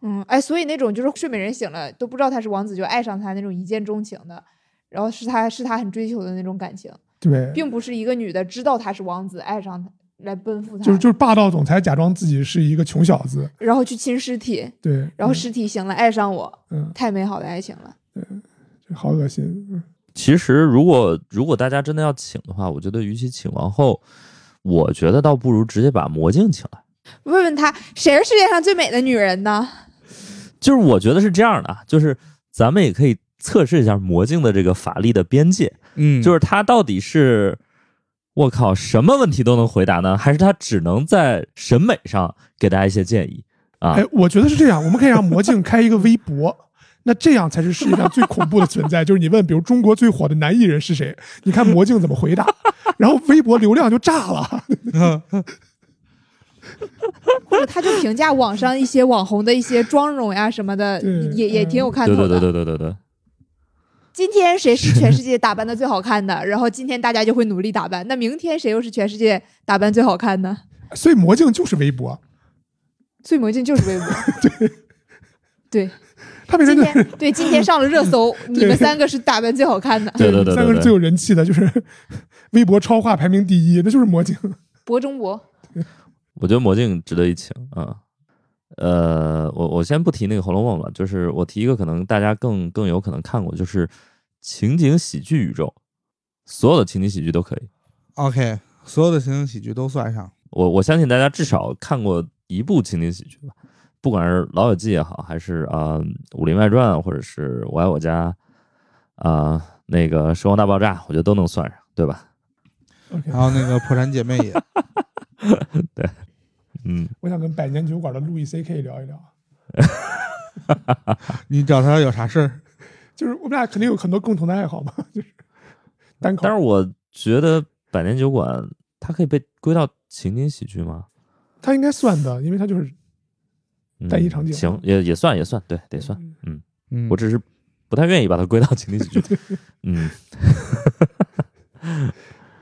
[SPEAKER 4] 嗯，哎，所以那种就是睡美人醒了都不知道他是王子就爱上他那种一见钟情的，然后是他是他很追求的那种感情，
[SPEAKER 3] 对，
[SPEAKER 4] 并不是一个女的知道他是王子爱上他来奔赴他，
[SPEAKER 3] 就是就是霸道总裁假装自己是一个穷小子，
[SPEAKER 4] 然后去亲尸体，
[SPEAKER 3] 对，
[SPEAKER 4] 然后尸体醒了爱上我，
[SPEAKER 3] 嗯，
[SPEAKER 4] 太美好的爱情了。
[SPEAKER 3] 嗯好恶心，嗯
[SPEAKER 5] 其实如果如果大家真的要请的话，我觉得与其请王后，我觉得倒不如直接把魔镜请来。
[SPEAKER 4] 问问他谁是世界上最美的女人呢？
[SPEAKER 5] 就是我觉得是这样的，啊，就是咱们也可以测试一下魔镜的这个法力的边界，
[SPEAKER 2] 嗯，
[SPEAKER 5] 就是它到底是。我靠，什么问题都能回答呢？还是他只能在审美上给大家一些建议啊？
[SPEAKER 3] 哎，我觉得是这样，我们可以让魔镜开一个微博。 那这样才是世界上最恐怖的存在，就是你问，比如中国最火的男艺人是谁，你看魔镜怎么回答，然后微博流量就炸了。
[SPEAKER 2] 嗯
[SPEAKER 4] 或者他就评价网上一些网红的一些妆容呀什么的，
[SPEAKER 3] 对
[SPEAKER 4] 也也挺有看头
[SPEAKER 5] 嗯对对
[SPEAKER 4] 的。
[SPEAKER 5] 对对对对对，
[SPEAKER 4] 今天谁是全世界打扮的最好看的？然后今天大家就会努力打扮。那明天谁又是全世界打扮最好看的？
[SPEAKER 3] 所以魔镜就是微博，
[SPEAKER 4] 最魔镜就是 微博。对
[SPEAKER 3] 他每
[SPEAKER 4] 对，
[SPEAKER 3] 天
[SPEAKER 4] 今
[SPEAKER 3] 就
[SPEAKER 4] 天对今天上了热 搜，你们三个是打扮最好看的。
[SPEAKER 5] 对对对
[SPEAKER 3] 三个
[SPEAKER 5] 对
[SPEAKER 3] 是
[SPEAKER 5] 对
[SPEAKER 3] 最有人气的，就是 微博超话排名第一，那就是魔镜。
[SPEAKER 4] 博中博，
[SPEAKER 5] 我觉得魔镜值得一请啊。呃，我我先不提那个《红楼梦》了，就是我提一个可能大家更更有可能看过，就是情景喜剧宇宙，所有的情景喜剧都可以。
[SPEAKER 2] OK，所有的情景喜剧都算上。
[SPEAKER 5] 我我相信大家至少看过一部情景喜剧吧，不管是《老友记》也好，还是啊、呃武林外传》，或者是《我爱我家》啊、那个《生活大爆炸》，我觉得都能算上，对吧？
[SPEAKER 3] OK，
[SPEAKER 2] 然后那个破产姐妹 也，
[SPEAKER 5] 嗯，
[SPEAKER 3] 我想跟百年酒馆的路易 C K 聊一聊，
[SPEAKER 2] 你找她有啥事儿？
[SPEAKER 3] 就是我们俩肯定有很多共同的爱好嘛， 就是单口
[SPEAKER 5] 但。是我觉得《百年酒馆》它可以被归到情景喜剧吗？
[SPEAKER 3] 他应该算的，因为他就是
[SPEAKER 5] 嗯
[SPEAKER 3] 单一场景
[SPEAKER 5] 行，也也算也算，对，得算。
[SPEAKER 2] 嗯，
[SPEAKER 5] 我只是不太愿意把它归到情景喜剧。嗯，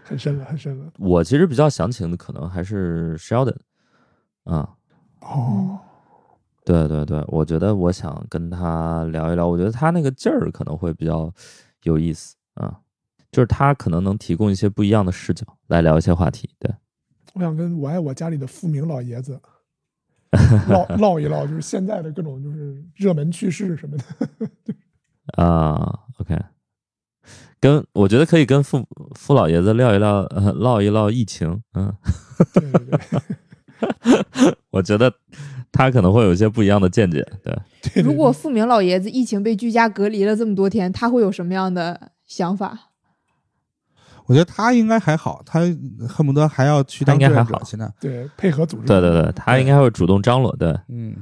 [SPEAKER 3] 很深了，很深了。
[SPEAKER 5] 我其实比较想请的可能还是 Sheldon 啊，
[SPEAKER 3] 哦，
[SPEAKER 5] 对对对，我觉得我想跟他聊一聊，我觉得他那个劲儿可能会比较有意思啊，就是他可能能提供一些不一样的视角来聊一些话题。对，
[SPEAKER 3] 我想跟我爱我家里的富明老 爷子唠唠一唠，就是现在的各种就是热门趣事什 么的。
[SPEAKER 5] 啊，OK，跟我觉得可以跟傅傅老爷子聊一聊，呃，唠一唠疫情，嗯，
[SPEAKER 3] 对对对
[SPEAKER 5] 我觉得他可能会有一些不一样的见解。 对，
[SPEAKER 3] 对对，
[SPEAKER 4] 如果富明老爷子疫情被居家隔离了这么多天，他会有什么样的想法？
[SPEAKER 2] 我觉得她应该还好，她恨不得还要去当
[SPEAKER 5] 她
[SPEAKER 2] 志
[SPEAKER 5] 应该
[SPEAKER 2] 愿
[SPEAKER 5] 还
[SPEAKER 2] 者
[SPEAKER 5] 好
[SPEAKER 2] 去呢。
[SPEAKER 3] 对配合组织，
[SPEAKER 5] 对对对，他应该会主动张罗。对，
[SPEAKER 2] 嗯，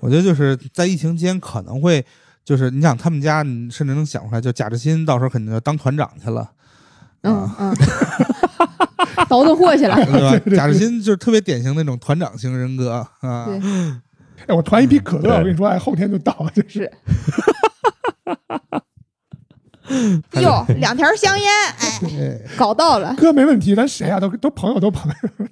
[SPEAKER 2] 我觉得就是在疫情期间可能会，就是你想他们家，你甚至能想出来，就贾志新到时候肯定就当团长去了，
[SPEAKER 4] 嗯
[SPEAKER 2] 啊
[SPEAKER 4] 嗯， 倒腾货去
[SPEAKER 5] 啊
[SPEAKER 4] 了。
[SPEAKER 2] 对吧？贾志新就是特别典型那种团长型人格啊。
[SPEAKER 4] 对
[SPEAKER 3] 哎，我团一批可乐，
[SPEAKER 5] 对
[SPEAKER 3] 我跟你说，哎，后天就到，真是。
[SPEAKER 4] 哟，哎两条香烟，哎，
[SPEAKER 2] 对，
[SPEAKER 4] 搞到了。
[SPEAKER 3] 哥没问题，咱谁啊都都朋友都朋友。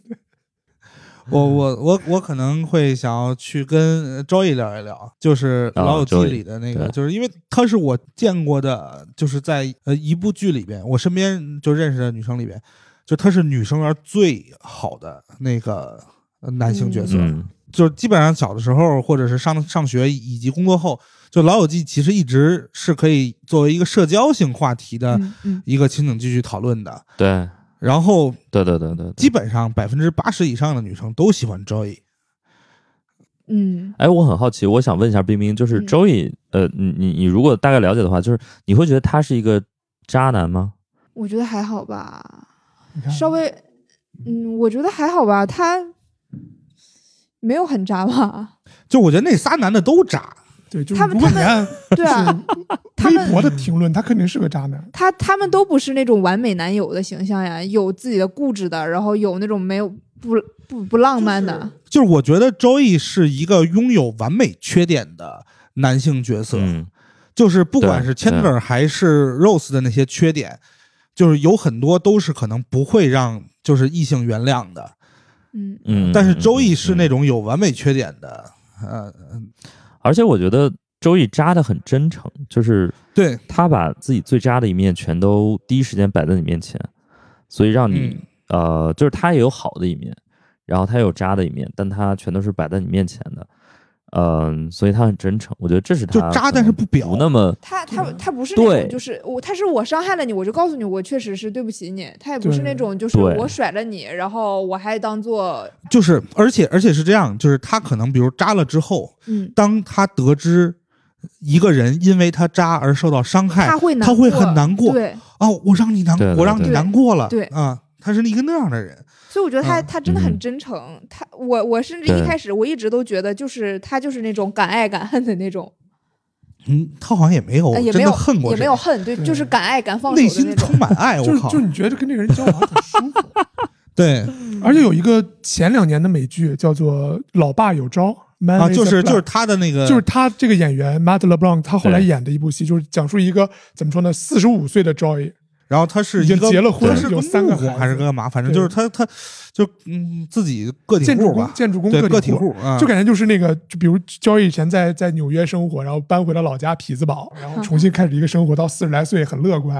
[SPEAKER 2] 我我我我可能会想要去跟呃 Joey 聊一聊，就是《
[SPEAKER 5] 啊
[SPEAKER 2] 老友记
[SPEAKER 5] Joey，》
[SPEAKER 2] 里的那个，
[SPEAKER 5] 对
[SPEAKER 2] 就是因为她是我见过的，就是在呃一部剧里边，我身边就认识的女生里边，就她是女生缘最好的那个呃男性角色，
[SPEAKER 5] 嗯
[SPEAKER 2] 就是基本上小的时候或者是上上学以及工作后，就《老友记》其实一直是可以作为一个社交性话题的
[SPEAKER 4] 嗯嗯，
[SPEAKER 2] 一个情景剧去讨论的，
[SPEAKER 5] 对，
[SPEAKER 2] 然后
[SPEAKER 5] 对对对对对。
[SPEAKER 2] 基本上百分之八十以上的女生都喜欢 Joey。
[SPEAKER 4] 嗯，
[SPEAKER 5] 哎，我很好奇，我想问一下冰冰，就是
[SPEAKER 4] 嗯
[SPEAKER 5] Joey，、呃，你你你如果大概了解的话，就是你会觉得他是一个渣男吗？
[SPEAKER 4] 我觉得还好吧，
[SPEAKER 3] 你看
[SPEAKER 4] 稍微，嗯，我觉得还好吧。他没有很 渣吧？
[SPEAKER 2] 就我觉得那仨男的都渣，
[SPEAKER 3] 对，就是
[SPEAKER 4] 他们
[SPEAKER 3] 如果你按
[SPEAKER 4] 对啊， 他
[SPEAKER 3] 微
[SPEAKER 4] 们
[SPEAKER 3] 博的评论，他肯定是个渣男。
[SPEAKER 4] 他他们都不是那种完美男友的形象呀，有自己的固执的，然后有那种没有不不不浪漫的，
[SPEAKER 2] 就是我觉得周易是一个拥有完美缺点的男性角色，
[SPEAKER 5] 嗯，
[SPEAKER 2] 就是不管是
[SPEAKER 5] 对嗯
[SPEAKER 2] Chandler 还是 Rose 的那些缺点，就是有很多都是可能不会让就是异性原谅的，
[SPEAKER 4] 嗯
[SPEAKER 5] 嗯，
[SPEAKER 2] 但是周易是
[SPEAKER 5] 嗯
[SPEAKER 2] 那种有完美缺点的，呃，
[SPEAKER 5] 而且我觉得周易扎的很真诚，就是
[SPEAKER 2] 对，
[SPEAKER 5] 他把自己最渣的一面全都第一时间摆在你面前，所以让你
[SPEAKER 2] 嗯、
[SPEAKER 5] 呃，就是他也有好的一面，然后他也有渣的一面，但他全都是摆在你面前的，嗯、所以他很真诚，我觉得这是他
[SPEAKER 2] 就渣但是不表
[SPEAKER 5] 不那么
[SPEAKER 4] 他他他不是那
[SPEAKER 5] 对
[SPEAKER 4] 种，就是我，他是我伤害了你，我就告诉你，我确实是对不起你。他也不是
[SPEAKER 3] 对
[SPEAKER 4] 那种，就是
[SPEAKER 5] 对
[SPEAKER 4] 我甩了你，然后我还当做
[SPEAKER 2] 就是，而且而且是这样，就是他可能比如渣了之后，
[SPEAKER 4] 嗯，
[SPEAKER 2] 当他得知一个人因为他渣而受到伤害
[SPEAKER 4] 他，会难
[SPEAKER 2] 他会很难过
[SPEAKER 4] 对，
[SPEAKER 2] 哦，我让你难，
[SPEAKER 5] 对对
[SPEAKER 2] 我让你
[SPEAKER 4] 对
[SPEAKER 2] 难过了，
[SPEAKER 4] 对
[SPEAKER 2] 啊，他是一个那样的人，
[SPEAKER 4] 所以我觉得他
[SPEAKER 2] 嗯
[SPEAKER 4] 他真的很
[SPEAKER 5] 嗯
[SPEAKER 4] 真诚。他我我甚至
[SPEAKER 5] 对
[SPEAKER 4] 一开始我一直都觉得，就是他就是那种敢爱敢恨的那种，
[SPEAKER 2] 嗯，他好像也没有
[SPEAKER 4] 呃也没
[SPEAKER 2] 真
[SPEAKER 4] 有
[SPEAKER 2] 的恨过
[SPEAKER 4] 也
[SPEAKER 2] 谁，
[SPEAKER 4] 没有恨，对，
[SPEAKER 3] 对
[SPEAKER 4] 就是敢爱敢放手
[SPEAKER 2] 内
[SPEAKER 4] 的那
[SPEAKER 2] 心
[SPEAKER 4] 种
[SPEAKER 2] 充。 满爱，哎
[SPEAKER 3] 就
[SPEAKER 2] 我
[SPEAKER 3] 是
[SPEAKER 2] 靠
[SPEAKER 3] 就，你觉得跟这个人交往很舒服，
[SPEAKER 2] 对
[SPEAKER 4] 嗯
[SPEAKER 3] 而且有一个前两年的美剧叫做《老爸有招》，Man
[SPEAKER 2] 啊，
[SPEAKER 3] with
[SPEAKER 2] 就是
[SPEAKER 3] a plan
[SPEAKER 2] 就是他的那个，
[SPEAKER 3] 就是他这个演员 Matt LeBlanc，他后来
[SPEAKER 5] 对
[SPEAKER 3] 演的一部戏，就是讲述一个怎么说呢，四十五岁的 Joy，
[SPEAKER 2] 然后他是
[SPEAKER 3] 已
[SPEAKER 2] 一
[SPEAKER 3] 经
[SPEAKER 2] 个
[SPEAKER 3] 结了婚
[SPEAKER 2] 他是
[SPEAKER 3] 有三
[SPEAKER 2] 个
[SPEAKER 3] 个
[SPEAKER 2] 木
[SPEAKER 3] 孩
[SPEAKER 2] 工
[SPEAKER 3] 子
[SPEAKER 2] 还是个干嘛，反正
[SPEAKER 3] 对
[SPEAKER 2] 就是他他就嗯自己个体
[SPEAKER 3] 建筑
[SPEAKER 2] 户
[SPEAKER 3] 工
[SPEAKER 2] 吧，
[SPEAKER 3] 建筑工
[SPEAKER 2] 对个
[SPEAKER 3] 体
[SPEAKER 2] 体户啊，
[SPEAKER 4] 嗯
[SPEAKER 3] 就感觉就是那个，就比如 Joy 以前在在纽约生活，然后搬回了老家匹兹堡，
[SPEAKER 4] 嗯
[SPEAKER 3] 然后重新开始一个生活，到四十来岁很乐观，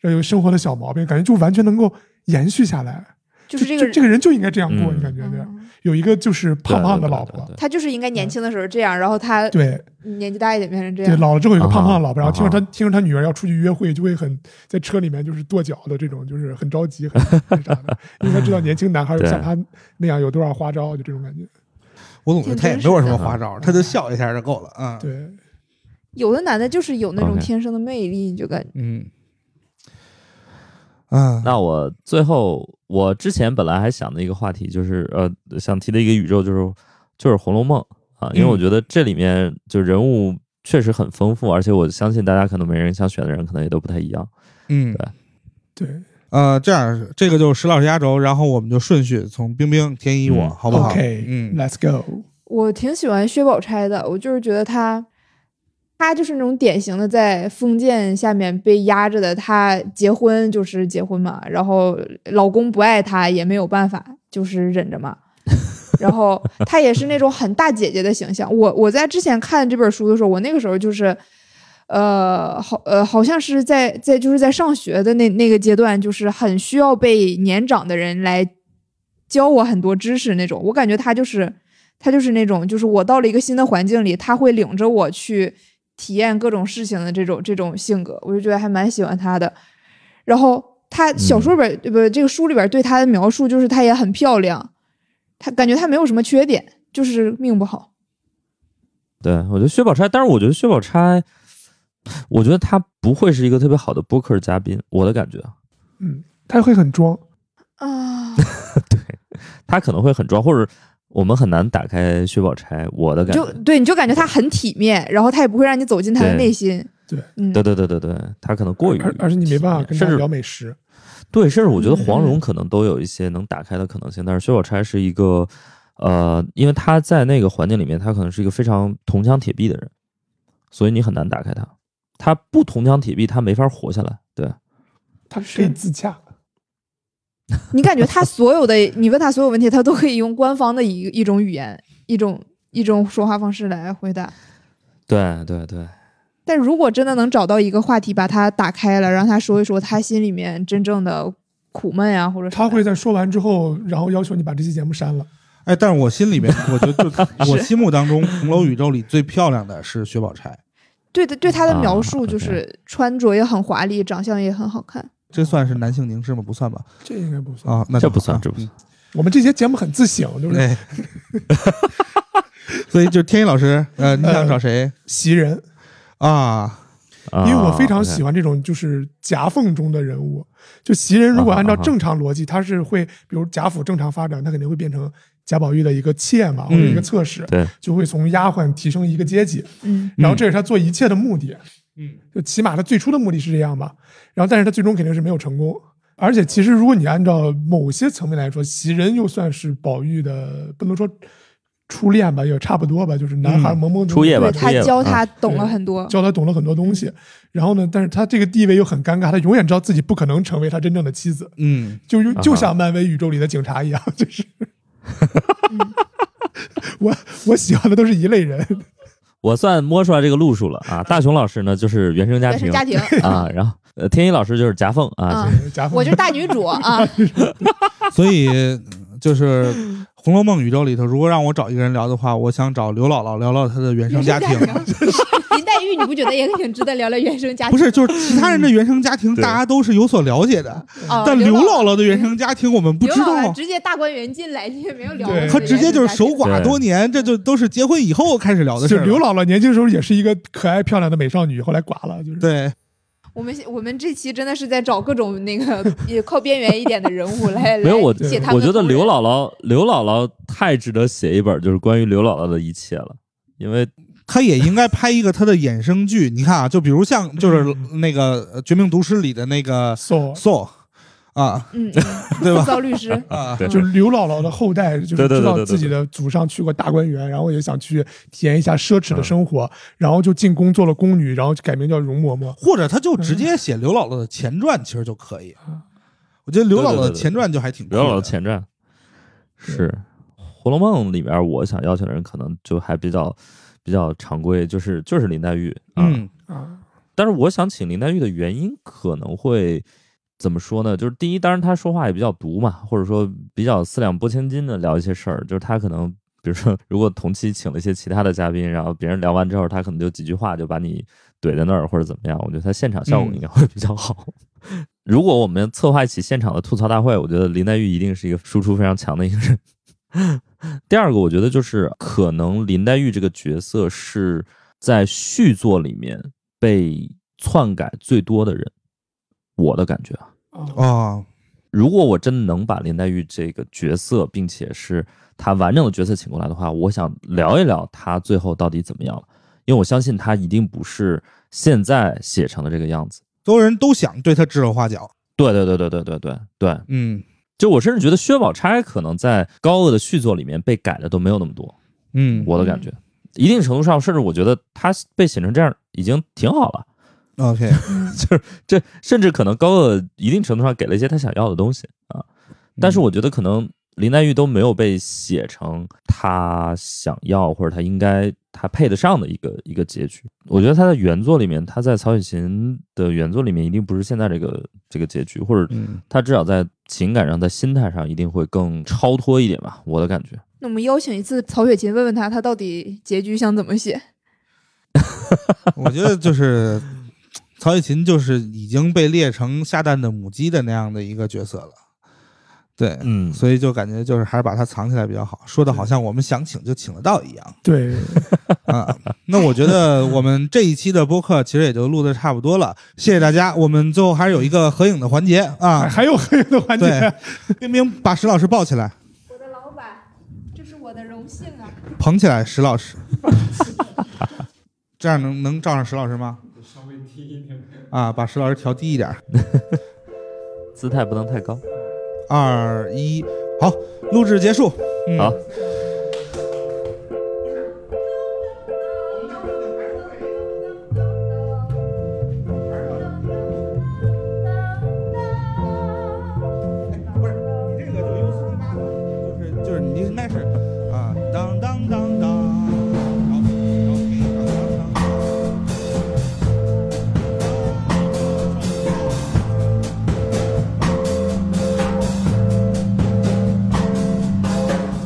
[SPEAKER 3] 然后有生活的小毛病，感觉就完全能够延续下来。
[SPEAKER 4] 就是这
[SPEAKER 3] 这
[SPEAKER 4] 个
[SPEAKER 3] 这个人就应该这样过，
[SPEAKER 5] 嗯
[SPEAKER 3] 你感觉对？
[SPEAKER 4] 嗯
[SPEAKER 3] 有一个就是胖胖的老婆，
[SPEAKER 5] 对对对对
[SPEAKER 4] 他就是应该年轻的时候这样，然后他
[SPEAKER 3] 对
[SPEAKER 4] 年纪大一点变成这
[SPEAKER 3] 对，
[SPEAKER 4] 样。
[SPEAKER 3] 老了之后有个胖胖的老婆，
[SPEAKER 5] 啊
[SPEAKER 3] 然后听着
[SPEAKER 5] 啊
[SPEAKER 3] 他听着他女儿要出去约会，就会很在车里面就是跺脚的这种，就是很着急，很很啥的。应该知道年轻男孩有
[SPEAKER 5] 对
[SPEAKER 3] 像他那样有多少花招，就这种感觉。
[SPEAKER 2] 我总觉得他也没有什么花招，
[SPEAKER 3] 挺真实的
[SPEAKER 2] 他就笑一下就够了啊。，
[SPEAKER 3] 嗯对，
[SPEAKER 4] 有的男的就是有那种
[SPEAKER 5] OK
[SPEAKER 4] 天生的魅力，你就感觉
[SPEAKER 2] 嗯，
[SPEAKER 3] 嗯
[SPEAKER 2] 啊，
[SPEAKER 5] 那我最后，我之前本来还想的一个话题就是，呃，想提的一个宇宙就是就是《红楼梦》啊，因为我觉得这里面就人物确实很丰富，而且我相信大家可能每人想选的人可能也都不太一样。
[SPEAKER 2] 嗯，
[SPEAKER 3] 对，
[SPEAKER 2] 呃，这样这个就是石老师压轴，然后我们就顺序从冰冰、天一我，
[SPEAKER 5] 嗯
[SPEAKER 2] 好不好
[SPEAKER 3] OK，
[SPEAKER 2] 嗯，
[SPEAKER 3] ，Let's go。
[SPEAKER 4] 我挺喜欢薛宝钗的，我就是觉得她，她就是那种典型的在封建下面被压着的。她结婚就是结婚嘛，然后老公不爱她也没有办法，就是忍着嘛。然后她也是那种很大姐姐的形象。我我在之前看这本书的时候，我那个时候就是，呃，好呃，好像是在在就是在上学的那那个阶段，就是很需要被年长的人来教我很多知识那种。我感觉她就是。他就是那种，就是我到了一个新的环境里，他会领着我去体验各种事情的这种这种性格，我就觉得还蛮喜欢他的。然后他小说本、呃不，这个书里边对他的描述就是她也很漂亮，她感觉她没有什么缺点，就是命不好。
[SPEAKER 5] 对我觉得薛宝钗，但是我觉得薛宝钗，我觉得她不会是一个特别好的播客嘉宾，我的感觉，啊
[SPEAKER 3] 嗯，他会很装，
[SPEAKER 4] 啊，
[SPEAKER 5] 她可能会很装，或者我们很难打开薛宝钗，我的感
[SPEAKER 4] 就
[SPEAKER 5] 觉。
[SPEAKER 4] 对，你就感觉她很体面，然后她也不会让你走进她的
[SPEAKER 5] 对
[SPEAKER 4] 内心。
[SPEAKER 3] 对，
[SPEAKER 4] 嗯，
[SPEAKER 5] 对对对对对，她可能过于
[SPEAKER 3] 而而且你没办法跟他
[SPEAKER 5] 甚至
[SPEAKER 3] 聊美食，
[SPEAKER 5] 对，甚至我觉得黄蓉可能都有一些能打开的可能性，但是薛宝钗是一个，呃，因为她在那个环境里面，她可能是一个非常铜墙铁壁的人，所以你很难打开她。她不铜墙铁壁，她没法活下来。对，
[SPEAKER 3] 他可以自洽。
[SPEAKER 4] 你感觉她所有的， 你问她所有问题，她都可以用官方的一一种语言，一种一种说话方式来回答。
[SPEAKER 5] 对，对，对，
[SPEAKER 4] 但如果真的能找到一个话题把它打开了，让他说一说他心里面真正的苦闷呀、或者
[SPEAKER 3] 他
[SPEAKER 4] 啥的
[SPEAKER 3] 会在说完之后，然后要求你把这期节目删了。
[SPEAKER 2] 哎，但是我心里面，我觉得就我心目当中红楼宇宙里最漂亮的是薛宝钗，
[SPEAKER 4] 对的对他的描述
[SPEAKER 5] 啊
[SPEAKER 4] 就
[SPEAKER 5] OK
[SPEAKER 4] 是穿着也很华丽，长相也很好看。
[SPEAKER 2] 这算是男性凝视吗？不算吧？
[SPEAKER 3] 这应该不算。
[SPEAKER 2] 啊，那
[SPEAKER 5] 这
[SPEAKER 2] 就
[SPEAKER 5] 不
[SPEAKER 2] 好啊
[SPEAKER 5] 算，这不算。
[SPEAKER 3] 我们这些节目很自省，就是
[SPEAKER 2] 哎，所以就是天一老师，呃，你想
[SPEAKER 3] 呃
[SPEAKER 2] 找谁
[SPEAKER 3] 袭人。
[SPEAKER 2] 啊？
[SPEAKER 5] 啊
[SPEAKER 3] 因为我非常
[SPEAKER 5] OK
[SPEAKER 3] 喜欢这种就是夹缝中的人物。就袭人如果
[SPEAKER 5] 啊哈
[SPEAKER 3] 按照
[SPEAKER 5] 啊哈
[SPEAKER 3] 正常逻辑，他是会比如贾府正常发展，他肯定会变成贾宝玉的一个妾嘛，或者一个侧室，
[SPEAKER 5] 嗯对
[SPEAKER 3] 就会从丫鬟提升一个阶级。
[SPEAKER 4] 嗯，
[SPEAKER 3] 然后这是他做一切的目的。嗯，就起码他最初的目的是这样吧。然后，但是他最终肯定是没有成功。而且，其实如果你按照某些层面来说，袭人又算是宝玉的，不能说初恋吧，也差不多吧，就是男孩
[SPEAKER 2] 嗯
[SPEAKER 3] 懵懵懂懂
[SPEAKER 5] 初夜吧初
[SPEAKER 4] 对他
[SPEAKER 5] 夜吧
[SPEAKER 4] 教
[SPEAKER 5] 啊
[SPEAKER 4] 他懂了很多，
[SPEAKER 3] 教他懂了很多东西。然后呢，但是他这个地位又很尴尬，他永远知道自己不可能成为他真正的妻子，
[SPEAKER 2] 嗯，
[SPEAKER 3] 就就
[SPEAKER 5] 啊哈
[SPEAKER 3] 就像漫威宇宙里的警察一样， 就是。 我我喜欢的都是一类 人，
[SPEAKER 5] 我算摸出来这个路数了啊。大雄老师呢，就是原生家
[SPEAKER 4] 原生
[SPEAKER 5] 庭
[SPEAKER 4] 家庭，
[SPEAKER 5] 啊，然后呃，天一老师就是夹缝啊，
[SPEAKER 4] 嗯
[SPEAKER 3] 贾凤
[SPEAKER 4] 我就是大女主啊，
[SPEAKER 2] 所以呃就是《红楼梦》宇宙里头，如果让我找一个人聊的话，我想找刘姥姥聊聊她的原生
[SPEAKER 4] 原
[SPEAKER 2] 家
[SPEAKER 4] 生
[SPEAKER 2] 庭。
[SPEAKER 4] 林黛玉，你不觉得也挺值得聊聊原生家庭？
[SPEAKER 2] 不是，就是其他人的原生家庭，
[SPEAKER 5] 对
[SPEAKER 2] 大家都是有所了解的，
[SPEAKER 4] 哦，
[SPEAKER 2] 但
[SPEAKER 4] 刘
[SPEAKER 2] 刘姥姥的原生家庭我们不
[SPEAKER 4] 刘
[SPEAKER 2] 知
[SPEAKER 4] 姥姥
[SPEAKER 2] 道。
[SPEAKER 4] 直接大观园进来，你也没有聊过
[SPEAKER 3] 对
[SPEAKER 4] 这个
[SPEAKER 2] 她直接就是守
[SPEAKER 4] 原生家庭。
[SPEAKER 2] 寡多年，这就都是结婚以后开始聊的事儿
[SPEAKER 3] 就
[SPEAKER 2] 了。
[SPEAKER 3] 刘姥姥年轻时候也是一个可爱漂亮的美少女，后来寡了，就是
[SPEAKER 2] 对，
[SPEAKER 4] 我们我们这期真的是在找各种那个也靠边缘一点的人物来
[SPEAKER 5] 没有我
[SPEAKER 4] 来写他，们
[SPEAKER 5] 我觉
[SPEAKER 4] 的
[SPEAKER 5] 得
[SPEAKER 4] 故事
[SPEAKER 5] 刘姥姥，刘姥姥太值得写一本就是关于刘姥姥的一切了，因为
[SPEAKER 2] 她也应该拍一个她的衍生剧。你看啊，就比如像就是
[SPEAKER 3] 嗯
[SPEAKER 2] 那个呃《绝命毒师》里的那个
[SPEAKER 3] so。
[SPEAKER 2] Saul 啊，
[SPEAKER 4] 嗯，
[SPEAKER 2] 对 吧？
[SPEAKER 4] 造律师，
[SPEAKER 2] 啊，
[SPEAKER 5] 对
[SPEAKER 3] 就刘姥姥的后代，就是
[SPEAKER 5] 对对对
[SPEAKER 3] 知
[SPEAKER 5] 对
[SPEAKER 3] 道
[SPEAKER 5] 对
[SPEAKER 3] 自己的祖上去过大观园，然后也想去体验一下奢侈的生活，然后就进宫做了宫女，然后就改名叫容嬷嬷。
[SPEAKER 2] 或者她就直接写刘姥姥的前传，其实就可以。
[SPEAKER 3] 嗯
[SPEAKER 2] 我觉得刘姥
[SPEAKER 5] 对
[SPEAKER 2] 姥
[SPEAKER 5] 对对对
[SPEAKER 2] 的
[SPEAKER 5] 对
[SPEAKER 2] 前传就还挺酷
[SPEAKER 5] 刘姥姥
[SPEAKER 2] 的
[SPEAKER 5] 的前传是《红楼梦》里边，我想邀请的人可能就还比较比较常规，就是就是林黛玉啊。
[SPEAKER 2] 嗯
[SPEAKER 5] 但是我想请林黛玉的原因可能会怎么说呢？就是第一，当然她说话也比较毒嘛，或者说比较四两拨千斤的聊一些事儿，就是她可能比如说如果同期请了一些其他的嘉宾，然后别人聊完之后，她可能就几句话就把你怼在那儿或者怎么样，我觉得她现场效果
[SPEAKER 2] 嗯
[SPEAKER 5] 应该会比较好。 如果我们策划一起现场的吐槽大会，我觉得林黛玉一定是一个输出非常强的一个人。第二个，我觉得就是可能林黛玉这个角色是在续作里面被篡改最多的人，我的感觉啊。
[SPEAKER 2] 啊，
[SPEAKER 5] 如果我真能把林黛玉这个角色，并且是她完整的角色请过来的话，我想聊一聊她最后到底怎么样了，因为我相信她一定不是现在写成的这个样子。
[SPEAKER 2] 所有人都想对她指手画脚。
[SPEAKER 5] 对对对对对对对对，
[SPEAKER 2] 嗯
[SPEAKER 5] 就我甚至觉得薛宝钗可能在高鹗的续作里面被改的都没有那么多，
[SPEAKER 2] 嗯
[SPEAKER 5] 我的感觉，一定程度上，甚至我觉得她被写成这样已经挺好了。
[SPEAKER 2] ，OK，
[SPEAKER 5] 这甚至可能高鹗一定程度上给了一些他想要的东西啊，但
[SPEAKER 2] 嗯
[SPEAKER 5] 是我觉得可能林黛玉都没有被写成他想要或者他应该他配得上的一个一个结局。我觉得他在原作里面，他在曹雪芹的原作里面一定不是现在这个这个结局，或者
[SPEAKER 2] 嗯
[SPEAKER 5] 他至少在情感上、在心态上一定会更超脱一点吧，我的感觉。
[SPEAKER 4] 那我们邀请一次曹雪芹，问问他他到底结局想怎么写？
[SPEAKER 2] 我觉得就是曹雪芹就是已经被列成下蛋的母鸡的那样的一个角色了，对，
[SPEAKER 5] 嗯
[SPEAKER 2] 所以就感觉就是还是把它藏起来比较好，说的好像我们想请就请得到一样
[SPEAKER 3] 对，
[SPEAKER 2] 啊。那我觉得我们这一期的播客其实也就录的差不多了，谢谢大家。我们最后还是有一个合影的环节
[SPEAKER 3] 还
[SPEAKER 2] 啊，
[SPEAKER 3] 还有还有的环节
[SPEAKER 2] 对，冰冰把石老师抱起来，
[SPEAKER 4] 我的老板，这是我的荣幸啊！
[SPEAKER 2] 捧起来，石老师，这样能能照上石老师吗？稍微低一点啊，把石老师调低一点。
[SPEAKER 5] 姿态不能太高。
[SPEAKER 2] 二一，好，录制结束。嗯、
[SPEAKER 5] 好
[SPEAKER 2] 不是，你这个就用苏拉的，就是就是你应该是啊，当当当当。